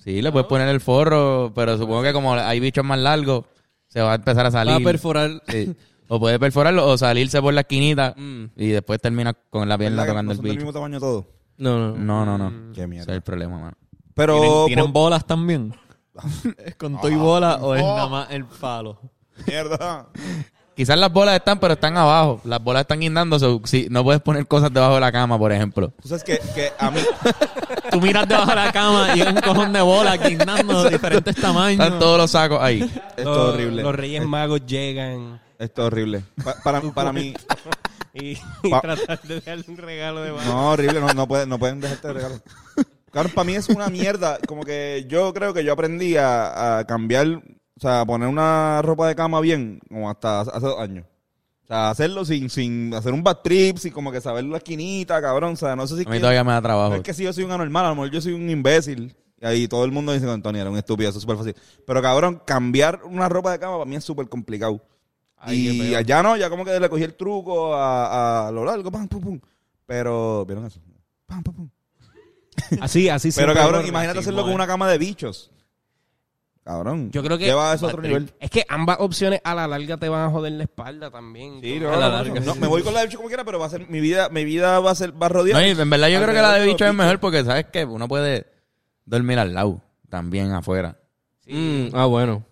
Speaker 2: Sí, le puedes poner el forro, pero supongo que como hay bichos más largos, se va a empezar a salir.
Speaker 3: Va a perforar...
Speaker 2: Sí. O puede perforarlo o salirse por la esquinita
Speaker 3: Mm.
Speaker 2: y después termina con la
Speaker 1: ¿verdad
Speaker 2: pierna
Speaker 1: que
Speaker 2: tocando
Speaker 1: no
Speaker 2: el
Speaker 1: son del
Speaker 2: bicho. Ah.
Speaker 1: mismo tamaño todo.
Speaker 3: No, no.
Speaker 2: No, no, no.
Speaker 1: Mm. Qué
Speaker 2: Ese es
Speaker 1: mierda.
Speaker 2: el problema, mano.
Speaker 1: Pero...
Speaker 5: ¿Tienen, tienen
Speaker 1: por-
Speaker 5: bolas también? ¿Es con toy bola o
Speaker 4: Ah.
Speaker 5: es nada más el palo?
Speaker 1: pues, Mierda.
Speaker 2: Quizás las bolas están, pero están abajo. Las bolas están guindando. so, sí, no puedes poner cosas debajo de la cama, por ejemplo.
Speaker 1: Tú sabes que, que a mí...
Speaker 5: Tú miras debajo de la cama y hay un cojón de bolas guindando de diferentes tamaños.
Speaker 2: Están todos los sacos ahí.
Speaker 1: Esto es
Speaker 4: Los-
Speaker 1: horrible.
Speaker 4: Los Reyes Magos llegan
Speaker 1: Esto es horrible. Pa- para, para mí...
Speaker 4: y, y
Speaker 1: Pa-
Speaker 4: tratar de darle un regalo de Barbie.
Speaker 1: No, horrible, no, no, pueden, no pueden dejarte de regalo. Claro, para mí es una mierda. Como que yo creo que yo aprendí a, a cambiar, o sea, a poner una ropa de cama bien, como hasta hace hace dos años. O sea, hacerlo sin, sin hacer un bad trip, sin como que saber la esquinita, cabrón. O sea, no sé si.
Speaker 2: A mí
Speaker 1: que-
Speaker 2: todavía me da
Speaker 1: no
Speaker 2: trabajo.
Speaker 1: es que si yo soy un anormal, a lo mejor yo soy un imbécil. Y ahí todo el mundo dice, Antonio, era un estúpido, eso es súper fácil. Pero cabrón, cambiar una ropa de cama para mí es súper complicado. y allá no, ya como que le cogí el truco a, a lo largo, pam, pum, pum. Pero, ¿vieron eso? Pam, pum, pum.
Speaker 4: Así, así
Speaker 1: Pero
Speaker 4: siempre
Speaker 1: cabrón,
Speaker 4: corre.
Speaker 1: imagínate
Speaker 4: Sí,
Speaker 1: hacerlo con
Speaker 4: madre.
Speaker 1: una cama de bichos. Cabrón.
Speaker 4: Yo creo que-
Speaker 1: Lleva eso a otro nivel.
Speaker 4: Es que ambas opciones a la larga te van a joder la espalda también.
Speaker 1: Sí,
Speaker 4: Como-
Speaker 1: no, no, no, no, me voy con la de bichos como quiera, pero va a ser mi vida, mi vida va a ser, va a rodear.
Speaker 2: No, y en verdad yo creo que la de
Speaker 1: Alrededor
Speaker 2: bicho
Speaker 1: de
Speaker 2: es
Speaker 1: los
Speaker 2: mejor porque, ¿sabes que Uno puede dormir al lado también afuera.
Speaker 3: Mm, ah, bueno.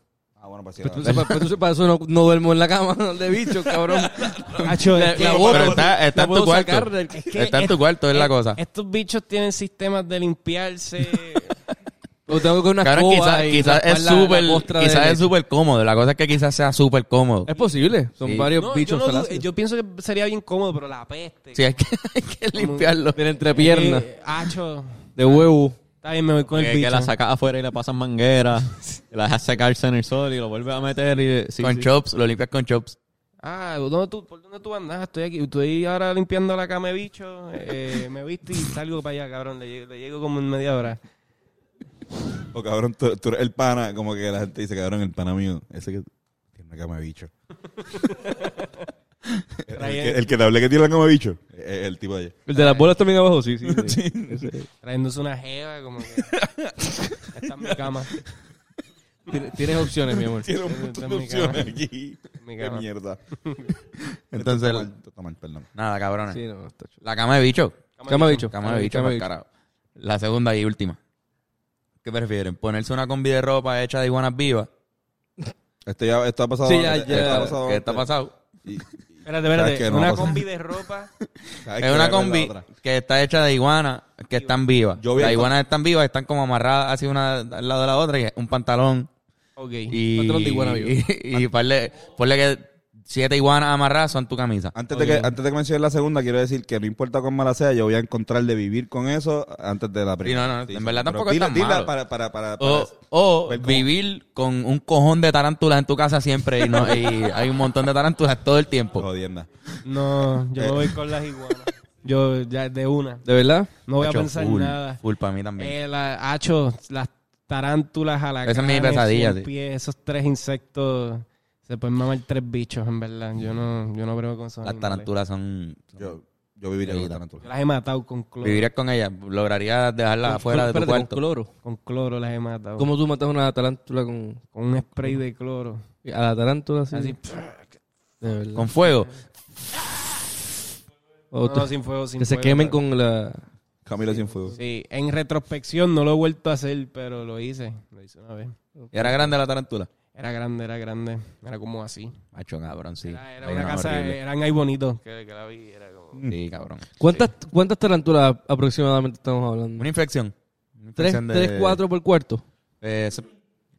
Speaker 1: Ah, bueno, pues sí.
Speaker 3: Pues tú- pues tú- para eso no, no duermo en la cama de bicho, cabrón.
Speaker 4: Acho, es
Speaker 3: La-
Speaker 4: que-
Speaker 3: la boto,
Speaker 2: Pero está, está
Speaker 3: la
Speaker 2: en
Speaker 3: puedo
Speaker 2: tu cuarto.
Speaker 3: sacar del-
Speaker 4: que
Speaker 2: Está en tu cuarto, es la cosa.
Speaker 4: Estos bichos tienen sistemas de limpiarse.
Speaker 3: O tengo con una
Speaker 2: Cabrón,
Speaker 3: escoba
Speaker 2: quizás
Speaker 3: y
Speaker 2: quizás es
Speaker 3: raspar la- la
Speaker 2: súper
Speaker 3: costra
Speaker 2: quizás
Speaker 3: de-
Speaker 2: es súper cómodo. La cosa es que quizás sea súper cómodo.
Speaker 3: Es posible. Son
Speaker 2: Sí.
Speaker 3: varios
Speaker 4: No, yo,
Speaker 3: bichos
Speaker 4: no dudo-
Speaker 3: falaces.
Speaker 4: yo pienso que sería bien cómodo, pero la peste.
Speaker 2: Sí, hay que, hay que limpiarlo.
Speaker 3: De la entrepierna,
Speaker 4: Eh, Acho.
Speaker 3: de huevo.
Speaker 4: Está bien, me voy con
Speaker 5: Que,
Speaker 4: el bicho.
Speaker 5: que la sacas afuera y le pasas manguera, la dejas secarse en el sol y lo vuelves a meter y... sí,
Speaker 2: con
Speaker 5: sí.
Speaker 2: chops, lo limpias con chops.
Speaker 4: Ah, ¿dónde tú- ¿por dónde tú andas? Estoy aquí, estoy ahora limpiando la cama de bicho. eh, me visto y salgo para allá, cabrón. Le llego, le llego como en media hora.
Speaker 1: O Oh, cabrón, tú, tú eres el pana, como que la gente dice, cabrón, el pana mío, ese que tiene una cama de bicho. el, que, el que te hablé que tiene la cama de bicho, es es Eh, el tipo de allá.
Speaker 3: El de las bolas también abajo, sí, sí. sí.
Speaker 4: Trayéndose una jeva, como que. Está en mi cama.
Speaker 3: Tien- Tienes opciones, mi amor.
Speaker 1: Tiene un montón de
Speaker 4: mi cama.
Speaker 1: opciones aquí.
Speaker 4: Mi
Speaker 1: Qué
Speaker 4: cama.
Speaker 1: mierda.
Speaker 2: Entonces-
Speaker 1: Esto está mal, esto está mal, perdón.
Speaker 2: Nada, cabrones.
Speaker 3: Sí, no, está chulo.
Speaker 2: La cama de bicho.
Speaker 3: Cama de bicho.
Speaker 2: Cama de bicho,
Speaker 3: Cama
Speaker 2: pa'l carajo. La segunda y última. ¿Qué prefieren? ¿Ponerse una combi de ropa hecha de iguanas vivas?
Speaker 1: Esto ya, esto ha pasado.
Speaker 3: Sí, ya,
Speaker 1: esto
Speaker 3: ya.
Speaker 1: ha
Speaker 2: ¿Qué
Speaker 1: pasado
Speaker 2: ¿Qué está pasado?
Speaker 1: Y-
Speaker 4: Espérate,
Speaker 1: Sabes
Speaker 4: espérate.
Speaker 1: que no va a
Speaker 4: una
Speaker 1: pasar.
Speaker 4: combi de ropa.
Speaker 1: sabes
Speaker 2: Es
Speaker 1: que
Speaker 2: una
Speaker 1: la
Speaker 2: combi
Speaker 1: otra.
Speaker 2: que está hecha de iguanas que están vivas.
Speaker 1: Yo vi
Speaker 2: Las
Speaker 1: el-
Speaker 2: iguanas están vivas, están como amarradas así una al lado de la otra y un pantalón.
Speaker 4: Ok.
Speaker 2: Y,
Speaker 3: Pantalón de iguana vivo.
Speaker 2: y, y ponle, ponle que siete iguanas amarradas son tu camisa.
Speaker 1: Antes de, que, antes de que menciones la segunda, quiero decir que no importa cuán mala sea, yo voy a encontrar de vivir con eso antes de la primera.
Speaker 2: Sí, no, no, en
Speaker 1: sí.
Speaker 2: verdad
Speaker 1: Pero
Speaker 2: tampoco es
Speaker 1: dila-
Speaker 2: tan
Speaker 1: dila
Speaker 2: malo. Oh,
Speaker 1: para, para, para,
Speaker 2: O,
Speaker 1: para-
Speaker 2: o
Speaker 1: Ver cómo-
Speaker 2: vivir con un cojón de tarántulas en tu casa siempre y, no, y hay un montón de tarántulas todo el tiempo.
Speaker 1: Jodienda.
Speaker 4: No, yo me voy con las iguanas. Yo ya Eh. de una.
Speaker 3: ¿De verdad?
Speaker 4: No voy a
Speaker 2: Hacho,
Speaker 4: pensar
Speaker 2: full,
Speaker 4: nada.
Speaker 2: Full para mí también.
Speaker 4: Eh, la, hacho, las tarántulas a la
Speaker 2: Esa es mi pesadilla, sí.
Speaker 4: Esos tres insectos se pueden mamar tres bichos, en verdad. Yo no, yo no brego con esos
Speaker 2: Las
Speaker 4: animales.
Speaker 2: tarántulas son...
Speaker 1: Yo, yo viviría con
Speaker 2: Jodida.
Speaker 4: Yo
Speaker 1: tarántula.
Speaker 4: las he matado con cloro.
Speaker 2: Vivirías con ellas, lograrías dejarlas afuera de tu
Speaker 3: Espérate, con
Speaker 2: cuarto.
Speaker 3: cloro.
Speaker 4: Con cloro las he matado.
Speaker 7: ¿Cómo tú matas una tarántula con...
Speaker 4: Con un spray de cloro.
Speaker 7: a la tarántula así?
Speaker 4: Así.
Speaker 7: De verdad.
Speaker 2: Con fuego.
Speaker 7: O
Speaker 4: No,
Speaker 7: tú-
Speaker 4: no, sin fuego, sin
Speaker 7: que se
Speaker 4: fuego,
Speaker 7: quemen
Speaker 4: pero-
Speaker 7: con la...
Speaker 1: Camilo sin fuego.
Speaker 4: Sí, en retrospección no lo he vuelto a hacer, pero lo hice. Lo hice una vez.
Speaker 2: Y era grande la tarántula.
Speaker 4: Era grande, era grande. Era como así.
Speaker 2: Macho, cabrón, sí.
Speaker 4: Era, era
Speaker 2: Ahí
Speaker 4: una
Speaker 2: no,
Speaker 4: casa,
Speaker 2: horrible.
Speaker 4: eran ahí bonitos. Que, que la vi, era como...
Speaker 2: Sí, cabrón.
Speaker 7: ¿Cuántas, ¿Cuántas tarántulas aproximadamente estamos hablando?
Speaker 2: Una infección. Una
Speaker 7: ¿Tres,
Speaker 2: infección de-
Speaker 7: tres, cuatro por cuarto?
Speaker 2: Eh, se-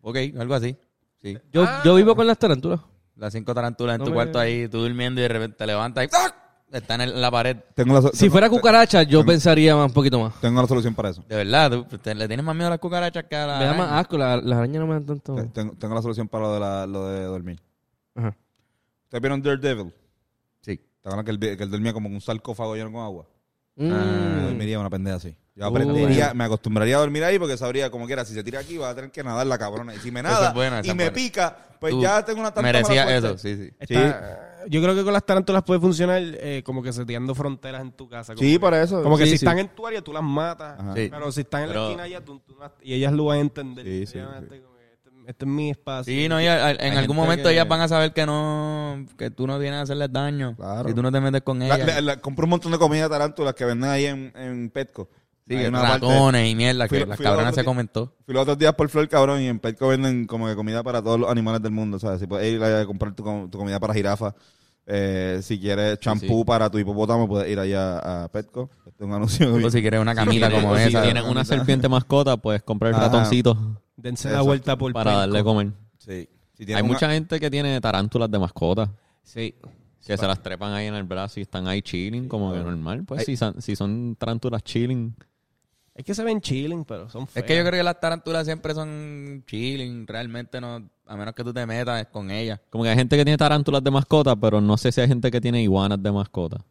Speaker 2: ok, algo así. Sí.
Speaker 7: Yo, yo vivo con las tarántulas.
Speaker 2: Las cinco tarántulas en
Speaker 7: No
Speaker 2: tu
Speaker 7: me-
Speaker 2: cuarto ahí, tú durmiendo y de repente te levantas y ¡ah! está en, el- en la pared.
Speaker 1: Tengo la, so-
Speaker 7: Si
Speaker 1: tengo-
Speaker 7: fuera cucaracha, yo
Speaker 1: tengo-
Speaker 7: pensaría más, un poquito más.
Speaker 1: tengo la solución para eso.
Speaker 2: De verdad, tú- te- le tienes más miedo a las cucarachas que a la
Speaker 7: Me da
Speaker 2: araña.
Speaker 7: más asco, la- las arañas no me dan
Speaker 2: Oh.
Speaker 7: tanto...
Speaker 1: Te- Tengo, tengo la solución para lo de, la- lo de dormir.
Speaker 7: Ajá.
Speaker 1: ¿Ustedes vieron Daredevil?
Speaker 2: Sí.
Speaker 1: ¿Te acuerdas que él, vi- que él dormía como en un sarcófago lleno con agua?
Speaker 7: Mm.
Speaker 1: Yo dormiría una pendeja así.
Speaker 2: Uh.
Speaker 1: Yo aprendería, me acostumbraría a dormir ahí porque sabría como quiera, si se tira aquí va a tener que nadar la cabrona. Y si me
Speaker 2: Esa es
Speaker 1: nada
Speaker 2: buena, esa
Speaker 1: y
Speaker 2: es
Speaker 1: me
Speaker 2: buena.
Speaker 1: pica, pues
Speaker 2: Tú
Speaker 1: ya tengo una tanta
Speaker 2: Merecía
Speaker 1: mala
Speaker 2: eso,
Speaker 1: suerte.
Speaker 2: sí, sí.
Speaker 1: Sí,
Speaker 4: Está- yo creo que con las tarántulas puede funcionar eh, como que seteando fronteras en tu casa. Como
Speaker 1: Sí,
Speaker 4: que-
Speaker 1: para eso.
Speaker 4: Como que
Speaker 1: Sí,
Speaker 4: si
Speaker 1: sí.
Speaker 4: están en tu área, tú las matas.
Speaker 1: Ajá.
Speaker 2: Sí.
Speaker 4: Pero si están en
Speaker 5: Pero-
Speaker 4: la esquina ya, tú, tú las- y ellas lo van a entender.
Speaker 1: Sí, sí,
Speaker 4: Ellas van a
Speaker 1: sí.
Speaker 4: estar como que, Este, este es mi espacio.
Speaker 2: Sí, no, y a- a- en algún
Speaker 5: gente
Speaker 2: momento
Speaker 5: que-
Speaker 2: ellas van a saber que no, que tú no vienes a hacerles daño.
Speaker 1: Claro.
Speaker 2: Si tú no te metes con
Speaker 1: La-
Speaker 2: ellas.
Speaker 1: la- la- compré un montón de comida de tarántulas que venden ahí en, en Petco.
Speaker 2: Sí,
Speaker 1: Hay
Speaker 2: que
Speaker 1: una parte-
Speaker 2: ratones y mierda,
Speaker 1: Fui-
Speaker 2: que las
Speaker 1: fui los
Speaker 2: cabronas
Speaker 1: otros
Speaker 2: se
Speaker 1: di-
Speaker 2: comentó.
Speaker 1: Fui los otros días por Flor, cabrón, y en Petco venden como que comida para todos los animales del mundo, ¿sabes? Si puedes ir a comprar tu, com- tu comida para jirafa, eh, si quieres champú para tu hipopótamo, puedes ir allá a Petco. Este es un anuncio.
Speaker 2: O si quieres una camita
Speaker 5: Tiene-
Speaker 2: Ah, como
Speaker 5: o si
Speaker 2: esa.
Speaker 5: tienes una serpiente mascota, pues comprar el
Speaker 1: Ajá.
Speaker 5: ratoncito
Speaker 4: Dense la
Speaker 1: Exacto.
Speaker 4: vuelta por
Speaker 5: para darle
Speaker 4: Penco.
Speaker 5: comer.
Speaker 1: Sí. Si tienes
Speaker 5: Hay
Speaker 1: una-
Speaker 5: mucha gente que tiene tarántulas de mascota.
Speaker 4: Sí.
Speaker 5: Que se las trepan ahí en el brazo y están ahí chilling, como que normal. Pues si son, si son tarántulas chilling.
Speaker 4: Es que se ven chilling, pero son
Speaker 2: Es
Speaker 4: feas.
Speaker 2: que yo creo que las tarántulas siempre son chilling, realmente no, a menos que tú te metas con ellas.
Speaker 5: Como que hay gente que tiene tarántulas de mascota, pero no sé si hay gente que tiene iguanas de mascota.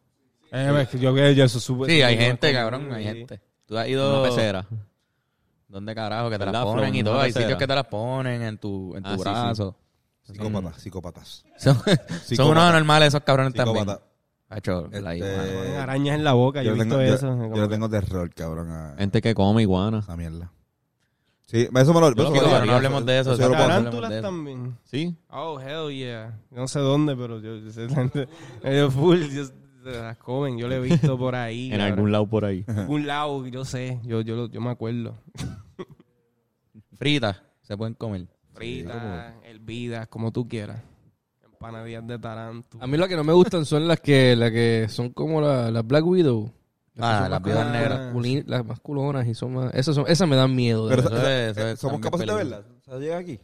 Speaker 4: Eh, es que yo creo que yo eso sube.
Speaker 2: Sí, hay
Speaker 4: sube-
Speaker 2: gente,
Speaker 4: sube-
Speaker 2: cabrón, hay
Speaker 4: Sí.
Speaker 2: gente. Tú has
Speaker 5: Una
Speaker 2: ido...
Speaker 5: pecera.
Speaker 2: ¿Dónde carajo? Que te
Speaker 5: ¿Verdad,
Speaker 2: las ponen
Speaker 5: Flor?
Speaker 2: y todo.
Speaker 5: Una
Speaker 2: Hay sitios
Speaker 5: pecera.
Speaker 2: que te las ponen en tu, en tu
Speaker 5: Ah, sí, sí.
Speaker 2: brazo.
Speaker 1: Psicópatas, psicópatas.
Speaker 2: Son, son unos anormales esos cabrones también.
Speaker 1: Psicópatas.
Speaker 2: Hacho, la
Speaker 1: Este,
Speaker 2: iguana.
Speaker 4: Ponen arañas en la boca, yo,
Speaker 1: Yo
Speaker 4: he
Speaker 1: le
Speaker 4: visto
Speaker 1: tengo, yo-
Speaker 4: eso. como
Speaker 1: yo le
Speaker 4: que-
Speaker 1: tengo terror, cabrón, a
Speaker 5: Gente que come iguanas.
Speaker 1: esa mierda. Sí, eso me lo...
Speaker 5: lo
Speaker 1: eso me
Speaker 5: quiero,
Speaker 1: lo-
Speaker 5: pero
Speaker 2: no hablemos de
Speaker 1: yo lo
Speaker 2: eso,
Speaker 1: puedo hacer.
Speaker 2: hablemos de
Speaker 4: Tarántulas
Speaker 2: eso.
Speaker 4: también.
Speaker 5: Sí.
Speaker 4: Oh, hell yeah. No sé dónde, pero yo, yo sé, yo full, yo, se las comen, yo lo he visto por ahí.
Speaker 5: En algún lado por ahí.
Speaker 4: lado. Un lado, yo sé, yo, yo, lo- yo me acuerdo.
Speaker 2: Fritas, se pueden comer.
Speaker 4: Fritas, hervidas, como tú quieras. Empanadillas de tarántula.
Speaker 7: A mí las que no me gustan son las que, las que son como la- las Black Widow.
Speaker 2: Ah,
Speaker 7: que son
Speaker 2: las
Speaker 7: más
Speaker 2: viudas
Speaker 7: cul-
Speaker 2: negras.
Speaker 7: masculin- Las más culonas y son más... Esas, son, esas me dan miedo. de
Speaker 1: Pero
Speaker 7: verdad.
Speaker 1: esa- esa-
Speaker 2: eso es
Speaker 1: somos capaces
Speaker 2: también
Speaker 1: de
Speaker 2: peligroso.
Speaker 1: verla. O sea, llega aquí.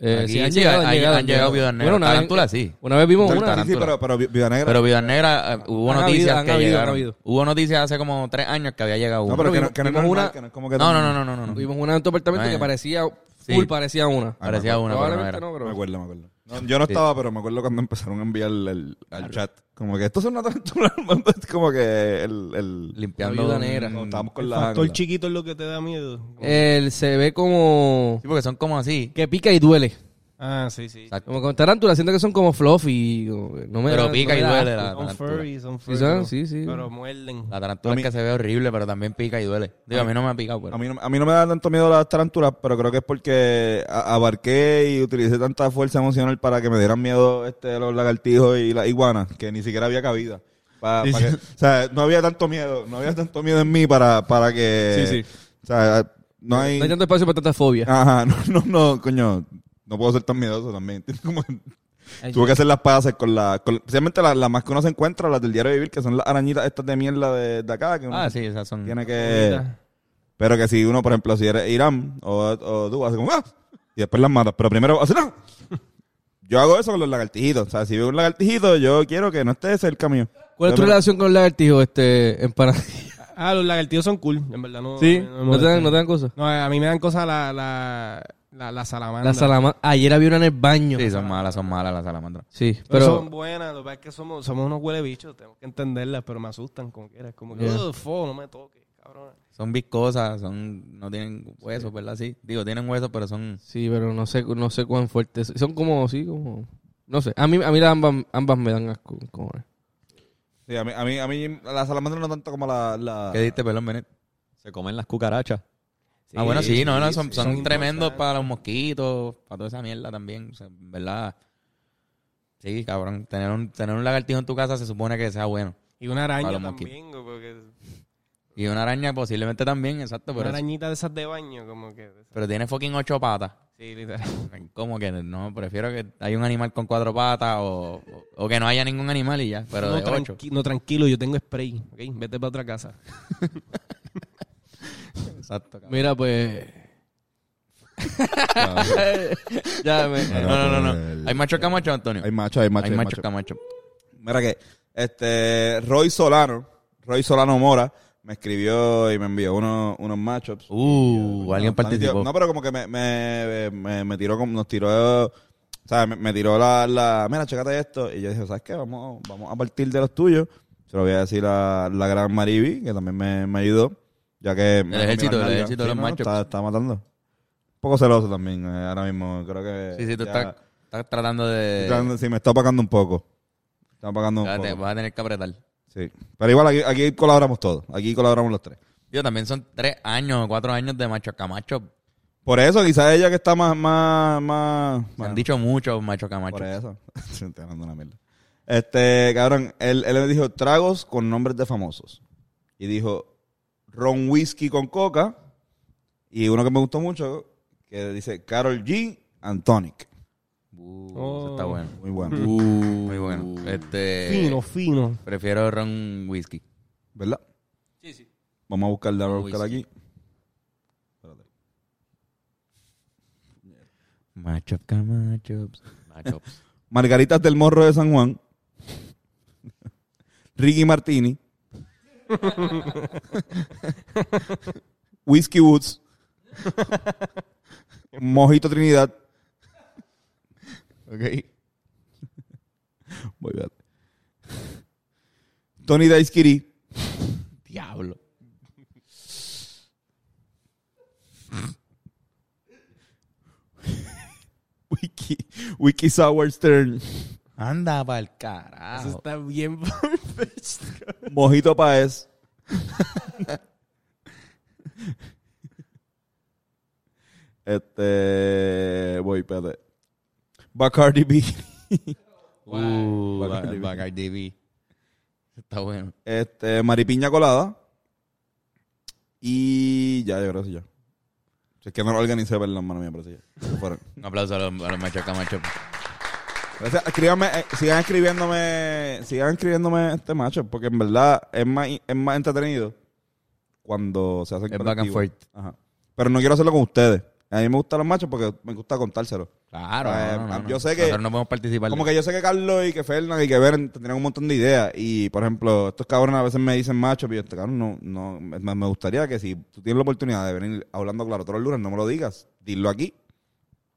Speaker 7: Eh,
Speaker 2: Aquí
Speaker 7: sí, han
Speaker 2: sí,
Speaker 7: llegado,
Speaker 2: hay-
Speaker 7: han
Speaker 2: hay-
Speaker 7: llegado.
Speaker 2: han llegado viudas negras.
Speaker 7: una vez-
Speaker 2: Tarántulas, sí.
Speaker 7: Una vez vimos
Speaker 1: Sí,
Speaker 7: una...
Speaker 1: sí, pero, pero vi- Viuda Negra...
Speaker 2: Pero Viudas Negras, eh, hubo
Speaker 7: Han
Speaker 2: noticias
Speaker 7: habido, han
Speaker 2: que
Speaker 7: habido, han
Speaker 2: llegaron.
Speaker 7: habido.
Speaker 2: Hubo noticias hace como tres años que había llegado
Speaker 1: no,
Speaker 2: uno.
Speaker 1: pero que
Speaker 7: vimos-
Speaker 1: no, que no es
Speaker 7: vimos
Speaker 1: normal,
Speaker 7: una-
Speaker 1: que no es como que...
Speaker 2: no, no, no, no, no, no.
Speaker 7: Vimos una en tu apartamento
Speaker 2: No,
Speaker 7: que
Speaker 2: eh.
Speaker 7: parecía...
Speaker 2: Sí.
Speaker 7: Full parecía una.
Speaker 1: Ah,
Speaker 2: Parecía una, pero no
Speaker 7: Probablemente
Speaker 2: era.
Speaker 7: no,
Speaker 1: Me
Speaker 7: creo.
Speaker 1: acuerdo, me acuerdo. No, yo no estaba, pero me acuerdo cuando empezaron a enviar el- el- al chat. Como que esto es una tarántula. hermano. Es como que el... el
Speaker 2: Limpiando.
Speaker 7: La viuda
Speaker 2: un-
Speaker 7: negra.
Speaker 1: no, estábamos con
Speaker 4: El
Speaker 1: la...
Speaker 4: factor
Speaker 1: con la-
Speaker 4: chiquito es lo que te da miedo.
Speaker 7: Él se ve como...
Speaker 2: Sí, porque son como así.
Speaker 7: Que pica y duele.
Speaker 4: Ah, sí, sí.
Speaker 2: Exacto.
Speaker 7: Como con tarántula, siento que son como fluffy. como que No me
Speaker 2: Pero
Speaker 7: da- no
Speaker 2: pica
Speaker 7: me
Speaker 2: y
Speaker 7: da
Speaker 2: duele
Speaker 7: asco.
Speaker 2: la
Speaker 4: Son
Speaker 2: tarántula.
Speaker 4: furry, son
Speaker 7: Sí,
Speaker 4: furry.
Speaker 7: son-
Speaker 4: pero-
Speaker 7: sí, sí.
Speaker 4: Pero muerden.
Speaker 2: La tarántula es que se ve horrible, pero también pica y duele. Digo, a mí no me ha picado, pero...
Speaker 1: A mí, no, a mí no me da tanto miedo las tarántulas, pero creo que es porque a- abarqué y utilicé tanta fuerza emocional para que me dieran miedo este, los lagartijos y las iguanas, que ni siquiera había cabida. Pa- pa que- o sea, no había tanto miedo, no había tanto miedo en mí para, para que...
Speaker 7: Sí, sí.
Speaker 1: O sea, no hay...
Speaker 7: No hay tanto espacio para tanta fobia.
Speaker 1: Ajá, no, no, no, coño, no puedo ser tan miedoso también. ¿entiendes? Como, tuve que hacer las paces con la... con- especialmente las las más que uno se encuentra, las del diario de vivir, que son las arañitas estas de mierda de, de acá, que uno
Speaker 2: Ah, sí, esas son...
Speaker 1: tiene que... Pero que si uno, por ejemplo, si eres Irán o, o tú, hace como ¡ah! y después las matas. Pero primero, así, ¡no! Yo hago eso con los lagartijitos. O sea, si veo un lagartijito, yo quiero que no esté cerca mío.
Speaker 3: ¿Cuál es tu
Speaker 1: Yo me-
Speaker 3: relación con el lagartijo, este, en Paradilla?
Speaker 4: Ah, los lagartijos son cool, en verdad. No,
Speaker 3: ¿Sí? ¿No
Speaker 4: no me
Speaker 3: te dan,
Speaker 4: molestan.
Speaker 3: no te dan cosas?
Speaker 4: No, a mí me dan cosas la, la, la, la salamandra.
Speaker 7: La salama- Ayer había una en el baño.
Speaker 2: Sí, son malas, son malas las salamandras.
Speaker 3: Sí,
Speaker 4: Pero
Speaker 3: pero...
Speaker 4: son buenas, lo que pasa es que somos, somos unos huele bichos, tenemos que entenderlas, pero me asustan como quieras. Como que,
Speaker 3: Yeah.
Speaker 4: "Ugh, fo, no me toques, cabrón.
Speaker 2: Son viscosas, son, no tienen huesos, ¿verdad? Sí. Digo, tienen huesos, pero son...
Speaker 3: Sí, pero no sé, no sé cuán fuertes. Son como, sí, como... No sé, a mí, a mí las ambas, ambas me dan asco. como-
Speaker 1: Sí, a mí, a mí, a mí la salamandra no tanto como la... la-
Speaker 2: ¿Qué diste, perdón, Benet?
Speaker 5: Se comen las cucarachas.
Speaker 2: ah, bueno, sí, no, no, son, son
Speaker 4: son
Speaker 2: tremendos
Speaker 4: importantes.
Speaker 2: para los mosquitos, para toda esa mierda también, o sea, en ¿verdad? Sí, cabrón, tener un, tener un lagartijo en tu casa se supone que sea bueno.
Speaker 4: Y una
Speaker 2: Para
Speaker 4: araña
Speaker 2: los mosquitos.
Speaker 4: también, porque
Speaker 2: Y una araña posiblemente también, exacto,
Speaker 4: una
Speaker 2: pero,
Speaker 4: arañita de esas de baño, como que.
Speaker 2: pero tiene fucking ocho patas.
Speaker 4: Sí, literal.
Speaker 2: Como que no, prefiero que haya un animal con cuatro patas o, o- o que no haya ningún animal y ya, pero
Speaker 4: no,
Speaker 2: de ocho.
Speaker 4: tranqui- no, tranquilo, yo tengo spray, ¿ok? Vete para otra casa.
Speaker 2: Exacto, cabrón.
Speaker 3: Mira, pues... ya, me...
Speaker 2: No, no, no, no. ¿Hay macho camacho, Antonio?
Speaker 1: Hay macho, hay macho,
Speaker 2: Hay macho camacho.
Speaker 1: Mira que, este, Roy Solano, Roy Solano Mora, me escribió y me envió unos, unos matchups.
Speaker 2: Uh,
Speaker 1: No,
Speaker 2: alguien
Speaker 1: está nítido.
Speaker 2: participó.
Speaker 1: No, pero como que me, me, me, me tiró, como, nos tiró, o sea, me, me tiró la, la, mira, chécate esto. Y yo dije, ¿sabes qué? Vamos, vamos a partir de los tuyos. Se lo voy a decir a la gran Mariby, que también me, me ayudó, ya que... me cambió
Speaker 2: ejército,
Speaker 1: las
Speaker 2: el
Speaker 1: nalgas.
Speaker 2: ejército de los machos.
Speaker 1: está, está matando. Un poco celoso también, eh, ahora mismo, creo que...
Speaker 2: Sí, sí, tú
Speaker 1: ya-
Speaker 2: estás, eh, estás tratando de...
Speaker 1: Tratando- sí, me está apagando un poco. Está apagando un
Speaker 2: Ya te-
Speaker 1: poco.
Speaker 2: vas a tener que apretar.
Speaker 1: Sí. Pero igual aquí, aquí colaboramos todos. Aquí colaboramos los tres.
Speaker 2: Yo también son tres años o cuatro años de macho camacho.
Speaker 1: Por eso, quizás ella que está más, más, más.
Speaker 2: Se
Speaker 1: bueno,
Speaker 2: han dicho mucho macho camacho.
Speaker 1: por eso. Estoy hablando una mierda. Este, cabrón, él, él me dijo tragos con nombres de famosos. Y dijo ron whisky con coca. Y uno que me gustó mucho, que dice Carol G. and Tonic.
Speaker 2: Uh,
Speaker 4: Oh.
Speaker 2: Eso está bueno.
Speaker 1: Muy bueno. Uh,
Speaker 2: Muy bueno.
Speaker 1: Eh.
Speaker 2: Este,
Speaker 4: Fino, fino.
Speaker 2: Prefiero ron whisky.
Speaker 1: ¿Verdad? Sí, sí. Vamos a buscarla, vamos a
Speaker 2: Uy,
Speaker 1: buscarla
Speaker 2: sí.
Speaker 1: aquí.
Speaker 2: Macho camacho. Macho.
Speaker 1: Margaritas del Morro de San Juan. Ricky Martini. Whiskey Woods. Mojito Trinidad.
Speaker 2: ok.
Speaker 1: Voy a ver. Tony Daiskiri.
Speaker 2: Diablo.
Speaker 1: Wiki, Wiki Sour Stern.
Speaker 2: Anda pa'l
Speaker 4: Eso
Speaker 2: carajo.
Speaker 4: está bien.
Speaker 1: Mojito Paez. este. Voy, espérate. Bacardi B.
Speaker 2: Uh,
Speaker 1: Bacardi
Speaker 2: Bacardi
Speaker 1: B.
Speaker 2: Bacardi B. Eso Está bueno.
Speaker 1: Este, maripiña colada. Y ya, yo creo que sí, ya. Si es que no lo organicé, perdón, mano mía, pero sí, ya. Se fueron.
Speaker 2: Un aplauso a los, a los machos camacho.
Speaker 1: Gracias. Escríbanme, eh, sigan escribiéndome, sigan escribiéndome este macho, porque en verdad es más, es más entretenido cuando se hace
Speaker 2: Es back and forth.
Speaker 1: Ajá. Pero no quiero hacerlo con ustedes. A mí me gustan los machos porque me gusta contárselo.
Speaker 2: Claro.
Speaker 1: Eh,
Speaker 2: no, no, no,
Speaker 1: yo
Speaker 2: no.
Speaker 1: sé que-
Speaker 2: Nosotros no podemos participar.
Speaker 1: Como que yo sé que Carlos y que Fernan y que Beren tendrían un montón de ideas. Y, por ejemplo, estos cabrones a veces me dicen macho, pero yo, este cabrón, no, no, me, me gustaría que si tú tienes la oportunidad de venir hablando claro todos los lunes, no me lo digas, dilo aquí.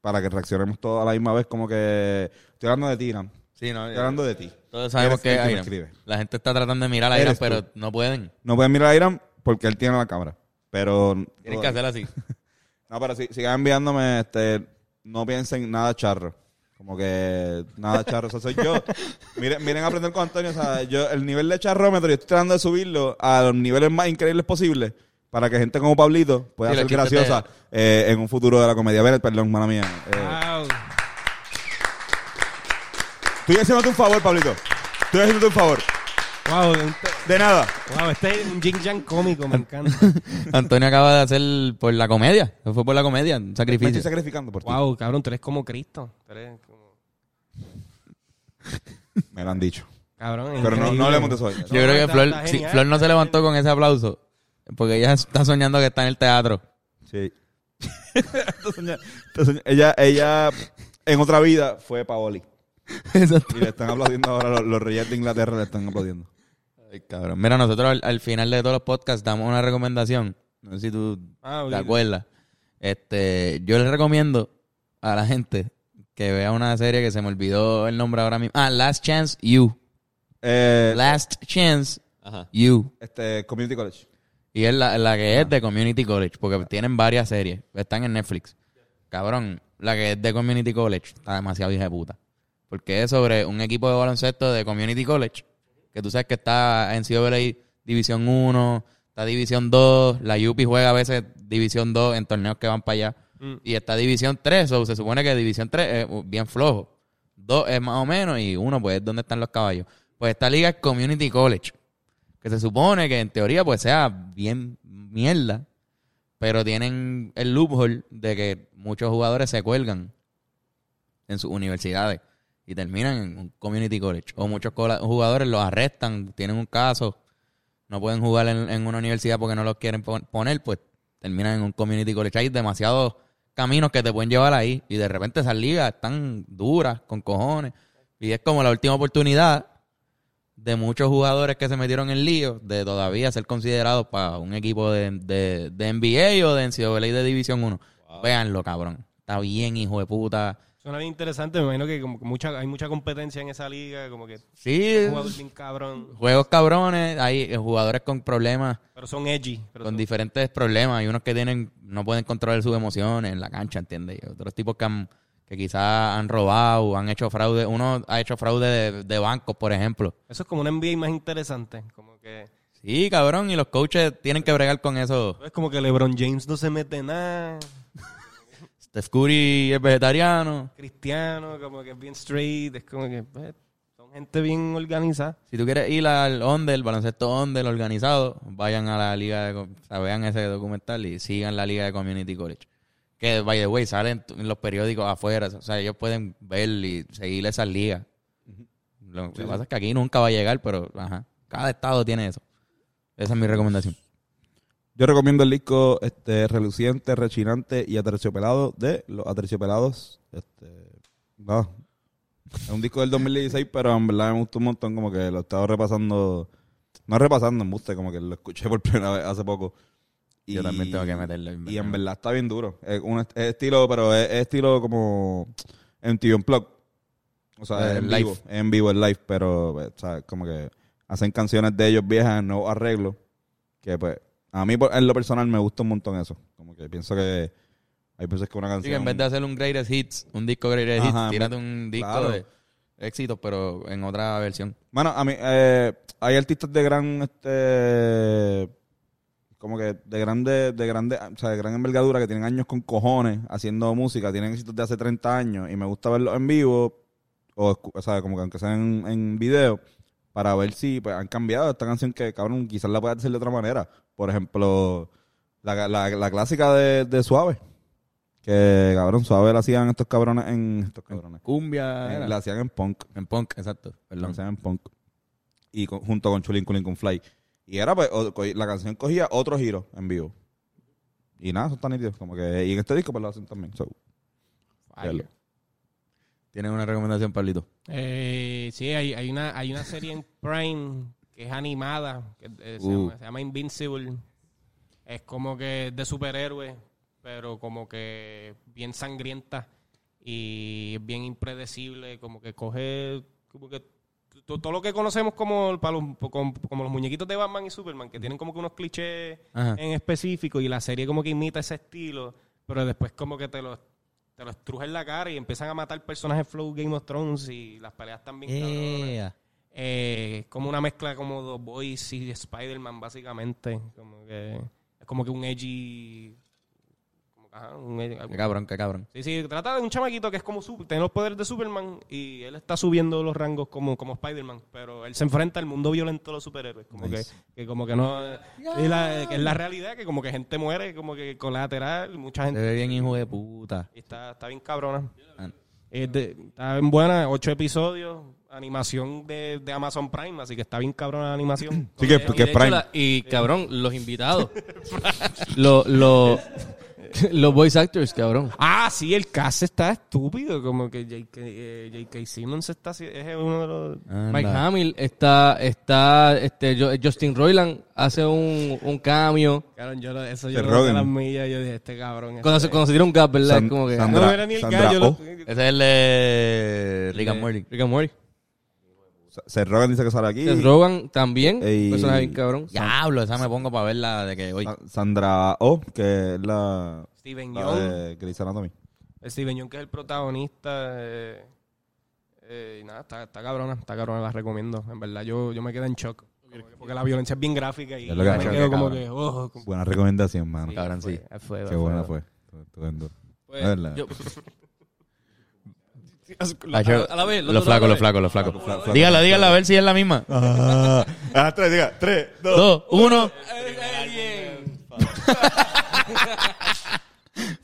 Speaker 1: Para que reaccionemos todos a la misma vez, como que estoy hablando de ti, Irán.
Speaker 2: Sí, no,
Speaker 1: Estoy hablando de ti.
Speaker 2: Todos sabemos
Speaker 1: Eres el
Speaker 2: que
Speaker 1: que me
Speaker 2: Iron.
Speaker 1: escribe.
Speaker 2: la gente está tratando de mirar a Iron,
Speaker 1: Eres tú.
Speaker 2: pero no pueden.
Speaker 1: No pueden mirar a Irán porque él tiene la cámara. Pero.
Speaker 2: Tienen que hacer así.
Speaker 1: No, pero si, sigan enviándome, este, no piensen nada charro. Como que nada charro, eso soy yo. Miren, miren aprender con Antonio, o sea, yo, el nivel de charrómetro, yo estoy tratando de subirlo a los niveles más increíbles posibles para que gente como Pablito pueda
Speaker 2: Sí, los
Speaker 1: ser
Speaker 2: chistes
Speaker 1: graciosa eh, en un futuro de la comedia. Ver, perdón, mala mía. Eh,
Speaker 4: Wow.
Speaker 1: Estoy haciéndote un favor, Pablito. Estoy haciéndote un favor.
Speaker 4: Wow, un te-
Speaker 1: De nada.
Speaker 4: wow, este es un jing jang cómico, me encanta.
Speaker 2: Antonio acaba de hacer por la comedia. Eso Fue por la comedia, un
Speaker 1: Me estoy
Speaker 2: sacrificio.
Speaker 1: sacrificando por ti.
Speaker 4: wow, cabrón, tú eres como Cristo. Tú eres como...
Speaker 1: Me lo han dicho.
Speaker 4: Cabrón, es
Speaker 1: Pero no,
Speaker 4: increíble.
Speaker 1: no hablemos de eso hoy.
Speaker 2: Yo creo que
Speaker 4: está-
Speaker 2: Flor,
Speaker 4: está
Speaker 2: sí,
Speaker 4: genial,
Speaker 2: Flor no
Speaker 4: está
Speaker 2: se levantó con ese aplauso. Porque ella está soñando que está en el teatro.
Speaker 1: Sí. Esta señora- esta señora- ella, ella en otra vida fue Paoli. Y le están aplaudiendo ahora los, los reyes de Inglaterra, le están aplaudiendo.
Speaker 2: Ay, cabrón. Mira, nosotros al, al final de todos los podcasts damos una recomendación. No sé si tú
Speaker 4: Ah,
Speaker 2: te
Speaker 4: olvídate.
Speaker 2: acuerdas. Este, yo les recomiendo a la gente que vea una serie que se me olvidó el nombre ahora mismo. Ah, Last Chance You.
Speaker 1: Eh,
Speaker 2: Last Chance
Speaker 5: Ajá.
Speaker 2: You.
Speaker 1: este, Community College.
Speaker 2: Y es la, la que es de Community College, porque tienen varias series. Están en Netflix. Cabrón, la que es de Community College está demasiado hija de puta. Porque es sobre un equipo de baloncesto de Community College, que tú sabes que está en CWA División 1, está División 2, la UPI juega a veces División 2 en torneos que van para allá. Y está División 3, o se supone que División 3 es uh, bien flojo. Dos es más o menos y uno pues es donde están los caballos. Pues esta liga es Community College que se supone que en teoría pues sea bien mierda, pero tienen el loophole de que muchos jugadores se cuelgan en sus universidades y terminan en un community college. O muchos cola- jugadores los arrestan, tienen un caso, no pueden jugar en, en una universidad porque no los quieren pon- poner, pues terminan en un community college. Hay demasiados caminos que te pueden llevar ahí y de repente esas ligas están duras, con cojones. Y es como la última oportunidad de muchos jugadores que se metieron en lío de todavía ser considerados para un equipo de, de, de NBA o de NCAA de División 1. Véanlo, cabrón. Está bien, hijo de puta.
Speaker 4: Suena bien interesante, me imagino que como que mucha, hay mucha competencia en esa liga, como que
Speaker 2: Sí,
Speaker 4: jugador bien cabrón,
Speaker 2: juegos cabrones. Hay eh, jugadores con problemas,
Speaker 4: pero son edgy. Pero
Speaker 2: con
Speaker 4: son-
Speaker 2: diferentes problemas. Hay unos que tienen no pueden controlar sus emociones en la cancha, ¿entiendes? Y otros tipos que, han, que quizás han robado, han hecho fraude. Uno ha hecho fraude de, de bancos, por ejemplo.
Speaker 4: Eso es como una NBA más interesante, como que
Speaker 2: Sí, cabrón. Y los coaches tienen que bregar con eso.
Speaker 4: es como que LeBron James no se mete en nada,
Speaker 2: Steph Curry es vegetariano.
Speaker 4: cristiano, como que es bien straight, es como que pues, son gente bien organizada.
Speaker 2: Si tú quieres ir al Onde, el baloncesto Onde, el organizado, vayan a la liga de... co- o sea, vean ese documental y sigan la liga de Community College. Que, by the way, salen t- en los periódicos afuera. O sea, ellos pueden ver y seguir esas ligas. Lo que pasa es que aquí nunca va a llegar, pero ajá, cada estado tiene eso. Esa es mi recomendación.
Speaker 1: Yo recomiendo el disco este, Reluciente, Rechinante y Aterciopelado de Los Aterciopelados. Este, nada. Es un disco del 2016, pero en verdad me gustó un montón. Como que lo estaba repasando. No repasando, en buste, como que lo escuché por primera vez hace poco.
Speaker 2: Yo también tengo que meterle, en
Speaker 1: Y en
Speaker 2: verdad.
Speaker 1: verdad está bien duro. Es, un est- es estilo, pero es, es estilo como MTV Unplugged. O sea,
Speaker 2: Eh,
Speaker 1: es en
Speaker 2: live.
Speaker 1: vivo. es en vivo, en live, pero, pues, o sea, como que hacen canciones de ellos viejas, nuevos arreglos. Que pues, a mí por- en lo personal me gusta un montón eso. Como que pienso que hay veces que una
Speaker 2: Así
Speaker 1: canción.
Speaker 2: que en vez de hacer un Greatest Hits, un disco Greatest
Speaker 1: Ajá,
Speaker 2: Hits, tírate un disco
Speaker 1: claro.
Speaker 2: de éxitos, pero en otra versión.
Speaker 1: Bueno, a mí, eh, hay artistas de gran, este, como que de grande, de grande, o sea, de gran envergadura que tienen años con cojones haciendo música, tienen éxitos de hace 30 años y me gusta verlos en vivo, o, escu- o sea, como que aunque sean en, en video, para ver si pues, han cambiado esta canción que, cabrón, quizás la puedas hacer de otra manera. Por ejemplo, la, la, la clásica de, de Suave, que, cabrón, Suave la hacían estos cabrones en, estos cabrones,
Speaker 2: Cumbia.
Speaker 1: en-
Speaker 2: era.
Speaker 1: la hacían en punk
Speaker 2: En punk, exacto.
Speaker 1: perdón,
Speaker 2: Perdón.
Speaker 1: se llama Punk. Y co- junto con Chulín Culín con Fly. Y era, pues, o- co- la canción cogía otro giro en vivo. Y nada, son tan nítidos. Como que, y en este disco, pues lo hacen también. So, véanlo.
Speaker 2: ¿Tienes una recomendación, Pablito?
Speaker 4: Eh, sí, hay, hay, una, hay una serie en Prime que es animada, que eh, se,
Speaker 1: Uh.
Speaker 4: llama, se llama Invincible. Es como que es de superhéroes, pero como que bien sangrienta y es bien impredecible, como que coge como que t- todo lo que conocemos como, para los, como, como los muñequitos de Batman y Superman, que tienen como que unos clichés
Speaker 2: Ajá.
Speaker 4: en específico y la serie como que imita ese estilo, pero después como que te lo, te lo estruja en la cara y empiezan a matar personajes flow Game of Thrones y las peleas también eh, como una mezcla como The Boys y Spider-Man, básicamente. Como que, es como que un edgy. Como, que, ajá, un edgy-
Speaker 2: Qué cabrón, qué cabrón.
Speaker 4: Sí, sí, trata de un chamaquito que es como super, tiene los poderes de Superman y él está subiendo los rangos como, como Spider-Man, pero él se enfrenta al mundo violento de los superhéroes, como que, que como que no y la, que es la realidad que como que gente muere como que colateral, mucha
Speaker 2: Se
Speaker 4: gente
Speaker 2: ve bien hijo de puta.
Speaker 4: y está, está bien cabrona.
Speaker 2: Ah.
Speaker 4: Es de- está bien buena, ocho episodios, animación de, de Amazon Prime, así que está bien cabrona la animación.
Speaker 1: Sí, que, Eh. que
Speaker 3: Y, de
Speaker 1: es
Speaker 3: hecho,
Speaker 1: Prime.
Speaker 3: la- y, cabrón, los invitados. lo, lo, Los voice actors, cabrón.
Speaker 4: Ah, sí, el cast está estúpido. Como que J.K. eh, J.K. Simmons está, así- es uno de los.
Speaker 3: Mike Hamill está, está, este, Jo- Justin Roiland hace un, un cambio.
Speaker 4: Claro, yo lo- eso
Speaker 1: Te
Speaker 4: yo lo vi
Speaker 1: rogan.
Speaker 4: a las millas. Yo dije, este cabrón.
Speaker 3: Cuando se, cuando se dieron gap, ¿verdad?
Speaker 1: San-
Speaker 3: Es como que. ah,
Speaker 1: San-
Speaker 4: no, no era ni el
Speaker 1: Sandra-
Speaker 4: gallo. lo-
Speaker 1: Oh.
Speaker 2: Ese es el de Rick and Morty.
Speaker 3: Rick and Morty.
Speaker 1: Se Rogan dice que sale aquí.
Speaker 3: Eh, Seth Rogen también.
Speaker 1: Ey.
Speaker 3: Personaje bien cabrón.
Speaker 2: Diablo, esa me pongo para verla de que hoy.
Speaker 1: Sa- Sandra Oh, que es la,
Speaker 4: Steven
Speaker 1: la
Speaker 4: Yeun.
Speaker 1: de Grey's Anatomy.
Speaker 4: Steven Yeun, que es el protagonista. Eh, eh, y nada, está, está cabrona, está cabrona, la recomiendo. En verdad, yo, yo me quedé en shock. Como que- Porque la violencia es bien gráfica y
Speaker 1: Es lo que
Speaker 4: me
Speaker 1: me
Speaker 4: quedo
Speaker 1: choca,
Speaker 4: como
Speaker 1: cabrón.
Speaker 4: que, oh, como-
Speaker 1: Buena recomendación, mano.
Speaker 2: cabrón, sí.
Speaker 4: Fue- fue-
Speaker 1: Qué buena fue. Estupendo.
Speaker 4: Pues,
Speaker 1: Es verdad.
Speaker 4: yo-
Speaker 2: Ah, yo-
Speaker 3: a la vez, los
Speaker 2: Los
Speaker 3: dos
Speaker 2: flacos,
Speaker 3: a la
Speaker 2: los
Speaker 3: vez.
Speaker 2: flacos, los flacos.
Speaker 1: fla- flaco.
Speaker 2: Dígala, dígala, a ver si es la misma.
Speaker 1: Ah, a las tres, diga. Tres, dos.
Speaker 2: Dos, uno.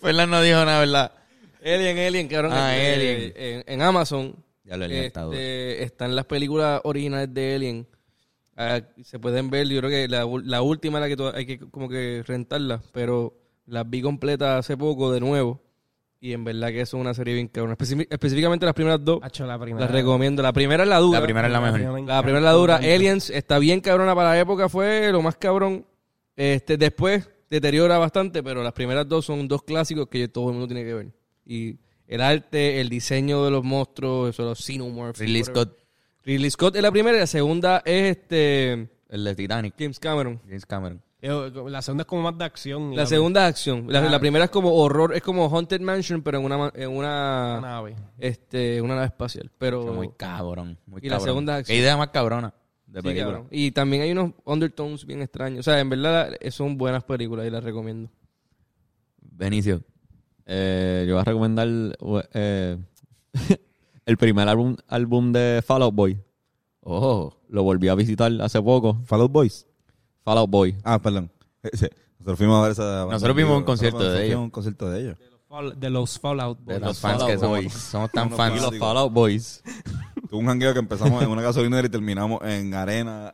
Speaker 2: Fernan no dijo nada, ¿verdad?
Speaker 3: Alien, Alien, cabrón.
Speaker 2: Ah,
Speaker 3: Eh,
Speaker 2: Alien.
Speaker 3: En, en Amazon
Speaker 2: Ya lo Alien está duro.
Speaker 3: este, están las películas originales de Alien. Ah, se pueden ver, yo creo que la, ul- la última es la que tú- hay que como que rentarla, pero las vi completas hace poco de nuevo. Y en verdad que eso es una serie bien cabrona. Específi- específicamente las primeras dos
Speaker 4: Hacho, la primera.
Speaker 3: las recomiendo. La primera es la dura.
Speaker 2: La primera es la mejor.
Speaker 4: me
Speaker 3: La
Speaker 4: encanta.
Speaker 3: primera la dura. Aliens está bien cabrona para la época, fue lo más cabrón. Este, después deteriora bastante, pero las primeras dos son dos clásicos que todo el mundo tiene que ver. Y el arte, el diseño de los monstruos, eso, los Cinemorphs.
Speaker 2: Ridley Scott,
Speaker 3: Ridley Scott es la primera y la segunda es este
Speaker 2: el de Titanic.
Speaker 3: James Cameron.
Speaker 2: James Cameron.
Speaker 4: Yo- La segunda es como más de acción. y
Speaker 3: La segunda es acción. La,
Speaker 4: Ah.
Speaker 3: la primera es como horror, es como Haunted Mansion, pero en una, ma- en una,
Speaker 4: primera es la nave.
Speaker 3: este, una nave espacial. Pero
Speaker 2: Muy cabrón. Muy
Speaker 3: Oh. Y la
Speaker 2: cabrón.
Speaker 3: segunda
Speaker 2: Qué
Speaker 3: acción.
Speaker 2: idea más cabrona de
Speaker 3: Sí,
Speaker 2: película.
Speaker 3: cabrón. Y también hay unos undertones bien extraños. O sea, en verdad la- son buenas películas y las recomiendo.
Speaker 1: Eh,
Speaker 2: Benicio.
Speaker 5: Eh, yo voy a recomendar eh, el primer álbum, álbum de Fall Out Boy.
Speaker 2: Oh.
Speaker 5: Lo volví a visitar hace poco.
Speaker 1: Fall Out Boys.
Speaker 5: Fall Out Boy.
Speaker 1: Ah, perdón. Eh, sí. Nosotros fuimos a ver esa. banda
Speaker 2: Nosotros
Speaker 1: en
Speaker 2: vimos
Speaker 1: vivo.
Speaker 2: un concierto
Speaker 1: Nosotros
Speaker 2: de
Speaker 1: fuimos
Speaker 2: ellos.
Speaker 1: a un concierto de ellos.
Speaker 4: Fall- De los Fallout
Speaker 2: De
Speaker 4: Boys.
Speaker 2: los
Speaker 5: Fall
Speaker 2: fans
Speaker 5: Out
Speaker 2: que somos.
Speaker 5: Boys.
Speaker 2: Somos tan
Speaker 1: Unos
Speaker 2: fans.
Speaker 5: Y los
Speaker 1: Digo.
Speaker 5: Fall Out Boys.
Speaker 1: Tuvo un jangueo que empezamos en una gasolinera y terminamos en arena.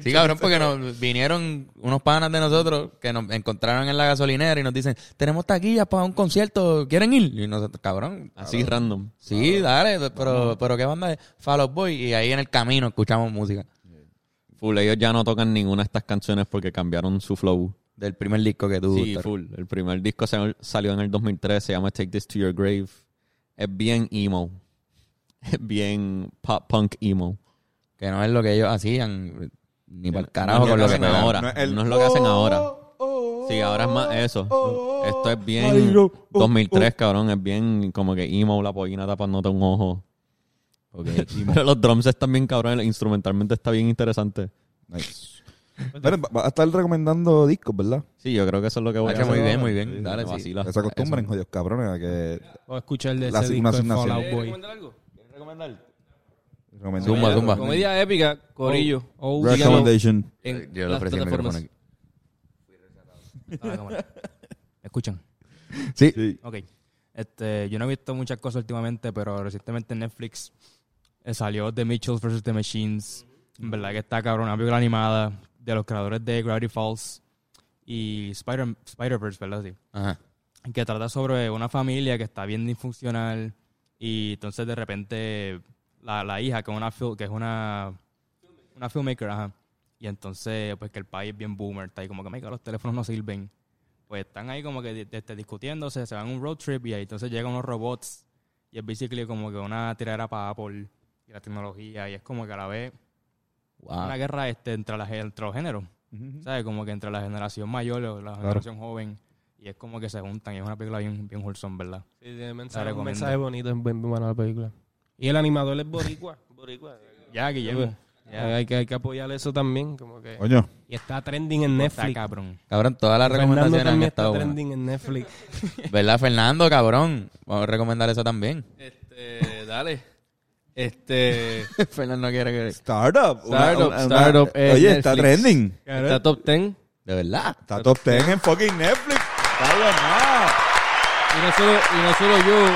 Speaker 2: Sí, cabrón, porque nos vinieron unos panas de nosotros que nos encontraron en la gasolinera y nos dicen, tenemos taquillas para un concierto, ¿quieren ir? Y nosotros, cabrón.
Speaker 5: Así random.
Speaker 2: Sí, dale, pero, pero qué banda de Fall Out Boy. Y ahí en el camino escuchamos música
Speaker 5: Full, ellos ya no tocan ninguna de estas canciones porque cambiaron su flow.
Speaker 2: del primer disco que tú
Speaker 5: Sí, full. El primer disco se- salió en el 2003, se llama Take This to Your Grave. Es bien emo. Es bien pop punk emo.
Speaker 2: Que no es lo que ellos hacían, ni para el carajo
Speaker 5: no es
Speaker 2: con
Speaker 5: lo
Speaker 2: lo
Speaker 5: que
Speaker 2: que
Speaker 5: hacen
Speaker 2: pegaban.
Speaker 5: ahora.
Speaker 1: No es el-
Speaker 5: No es oh, lo que hacen ahora. Sí, ahora es más eso. Esto es bien 2003, cabrón. Es bien como que emo, la pollina tapándote un ojo. Pero los drums están bien cabrones. Instrumentalmente está bien interesante.
Speaker 1: Nice. Pero va- va a estar recomendando discos, ¿verdad?
Speaker 5: Sí, yo creo que eso es lo
Speaker 3: Ah,
Speaker 5: que voy a
Speaker 2: Hacho,
Speaker 5: hacer.
Speaker 2: Ah, muy bien,
Speaker 5: ahora.
Speaker 2: muy bien. Dale,
Speaker 5: Me
Speaker 2: sí.
Speaker 5: vacila.
Speaker 1: Que se acostumbren, jodidos cabrones, a que
Speaker 4: O escuchar de
Speaker 1: La
Speaker 4: ese
Speaker 1: una
Speaker 4: disco de
Speaker 1: asignación.
Speaker 4: Fallout Boy.
Speaker 3: algo?
Speaker 1: recomienden.
Speaker 2: Zumba, zumba.
Speaker 3: Comedia épica, Corillo.
Speaker 4: Oh, dígalo.
Speaker 1: Recommendation.
Speaker 3: En
Speaker 2: Yo le
Speaker 3: las
Speaker 2: ofrecí el
Speaker 3: plataformas.
Speaker 2: micrófono aquí.
Speaker 10: Estaba la cámara. ¿Me escuchan?
Speaker 1: Sí.
Speaker 10: Ok. Este, yo no he visto muchas cosas últimamente, pero recientemente en Netflix eh, salió The Mitchells vs. The Machines. En verdad que está cabrón, una película animada de los creadores de Gravity Falls y Spider- Spider-Verse, ¿verdad? Sí
Speaker 2: Ajá.
Speaker 10: que trata sobre una familia que está bien disfuncional y entonces de repente la, la hija que es una fil- que es una una filmmaker ajá, y entonces pues que el país es bien boomer está ahí como que "Mica, los teléfonos no sirven pues están ahí como que di- este, discutiéndose se van a un road trip y ahí entonces llegan unos robots y es basically como que una tiradera para Apple y la tecnología y es como que a la vez
Speaker 2: Wow.
Speaker 10: una guerra este entre, las, entre los géneros ¿Sabes? Como que entre la generación mayor o la generación joven. Y es como que se juntan. Y es una película bien, bien wholesome, ¿verdad?
Speaker 4: Sí, tiene mensaje, un
Speaker 10: recomiendo.
Speaker 4: mensaje bonito, es bien buena la película. Y el animador es boricua. boricua.
Speaker 10: Ya, Guillermo.
Speaker 4: Ya, Hay, que, hay que apoyar eso también. Como que...
Speaker 1: Coño,
Speaker 4: Y está trending en
Speaker 10: Está
Speaker 4: Netflix.
Speaker 10: cabrón.
Speaker 2: Cabrón, todas las
Speaker 4: Fernando
Speaker 2: recomendaciones han
Speaker 4: también está
Speaker 2: estado buenas.
Speaker 4: trending en Netflix.
Speaker 2: ¿Verdad, Fernando, cabrón? Vamos a recomendar eso también.
Speaker 3: Este, dale. Este,
Speaker 2: Fernando quiere que...
Speaker 1: Startup.
Speaker 3: Startup, Startup en
Speaker 1: Oye, está
Speaker 3: Netflix.
Speaker 1: trending.
Speaker 3: está top 10.
Speaker 2: De verdad.
Speaker 1: Está top 10 en fucking Netflix. Está buena.
Speaker 3: Y no solo, y no solo yo,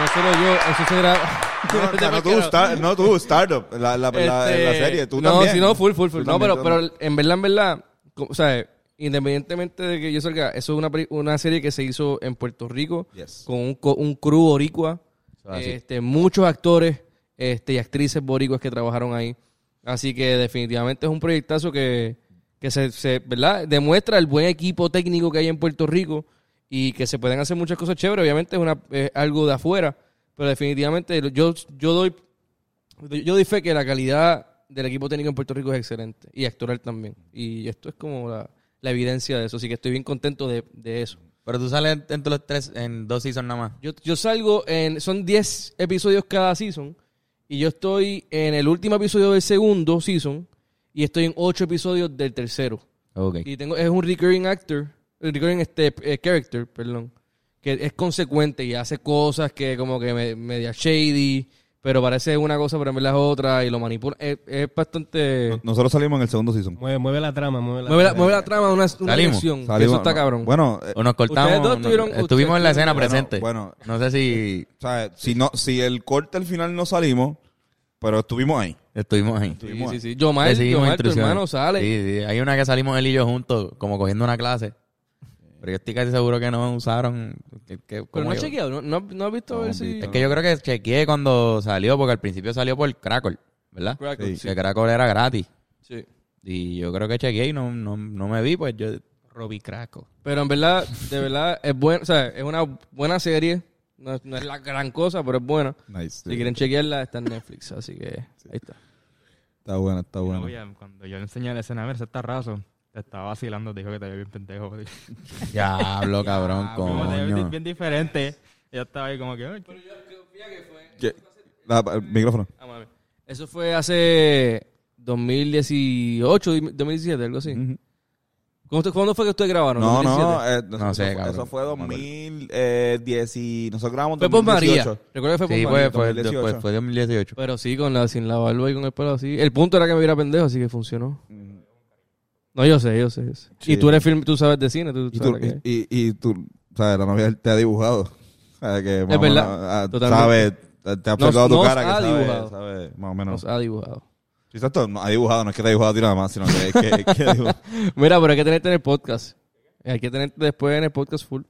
Speaker 3: no solo yo, eso se graba.
Speaker 1: No, no, no, tú, Star- no, tú, Startup, la, la, la- la
Speaker 3: Este,
Speaker 1: serie, tú
Speaker 3: no,
Speaker 1: también.
Speaker 3: si no, full, full, full.
Speaker 1: Tú
Speaker 3: No,
Speaker 1: también,
Speaker 3: pero,
Speaker 1: tú también.
Speaker 3: pero en verdad, en verdad, co- o sea, independientemente de que yo salga, eso es una, peli- una serie que se hizo en Puerto Rico
Speaker 1: Yes.
Speaker 3: con un, co- un crew boricua,
Speaker 1: Ah, sí.
Speaker 3: este, muchos actores este, y actrices boricuas que trabajaron ahí. Así que definitivamente es un proyectazo que, que se, se- ¿verdad? demuestra el buen equipo técnico que hay en Puerto Rico y que se pueden hacer muchas cosas chéveres. Obviamente es, una, es algo de afuera, pero definitivamente yo, yo doy yo doy fe que la calidad del equipo técnico en Puerto Rico es excelente y actoral también. Y esto es como la, la evidencia de eso. Así que estoy bien contento de, de eso.
Speaker 2: Pero tú sales en los tres, en dos seasons nada más.
Speaker 3: Yo, yo salgo en. Son 10 episodios cada season. Y yo estoy en el último episodio del segundo season. Y estoy en 8 episodios del tercero.
Speaker 2: Ok.
Speaker 3: Y tengo, es un recurring actor. Recurring este, eh, character, perdón. Que es consecuente y hace cosas que como que me- media shady. Pero parece una cosa, pero en verdad es otra. Y lo manipula. Es, es bastante.
Speaker 1: Nosotros salimos en el segundo season.
Speaker 4: Mueve, mueve la trama, mueve la
Speaker 3: mueve, la,
Speaker 4: trama.
Speaker 3: mueve la trama una, una
Speaker 2: Salimos.
Speaker 3: dirección, que
Speaker 1: Salimos,
Speaker 3: eso está
Speaker 1: no.
Speaker 3: cabrón.
Speaker 1: Bueno, eh,
Speaker 2: O nos cortamos.
Speaker 3: Ustedes dos
Speaker 2: no-
Speaker 3: tuvieron-
Speaker 2: estuvimos en la
Speaker 3: ustedes
Speaker 2: escena
Speaker 3: tuvieron-
Speaker 2: presente.
Speaker 1: Bueno,
Speaker 2: No sé si
Speaker 1: o sea, si, no, si el corte al final no salimos, pero estuvimos ahí.
Speaker 2: estuvimos ahí.
Speaker 3: Sí,
Speaker 1: Bueno.
Speaker 3: sí, sí. Yomar,
Speaker 2: Le seguimos
Speaker 3: Yomar, tu
Speaker 2: instrucciones.
Speaker 3: hermano sale.
Speaker 2: Sí, sí. Hay una que salimos él y yo juntos, como cogiendo una clase. Pero yo estoy casi seguro que no usaron. que- que-
Speaker 3: Pero
Speaker 2: como
Speaker 3: no he
Speaker 2: yo-
Speaker 3: chequeado, no, no, no has visto a ver si...
Speaker 2: Es que yo creo que chequeé cuando salió, porque al principio salió por Crackle, ¿verdad?
Speaker 3: Crackle, sí.
Speaker 2: Que Crackle era gratis.
Speaker 3: Sí.
Speaker 2: Y yo creo que chequeé y no, no, no me vi, pues yo.
Speaker 4: Robbie Craco.
Speaker 3: Pero en verdad, de verdad, es buena, o sea, es una buena serie. No, es- no es la gran cosa, pero es buena.
Speaker 1: Nice.
Speaker 3: Si quieren chequearla, está en Netflix, así que ahí está.
Speaker 1: Está buena, está
Speaker 10: Y la
Speaker 1: buena.
Speaker 10: novia, Cuando yo le enseñé la escena, a ver, ese está raso. Te estaba vacilando, te dijo que te veía bien pendejo.
Speaker 2: Diablo, cabrón,
Speaker 10: Como te veía bien,
Speaker 2: coño.
Speaker 10: bien diferente. Ella estaba ahí como que... "Ay, qué-".
Speaker 1: ¿Qué? La- el micrófono.
Speaker 3: Ah, mami. Eso fue hace 2018, 2017, algo así.
Speaker 1: Ujú.
Speaker 3: ¿Cuándo, cuándo fue que ustedes grabaron?
Speaker 1: No, no,
Speaker 3: 2017.
Speaker 1: eh,
Speaker 2: No sé,
Speaker 1: eso-
Speaker 2: cabrón.
Speaker 1: Eso fue 2010 y nosotros grabamos
Speaker 3: Fue por María.
Speaker 1: 2018.
Speaker 3: Recuerdo que fue por
Speaker 2: Sí,
Speaker 3: María.
Speaker 2: fue, fue,
Speaker 1: 2018.
Speaker 2: fue, fue 2018.
Speaker 3: Pero sí, con la, sin la barba y con el pelo así. El punto era que me viera pendejo, así que funcionó. No, yo sé, yo sé. yo sé.
Speaker 1: Sí.
Speaker 3: Y tú eres film, tú sabes de cine, tú,
Speaker 1: Y tú,
Speaker 3: sabes que-
Speaker 1: y, y, y tú, sabes, la novia te ha dibujado. Sabes que, más o
Speaker 3: verdad,
Speaker 1: menos, ah,
Speaker 3: totalmente.
Speaker 1: Sabes, te ha
Speaker 3: Nos-
Speaker 1: pegado tu
Speaker 3: nos
Speaker 1: cara.
Speaker 3: ha
Speaker 1: que sabe-
Speaker 3: dibujado.
Speaker 1: sabe, más o
Speaker 3: nos
Speaker 1: menos.
Speaker 3: ha dibujado.
Speaker 1: Sí, exacto, no, ha dibujado, no es que te ha dibujado a ti nada más, sino que, que, que ha dibujado.
Speaker 3: Mira, pero hay que tenerte en el podcast. Hay que tenerte después en el podcast full.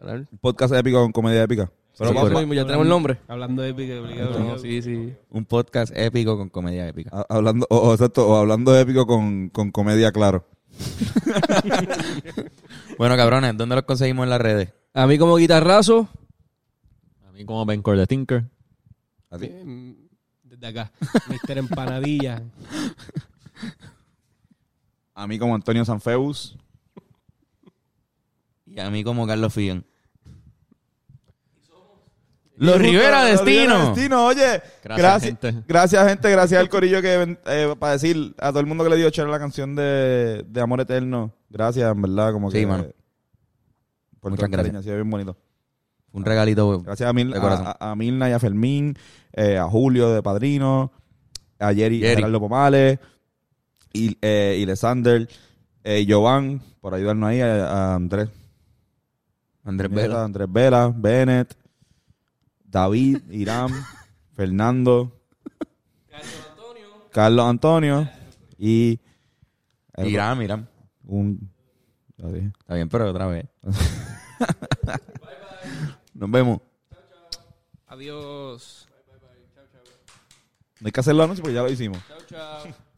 Speaker 3: Claro.
Speaker 1: Un podcast épico con comedia épica. Pero
Speaker 3: Sí,
Speaker 1: vamos
Speaker 3: eso mismo, ya tenemos el nombre.
Speaker 4: Hablando de Pique
Speaker 3: No, sí, sí.
Speaker 2: Un podcast épico con comedia épica.
Speaker 1: a- hablando, o, o exacto, o hablando épico con, con comedia, claro.
Speaker 2: Bueno, cabrones, ¿dónde los conseguimos en las redes?
Speaker 3: A mí como guitarrazo,
Speaker 5: A mí como Ben Core the Tinker.
Speaker 1: A ti.
Speaker 4: Mm, Desde acá. Mister Empanadilla.
Speaker 1: A mí como Antonio Sanfeus.
Speaker 2: Y a mí como Carlos Fillon. Los Rivera Destino.
Speaker 1: Destino, oye.
Speaker 5: Gracias,
Speaker 1: Gracias,
Speaker 5: gente.
Speaker 1: gracias, gente. Gracias al corillo que, eh, para decir a todo el mundo que le dio echar la canción de, de Amor Eterno. Gracias, en verdad, como
Speaker 2: Sí,
Speaker 1: que.
Speaker 2: mano.
Speaker 1: Por todo
Speaker 2: Muchas
Speaker 1: el cariño,
Speaker 2: gracias.
Speaker 1: ha sido bien bonito.
Speaker 2: Un regalito.
Speaker 1: Gracias a, Mil-
Speaker 2: De
Speaker 1: a-
Speaker 2: corazón.
Speaker 1: a- a Milna y a Fermín, eh, a Julio de Padrino, a Jerry,
Speaker 2: Jerry.
Speaker 1: Gerardo Pomales, y, eh, y Lesander, eh, Giovann, por ayudarnos ahí, a, a Andrés.
Speaker 2: Andrés
Speaker 1: Nieta,
Speaker 2: Vela.
Speaker 1: Andrés Vela, Bennett, David, Irán, Fernando, Carlos Antonio y
Speaker 2: Irán, Irán.
Speaker 1: un ya dije.
Speaker 2: Está bien, pero otra vez. Nos vemos.
Speaker 3: adiós.
Speaker 1: No hay que hacerlo anoche porque ya lo hicimos.
Speaker 3: Chao, chao.